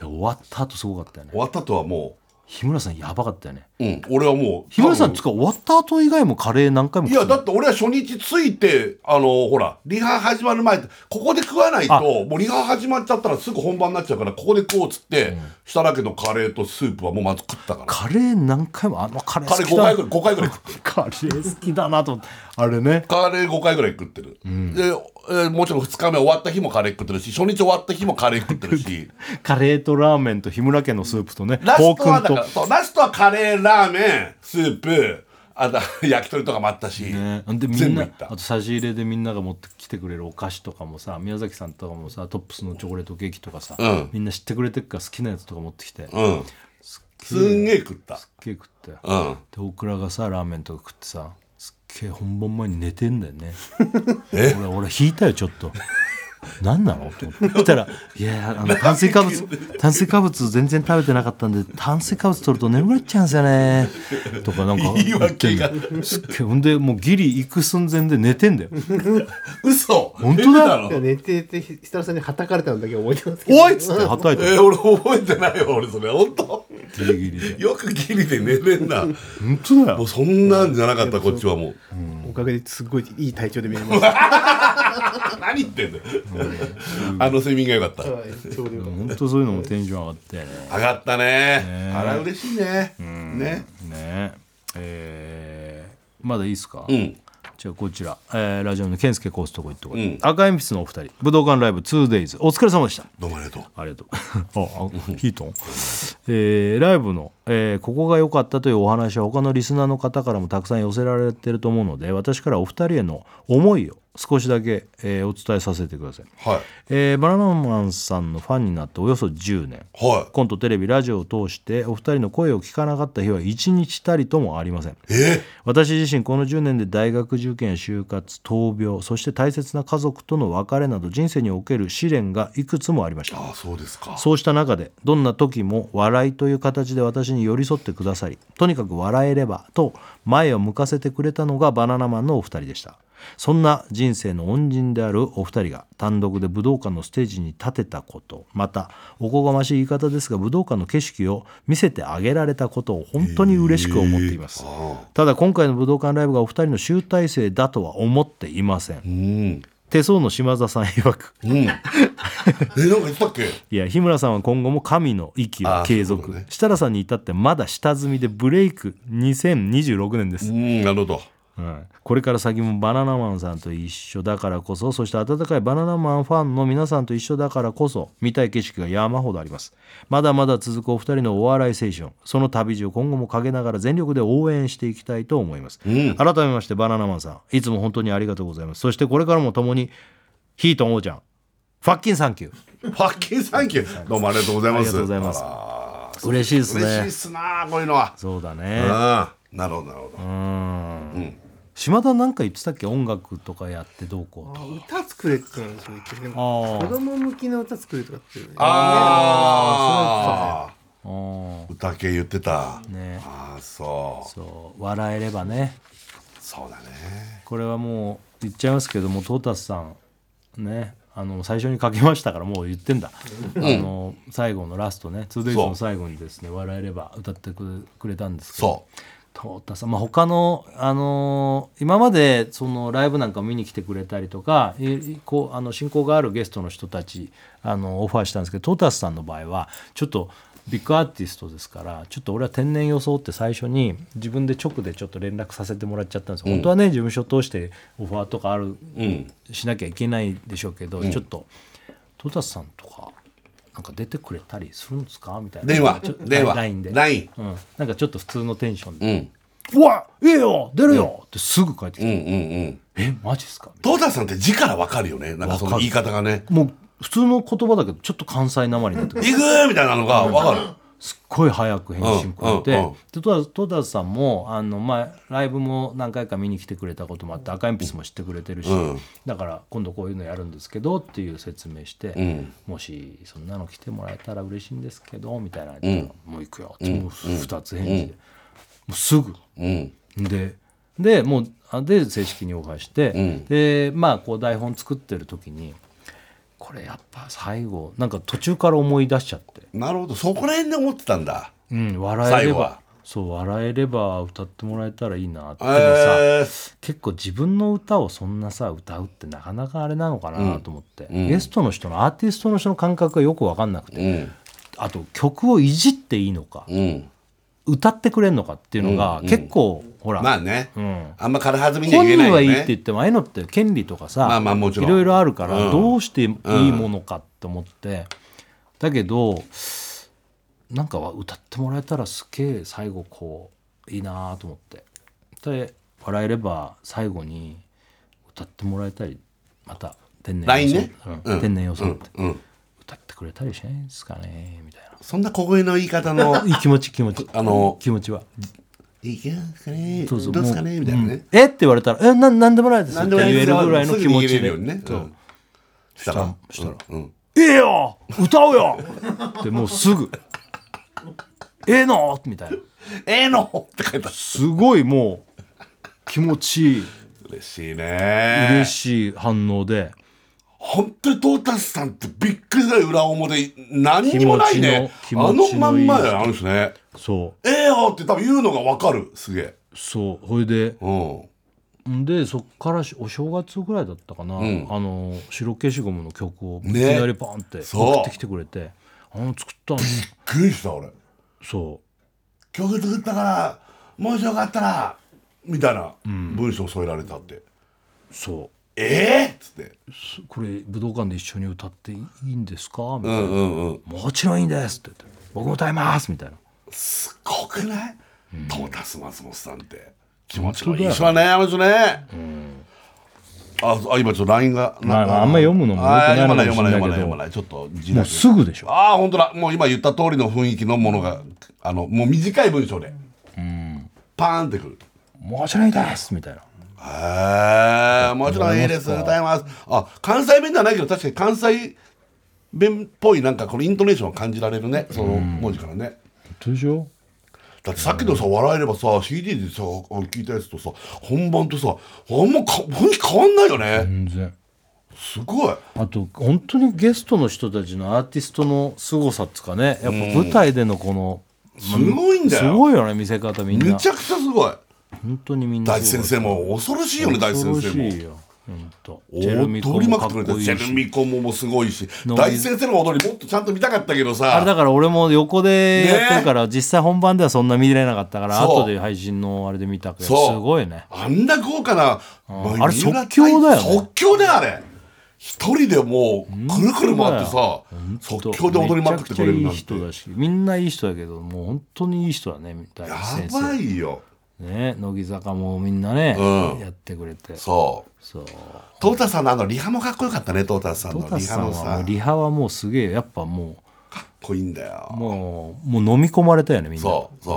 Speaker 1: 終わった後すごかったよね
Speaker 2: 終わった後はも
Speaker 1: 日村さんやばかったよね
Speaker 2: う、うん。俺はもう。
Speaker 1: 日村さん
Speaker 2: 多
Speaker 1: つか終わった後以外もカレー何回も
Speaker 2: 分いや、
Speaker 1: って
Speaker 2: だって俺は初日着いて、あの、ほら、リハ始まる前、ここで食わない
Speaker 1: あ
Speaker 2: と、もうリハ始まっちゃったらすぐ本番になっちゃうから、ここで食おうっつって、設楽家のカレーとスープはもうまず食ったから。
Speaker 1: カレー何回もあのカレー
Speaker 2: カ
Speaker 1: 好
Speaker 2: レー
Speaker 1: き
Speaker 2: 5回ぐら
Speaker 1: だ
Speaker 2: い、5回ぐらい食った
Speaker 1: カレー好きだなと思ってあれね
Speaker 2: カレー5回ぐらい食ってる、でえーもちろん2日目終わった日もカレー食ってるし初日終わった日もカレー食ってるし
Speaker 1: カレーとラーメンと日村家のスープとね
Speaker 2: ラス
Speaker 1: ポー
Speaker 2: トはだか
Speaker 1: クン
Speaker 2: らそうラストはカレーラーメンスープあと焼き鳥とかもあったし、
Speaker 1: ね、でみ
Speaker 2: 全
Speaker 1: ん
Speaker 2: 部
Speaker 1: な
Speaker 2: 行った
Speaker 1: あと差し入れでみんなが持ってきてくれるお菓子とかもさ宮崎さんとかもさトップスのチョコレートケーキとかさ、
Speaker 2: うん
Speaker 1: みんな知ってくれてるから好きなやつとか持ってきて、すっ
Speaker 2: うんすんげえ食った
Speaker 1: げえ食ったよ、
Speaker 2: うん
Speaker 1: でオクラがさラーメンとか食って [laughs] さすっげえ本番前に寝てんだよね
Speaker 2: え
Speaker 1: 俺俺引いたよちょっと何なのって思ってそしたら「いやあの炭水化物炭水化物全然食べてなかったんで炭水化物取ると眠くなっちゃうんですよね」とかなんか
Speaker 4: 言い訳が
Speaker 1: 言ってんのすっげえほんでもうギリ行く寸前で寝てんだよ
Speaker 4: 嘘
Speaker 1: 本当だ
Speaker 4: 寝
Speaker 3: いや
Speaker 4: て
Speaker 3: 寝てて設楽さんにはたかれたのだけ覚えてます
Speaker 1: 「
Speaker 3: けど
Speaker 1: おい!」っつってはたい
Speaker 4: た
Speaker 1: て
Speaker 4: のえー俺覚えてないよ俺それ本当
Speaker 1: ギリギリで
Speaker 4: よくギリで寝れんな
Speaker 1: 本当だ
Speaker 4: も
Speaker 1: よ
Speaker 4: うそんなんじゃなかったこっちはもう
Speaker 3: おかげですごいいい体調で見れました
Speaker 4: 何言ってんだよあの睡眠が良かった上
Speaker 3: はいちょうどよかっ
Speaker 1: 本当そういうのもテンション上がったよね
Speaker 4: がったねあら嬉しいねね
Speaker 1: ねえーまだいいですか、
Speaker 4: ん
Speaker 1: じゃあこちら、えーラジオの健介コースとこ行ってこい、
Speaker 4: うん
Speaker 1: 赤鉛筆のお二人武道館ライブ 2days お疲れ様でした
Speaker 4: どうもありがとう
Speaker 1: ありがとう [laughs] ああヒートン、えーライブの、えーここが良かったというお話は他のリスナーの方からもたくさん寄せられてると思うので私からお二人への思いを少しだけ、えーお伝えさせてください、
Speaker 4: はい
Speaker 1: えーバナナマンさんのファンになっておよそ10年
Speaker 4: は
Speaker 1: コントテレビラジオを通してお二人の声を聞かなかった日は一日たりともありません
Speaker 4: いえ
Speaker 1: 私自身この10年で大学受験や就活闘病そして大切な家族との別れなど人生における試練がいくつもありました
Speaker 4: あそうですか
Speaker 1: そうした中でどんな時も笑いという形で私に寄り添ってくださりとにかく笑えればと前を向かせてくれたのがバナナマンのお二人でしたそんな人生の恩人であるお二人が単独で武道館のステージに立てたことまたおこがましい言い方ですが武道館の景色を見せてあげられたことを本当に嬉しく思っています、ただ今回の武道館ライブがお二人の集大成だとは思っていません、
Speaker 4: うん
Speaker 1: 手相の島田さん曰く
Speaker 4: うん [laughs] えなんか言ったっけ
Speaker 1: いや日村さんは今後も神の域を継
Speaker 4: あーそ
Speaker 1: 続、
Speaker 4: うだね
Speaker 1: 設楽さんに至ってまだ下積みでブレイク2026年で
Speaker 4: う
Speaker 1: す、
Speaker 4: んなるほど
Speaker 1: はい、これから先もバナナマンさんと一緒だからこそそして温かいバナナマンファンの皆さんと一緒だからこそ見たい景色が山ほどありますまだまだ続くお二人のお笑い青春その旅路を今後も陰ながら全力で応援していきたいと思います、改めましてバナナマンさんいつも本当にありがとうございますそしてこれからも共にヒートンおーちゃんファッキンサンキュー
Speaker 4: ファッキンサンキューどうもありがとうござい
Speaker 1: あ
Speaker 4: ま
Speaker 1: り
Speaker 4: す
Speaker 1: がとうございます
Speaker 4: あー
Speaker 1: 嬉しいですね
Speaker 4: 嬉しいっすなこういうのは
Speaker 1: そうだ
Speaker 4: う
Speaker 1: ね
Speaker 4: んなるほどなるほど
Speaker 1: 島田なんか言ってたっけ音楽とかやってどうこうとか
Speaker 3: た歌作れって言うんですよ言ってるでも
Speaker 1: あ
Speaker 3: 子
Speaker 1: ー
Speaker 3: 供向きの歌作るとかっていうね
Speaker 4: あ
Speaker 1: あー
Speaker 4: あ歌系言ってた
Speaker 1: ね
Speaker 4: ああそう
Speaker 1: そう笑えればね
Speaker 4: そうだね
Speaker 1: これはもう言っちゃいますけどもトータスさんねあの最初に書きましたからもう言ってんだ、あの最後のラストね 2days の最後にですね「笑えれば」歌ってくくれたんですけど
Speaker 4: そ
Speaker 1: トータさん、まあ、他の、あのー今までそのライブなんか見に来てくれたりとかいいこうあの親交があるゲストの人たちあのオファーしたんですけどトータスさんの場合はちょっとビッグアーティストですからちょっと俺は天然装って最初に自分で直でちょっと連絡させてもらっちゃったんですよ、本当はね事務所通してオファーとかある、しなきゃいけないでしょうけど、ちょっとトータスさんとかなんか出てくれたりするんですかみたいな
Speaker 4: 電話
Speaker 1: ちょっと
Speaker 4: 電話
Speaker 1: LINE で
Speaker 4: LINE
Speaker 1: うん、なんかちょっと普通のテンションで
Speaker 4: ううん
Speaker 1: うわいいよ出るよ、ってすぐ帰ってき
Speaker 4: うんうんう
Speaker 1: て、
Speaker 4: ん
Speaker 1: えマジっすかみたい
Speaker 4: トータスさんって字からわかるよねなんかその言い方がね
Speaker 1: なもう普通の言葉だけどちょっと関西なまりになって
Speaker 4: 「
Speaker 1: くる
Speaker 4: 行く!」みたいなのがわかる
Speaker 1: すっごい早く返信くれて、
Speaker 4: うんうんうん
Speaker 1: で戸田戸田さんもあの、まあ、ライブも何回か見に来てくれたこともあって赤鉛筆も知ってくれてるし、
Speaker 4: うん
Speaker 1: だから今度こういうのやるんですけどっていう説明して、
Speaker 4: ん
Speaker 1: もしそんなの来てもらえたら嬉しいんですけどみたいなの言ったら、もう行くよって、もう2つ返事で、もうすぐ
Speaker 4: うん
Speaker 1: ででもうあで正式にオファーして、でまあこう台本作ってる時にこれやっぱ最後なんか途中から思い出しちゃって、
Speaker 4: なるほどそこら辺で思ってたんだ
Speaker 1: うん、笑え
Speaker 4: 最
Speaker 1: れ
Speaker 4: 後は
Speaker 1: ばそう笑えれば歌ってもらえたらいいなって
Speaker 4: え
Speaker 1: いうのさ、
Speaker 4: ー
Speaker 1: 結構自分の歌をそんなさ歌うってなかなかあれなのかなと思って、ゲストの人のアーティストの人の感覚がよく分かんなくて、
Speaker 4: うん
Speaker 1: あと曲をいじっていいのか、
Speaker 4: うん
Speaker 1: 歌ってくれんのかっていうのが結構、ほら、
Speaker 4: まあね
Speaker 1: うん、
Speaker 4: あんま軽はずみには
Speaker 1: 本
Speaker 4: 言えない
Speaker 1: 人はい
Speaker 4: よ
Speaker 1: いって言
Speaker 4: ね
Speaker 1: ってもああいうのって権利とかさ、
Speaker 4: まあまあもちろん
Speaker 1: いろいろあるから
Speaker 4: うん
Speaker 1: どうしていいものかって思って、だけどなんかは歌ってもらえたらすっげえ最後こういいなと思ってで笑えれば最後に歌ってもらえたりまた天然
Speaker 4: LINE ね
Speaker 1: うん
Speaker 4: うん
Speaker 1: 天然予想って、
Speaker 4: うん
Speaker 1: 歌ってくれたりしないんですかねみたいな
Speaker 4: そんな小声の言い方の
Speaker 1: [laughs] いい気持ち気持ち
Speaker 4: あの
Speaker 1: 気持ちは
Speaker 4: 「いけますかね
Speaker 1: そうそう
Speaker 4: どうですか
Speaker 1: も
Speaker 4: ね?」
Speaker 1: う
Speaker 4: みたいなね
Speaker 1: えって言われたら「えなんなんでもないです」っ
Speaker 4: 何で
Speaker 1: て
Speaker 4: もないで
Speaker 1: 言
Speaker 4: す
Speaker 1: える
Speaker 4: よ
Speaker 1: ぐらいの気持
Speaker 4: すぐ
Speaker 1: ち
Speaker 4: 逃げれる
Speaker 1: で
Speaker 4: ようにね
Speaker 1: そう
Speaker 4: うん
Speaker 1: したらしたら
Speaker 2: うん
Speaker 1: 「ええよ歌おうよ!」ってもうすぐ「ええの!」みたいな
Speaker 2: ええのって書いてある
Speaker 1: すごいもう気持ちいい
Speaker 4: 嬉しいね
Speaker 1: 嬉しい反応で
Speaker 2: 本当にトータスさんってびっくりするぐらい裏表何にもないね
Speaker 1: 気
Speaker 2: あ
Speaker 1: 持ちの
Speaker 2: の
Speaker 1: 気持ち
Speaker 2: ま
Speaker 1: のい
Speaker 2: ん
Speaker 1: い
Speaker 2: まだよあの人ね
Speaker 1: そ
Speaker 2: ええよって多分言うのがわかるすげえ
Speaker 1: うそうほいで
Speaker 2: うん
Speaker 1: んでそっからしお正月ぐらいだったかな、
Speaker 2: ん
Speaker 1: あの白消しゴムの曲をいき
Speaker 2: ね
Speaker 1: なりパンって
Speaker 2: そう
Speaker 1: 送ってきてくれて、あの作ったの
Speaker 2: びっくりした俺
Speaker 1: そ
Speaker 2: 曲作ったからもしよかったらみたいな文章添えられたって、
Speaker 1: うそ
Speaker 2: ええっつって
Speaker 1: うこれ武道館で一緒に歌っていいんですか?」みた
Speaker 2: う
Speaker 1: いな、
Speaker 2: んうんうん
Speaker 1: もちろんいいんです」って言って「僕も歌います」みたいな
Speaker 2: すごくない、トータス松本さんって気持ちのいい人だねあの人ね、ああ今ちょっと LINE が
Speaker 1: まあまああんま読むのも良く
Speaker 2: あ
Speaker 1: ない
Speaker 2: 読まない
Speaker 1: の
Speaker 2: 読ま
Speaker 1: かも
Speaker 2: ない
Speaker 1: しれ
Speaker 2: 読
Speaker 1: ない
Speaker 2: まない読まない
Speaker 1: けど
Speaker 2: ちょっと字
Speaker 1: も
Speaker 2: だ
Speaker 1: う
Speaker 2: け
Speaker 1: すぐでしょ
Speaker 2: ああ本当だもう今言った通りの雰囲気のものがあのもう短い文章で、パーンってくる
Speaker 1: 「もちろんいいです」みたいな
Speaker 2: へえもちろんいいです歌いますあ関西弁ではないけど確かに関西弁っぽいなんかこのイントネーションを感じられるねその文字からね、
Speaker 1: 本当でしょ
Speaker 2: だってさっきのさ笑えればさ CD でさ聞いたやつとさ本番とさあんまか雰囲気変わんないよね、
Speaker 1: 全然
Speaker 2: すごい
Speaker 1: あと本当にゲストの人たちのアーティストの凄さっつうかねやっぱ舞台でのこの、
Speaker 2: すごいんだ
Speaker 1: す
Speaker 2: よ、
Speaker 1: ごいよね見せ方みん
Speaker 2: め
Speaker 1: な
Speaker 2: ちゃくちゃすごい
Speaker 1: 本当にみんな
Speaker 2: 大地先生も恐ろしいよね大地先生も
Speaker 1: 恐ろしいよ本当
Speaker 2: 踊りまくってくれてジェルミコももすごいし大地先生の踊りもっとちゃんと見たかったけど
Speaker 1: あれだ
Speaker 2: さ
Speaker 1: から俺も横でやってるから、実際本番ではそんな見れなかったから
Speaker 2: そう
Speaker 1: 後で配信のあれで見たけどす
Speaker 2: そう
Speaker 1: ごいね
Speaker 2: あんな豪華な、
Speaker 1: ん
Speaker 2: ま
Speaker 1: あれ即興だよね
Speaker 2: 即興だよあれ一人でもうくるくる回ってさ即興で踊りまくってくれる
Speaker 1: めちゃ
Speaker 2: な
Speaker 1: くちゃ
Speaker 2: ん
Speaker 1: い
Speaker 2: て
Speaker 1: い人だしみんないい人だけどもう本当にいい人だね大
Speaker 2: や
Speaker 1: 地先生
Speaker 2: ばいよ
Speaker 1: ね乃木坂もみんなね、
Speaker 2: うん
Speaker 1: やってくれて
Speaker 2: そう
Speaker 1: そう
Speaker 2: トータスさんのあのリハもかっこよかったねトータスさん
Speaker 1: ト
Speaker 2: の
Speaker 1: タ
Speaker 2: リ
Speaker 1: ス
Speaker 2: ハ
Speaker 1: さん
Speaker 2: の
Speaker 1: はも
Speaker 2: さ
Speaker 1: う
Speaker 2: かっ
Speaker 1: リハはもうすげえやっぱも
Speaker 2: こいいんだ
Speaker 1: う
Speaker 2: よ
Speaker 1: もうもう飲み込まれたよねみんな
Speaker 2: そうそ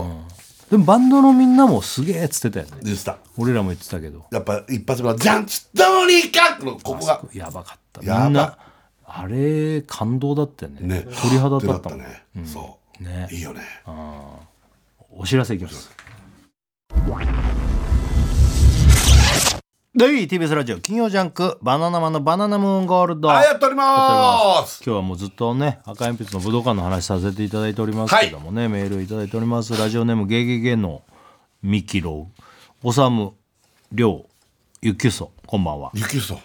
Speaker 2: う、
Speaker 1: でもバンドのみんなもすげえっつってたよね
Speaker 2: でした
Speaker 1: 俺らも言ってたけど
Speaker 2: やっぱ一発目の「ジャンチどうにか!」のここが
Speaker 1: やばかった
Speaker 2: やばい
Speaker 1: みんなあれ感動だったよね
Speaker 2: ね
Speaker 1: 鳥肌立
Speaker 2: だ
Speaker 1: っ
Speaker 2: ったた
Speaker 1: もん
Speaker 2: ね、そう
Speaker 1: ね
Speaker 2: いいよね
Speaker 1: お知らせいきますはい TBS ラジオ金曜ジャンク「バナナマンのバナナムーンゴールド」
Speaker 2: あや
Speaker 1: 今
Speaker 2: っております
Speaker 1: 日はもうずっとね赤鉛筆の武道館の話させていただいておりますけどもね、メールをいただいておりますラジオネームゲゲゲのミキロウおさむりょうゆきゅそこんばんは
Speaker 2: ゆきさん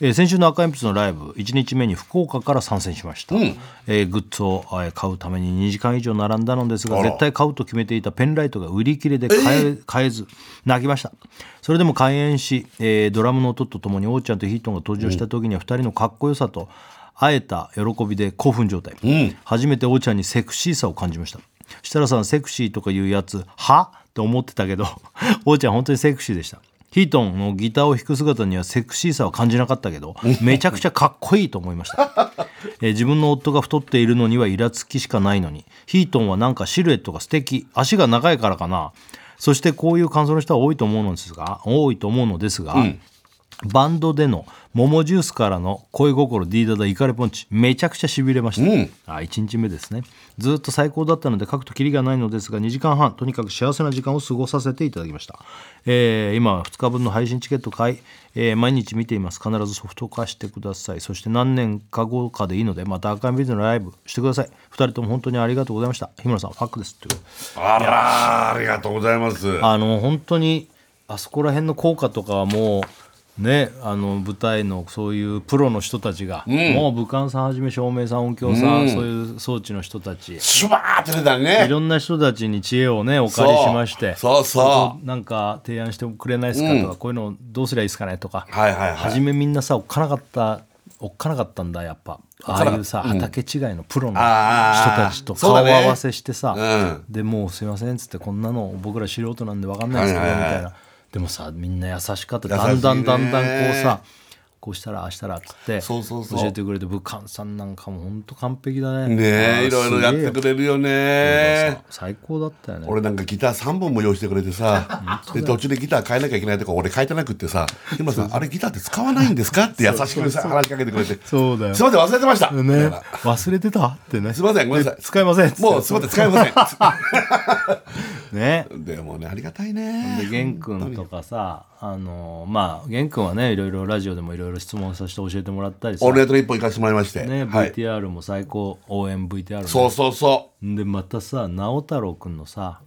Speaker 1: えー先週の赤鉛筆のライブ1日目に福岡から参戦しました、えーグッズをえー買うために2時間以上並んだのですが
Speaker 2: あら
Speaker 1: 絶対買うと決めていたペンライトが売り切れで買え,、買えず泣きましたそれでも開演し、えードラムの音とともにおーちゃんとヒートンが登場した時には2人のかっこよさと会えた喜びで興奮状態、初めておーちゃんにセクシーさを感じました設楽さんセクシーとかいうやつはって思ってたけど [laughs] おーちゃん本当にセクシーでしたヒートンのギターを弾く姿にはセクシーさは感じなかったけどめちゃくちゃかっこいいと思いました、えー自分の夫が太っているのにはイラつきしかないのにヒートンはなんかシルエットが素敵足が長いからかなそしてこういう感想の人は多いと思うのですが多いと思うのですが、バンドでの桃ジュースからの恋心 D ダダイカレポンチめちゃくちゃしびれました、あ1日目ですねずっと最高だったので書くとキリがないのですが2時間半とにかく幸せな時間を過ごさせていただきました、えー今は2日分の配信チケット買い、えー毎日見ています必ずソフト化してくださいそして何年か後かでいいのでまたアーカイブビデオのライブしてください2人とも本当にありがとうございました日村さんファックですっていう
Speaker 2: あらーありがとうございます
Speaker 1: あの本当にあそこら辺の効果とかはもうねあの舞台のそういうプロの人たちが、もう武漢さんはじめ照明さん音響さん、そういう装置の人たち
Speaker 2: シュバーって出た
Speaker 1: い
Speaker 2: ね
Speaker 1: ろんな人たちに知恵をねお借りしまして
Speaker 2: そうそうそう
Speaker 1: なんか提案してくれないですかとか、こういうのどうすりゃいいですかねとか、
Speaker 2: はいはいは
Speaker 1: 初
Speaker 2: い
Speaker 1: めみんなさおっかなかったおっかなかったんだやっぱああいうさ、畑違いのプロの人
Speaker 2: あー
Speaker 1: たちと
Speaker 2: そう
Speaker 1: 顔
Speaker 2: だ
Speaker 1: 合
Speaker 2: ね
Speaker 1: わせしてさ、
Speaker 2: う
Speaker 1: でもうすいませんっつってこんなの僕ら素人なんで分かんないですけど
Speaker 2: は
Speaker 1: み
Speaker 2: いはいはい
Speaker 1: たいなでもさみんな優しかった
Speaker 2: 優しいね
Speaker 1: だんだんだんだんこうさこうしたらああしたらっつって
Speaker 2: そうそうそう
Speaker 1: 教えてくれて武漢さんなんかも本当完璧だね
Speaker 2: ねえいろいろやってく
Speaker 1: れ
Speaker 2: れるよね
Speaker 1: 最高だったよね
Speaker 2: 俺なんかギター3本も用意してくれてさで途中でギター変えなきゃいけないとか俺変えてなくってさ「今さんあれギターって使わないんですか?」って優しくさ話しかけてくれて「すい
Speaker 1: そうだ
Speaker 2: ません忘れてました」みたい
Speaker 1: ね
Speaker 2: な
Speaker 1: 忘れてたってね
Speaker 2: すいませんごめんなさい
Speaker 1: 使いませんっつって
Speaker 2: もうすいません使えません」
Speaker 1: ね [laughs]
Speaker 2: でもねありがたいね [laughs]
Speaker 1: で玄君とかさあのまあ玄君はねいろいろラジオでもいろいろ質問させて教えてもらったりさ
Speaker 2: オールナイト一本行かせてもらいまして、
Speaker 1: ね
Speaker 2: はい、
Speaker 1: VTR も最高応援 VTR ね
Speaker 2: そうそうそ
Speaker 1: でまたさ直太朗君のさ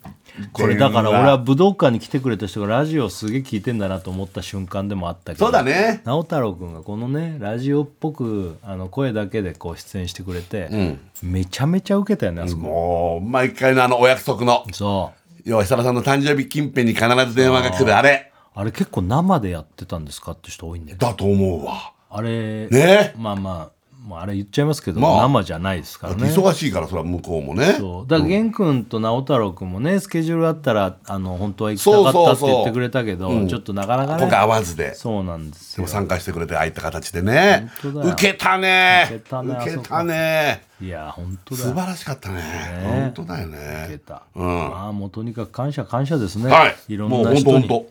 Speaker 1: これだから俺は武道館に来てくれた人がラジオすげえ聞いてんだなと思った瞬間でもあったけ
Speaker 2: う
Speaker 1: ど
Speaker 2: そうだね
Speaker 1: 直太朗君がこのねラジオっぽくあの声だけでこう出演してくれて、めちゃめちゃウケたよねあそこ、
Speaker 2: もう毎回のあのお約束の
Speaker 1: そう
Speaker 2: 要は設楽さんの誕生日近辺に必ず電話が来るあれ
Speaker 1: あれ結構生でやってたんですかって人多いんだよ
Speaker 2: だと思うわ
Speaker 1: あれ、
Speaker 2: ね
Speaker 1: まあまあ、まあ、あれ言っちゃいますけど、
Speaker 2: まあ
Speaker 1: 生じゃないですからね。
Speaker 2: 忙しいからそれは向こうもね
Speaker 1: そうだから玄君と直太朗君もねスケジュールあったらあの本当は行きたかったって言ってくれたけどちょっとなかなか
Speaker 2: 今回合
Speaker 1: ね
Speaker 2: わずで
Speaker 1: そうなんです
Speaker 2: で
Speaker 1: よ
Speaker 2: も参加してくれてああいった形でね
Speaker 1: 本当だよ
Speaker 2: 受けたね
Speaker 1: 受けたね
Speaker 2: 受けたね
Speaker 1: いや本当だ
Speaker 2: 素晴らしかったね本当だよね
Speaker 1: 受けた、
Speaker 2: うん
Speaker 1: まあもうとにかく感謝感謝ですね、
Speaker 2: はい
Speaker 1: ろ
Speaker 2: も
Speaker 1: ん
Speaker 2: う
Speaker 1: な
Speaker 2: 本当
Speaker 1: 人
Speaker 2: 本
Speaker 1: に
Speaker 2: 当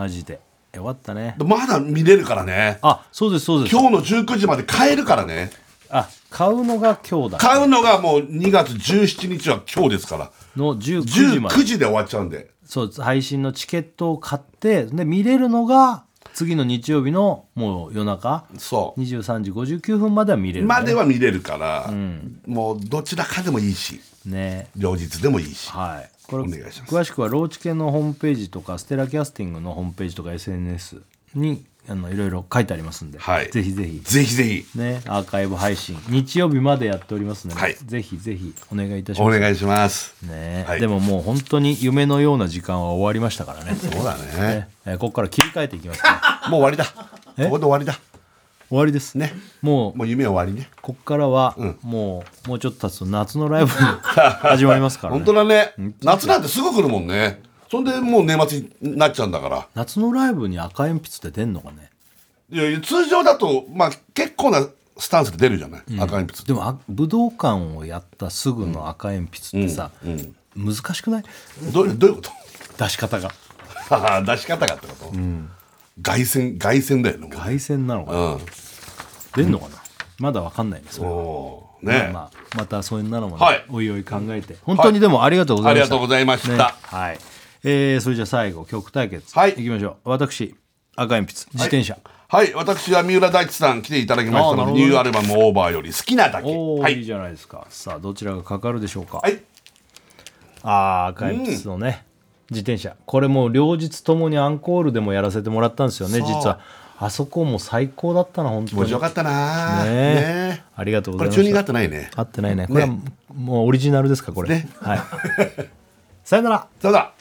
Speaker 1: マジでよかったね
Speaker 2: でまだ見れるからね
Speaker 1: あそうですそうです
Speaker 2: 今日の19時まで買えるからね
Speaker 1: あ買うのが今日だ
Speaker 2: 買うのがもう2月17日は今日ですから
Speaker 1: の19時まで
Speaker 2: 19時で終わっちゃうんで
Speaker 1: そうです配信のチケットを買ってで見れるのが次の日曜日のもう夜中
Speaker 2: そう
Speaker 1: 23時59分までは見れる、ね、
Speaker 2: までは見れるから、もうどちらかでもいいし
Speaker 1: ね
Speaker 2: 両日でもいいし
Speaker 1: はいこれ
Speaker 2: お願いします
Speaker 1: 詳しくはローチ系のホームページとかステラキャスティングのホームページとか SNS にあのいろいろ書いてありますんで、
Speaker 2: はい
Speaker 1: ぜひぜひ
Speaker 2: ぜひぜひ
Speaker 1: ねアーカイブ配信日曜日までやっておりますので、
Speaker 2: はい
Speaker 1: ぜひぜひお願いいたし
Speaker 2: お
Speaker 1: ます
Speaker 2: 願いします
Speaker 1: ね、
Speaker 2: はい
Speaker 1: でももう本当に夢のような時間は終わりましたからね
Speaker 2: そうだね
Speaker 1: ねえーここから切り替えていきますね
Speaker 2: [laughs] もう終わりだ
Speaker 1: え
Speaker 2: ここで終わりだ
Speaker 1: 終わりです
Speaker 2: ね
Speaker 1: もう
Speaker 2: もう夢は終わりね
Speaker 1: こっからは、もうもうちょっと経つと夏のラ
Speaker 2: [laughs]
Speaker 1: イブが始まりますから、ね
Speaker 2: 本、当だね夏なんてすぐ来るもんねそんでもう年末になっちゃうんだから
Speaker 1: 夏のライブに赤鉛筆って出んのかね
Speaker 2: いやいや通常だとまあ結構なスタンスで出るじゃない、赤鉛筆
Speaker 1: でもあ武道館をやったすぐの赤鉛筆ってさ、難しくない
Speaker 2: どうどういうこと [laughs]
Speaker 1: 出し方が
Speaker 2: ああ出し方がってこと、凱旋凱旋だよねもう
Speaker 1: 外線なのかな、
Speaker 2: うん
Speaker 1: 出んのかなまだわかんないねそれは
Speaker 2: おーね、
Speaker 1: まあ、またそういうなのも、ね
Speaker 2: はい
Speaker 1: おいおい考えて本当にでもありがとうございました、
Speaker 2: ありがとうございました
Speaker 1: はいえー、それじゃあ最後曲対決、
Speaker 2: はい
Speaker 1: 行きましょう私赤鉛筆自転車、
Speaker 2: はい私は三浦大知さん来ていただきました
Speaker 1: あーなる
Speaker 2: の
Speaker 1: ほ
Speaker 2: で
Speaker 1: ど
Speaker 2: ニューアルバム「オーバー」より好きなだけ
Speaker 1: おお、、
Speaker 2: はい
Speaker 1: い
Speaker 2: い
Speaker 1: じゃないですかさあどちらがかかるでしょうか、
Speaker 2: はい
Speaker 1: ああ赤鉛筆のね、自転車これもう両日ともにアンコールでもやらせてもらったんですよね
Speaker 2: そう
Speaker 1: 実はあそこも最高だったな本
Speaker 2: 気
Speaker 1: 当
Speaker 2: 持
Speaker 1: に
Speaker 2: ちよかったなー
Speaker 1: ねえ
Speaker 2: ね
Speaker 1: ありがとう
Speaker 2: え
Speaker 1: ご
Speaker 2: こ
Speaker 1: ざ
Speaker 2: れ
Speaker 1: いま
Speaker 2: チューニング合
Speaker 1: し
Speaker 2: ってないね [laughs]
Speaker 1: た合ってないねこれはもうオリジナルですかこれ、はいさよなら
Speaker 2: それでは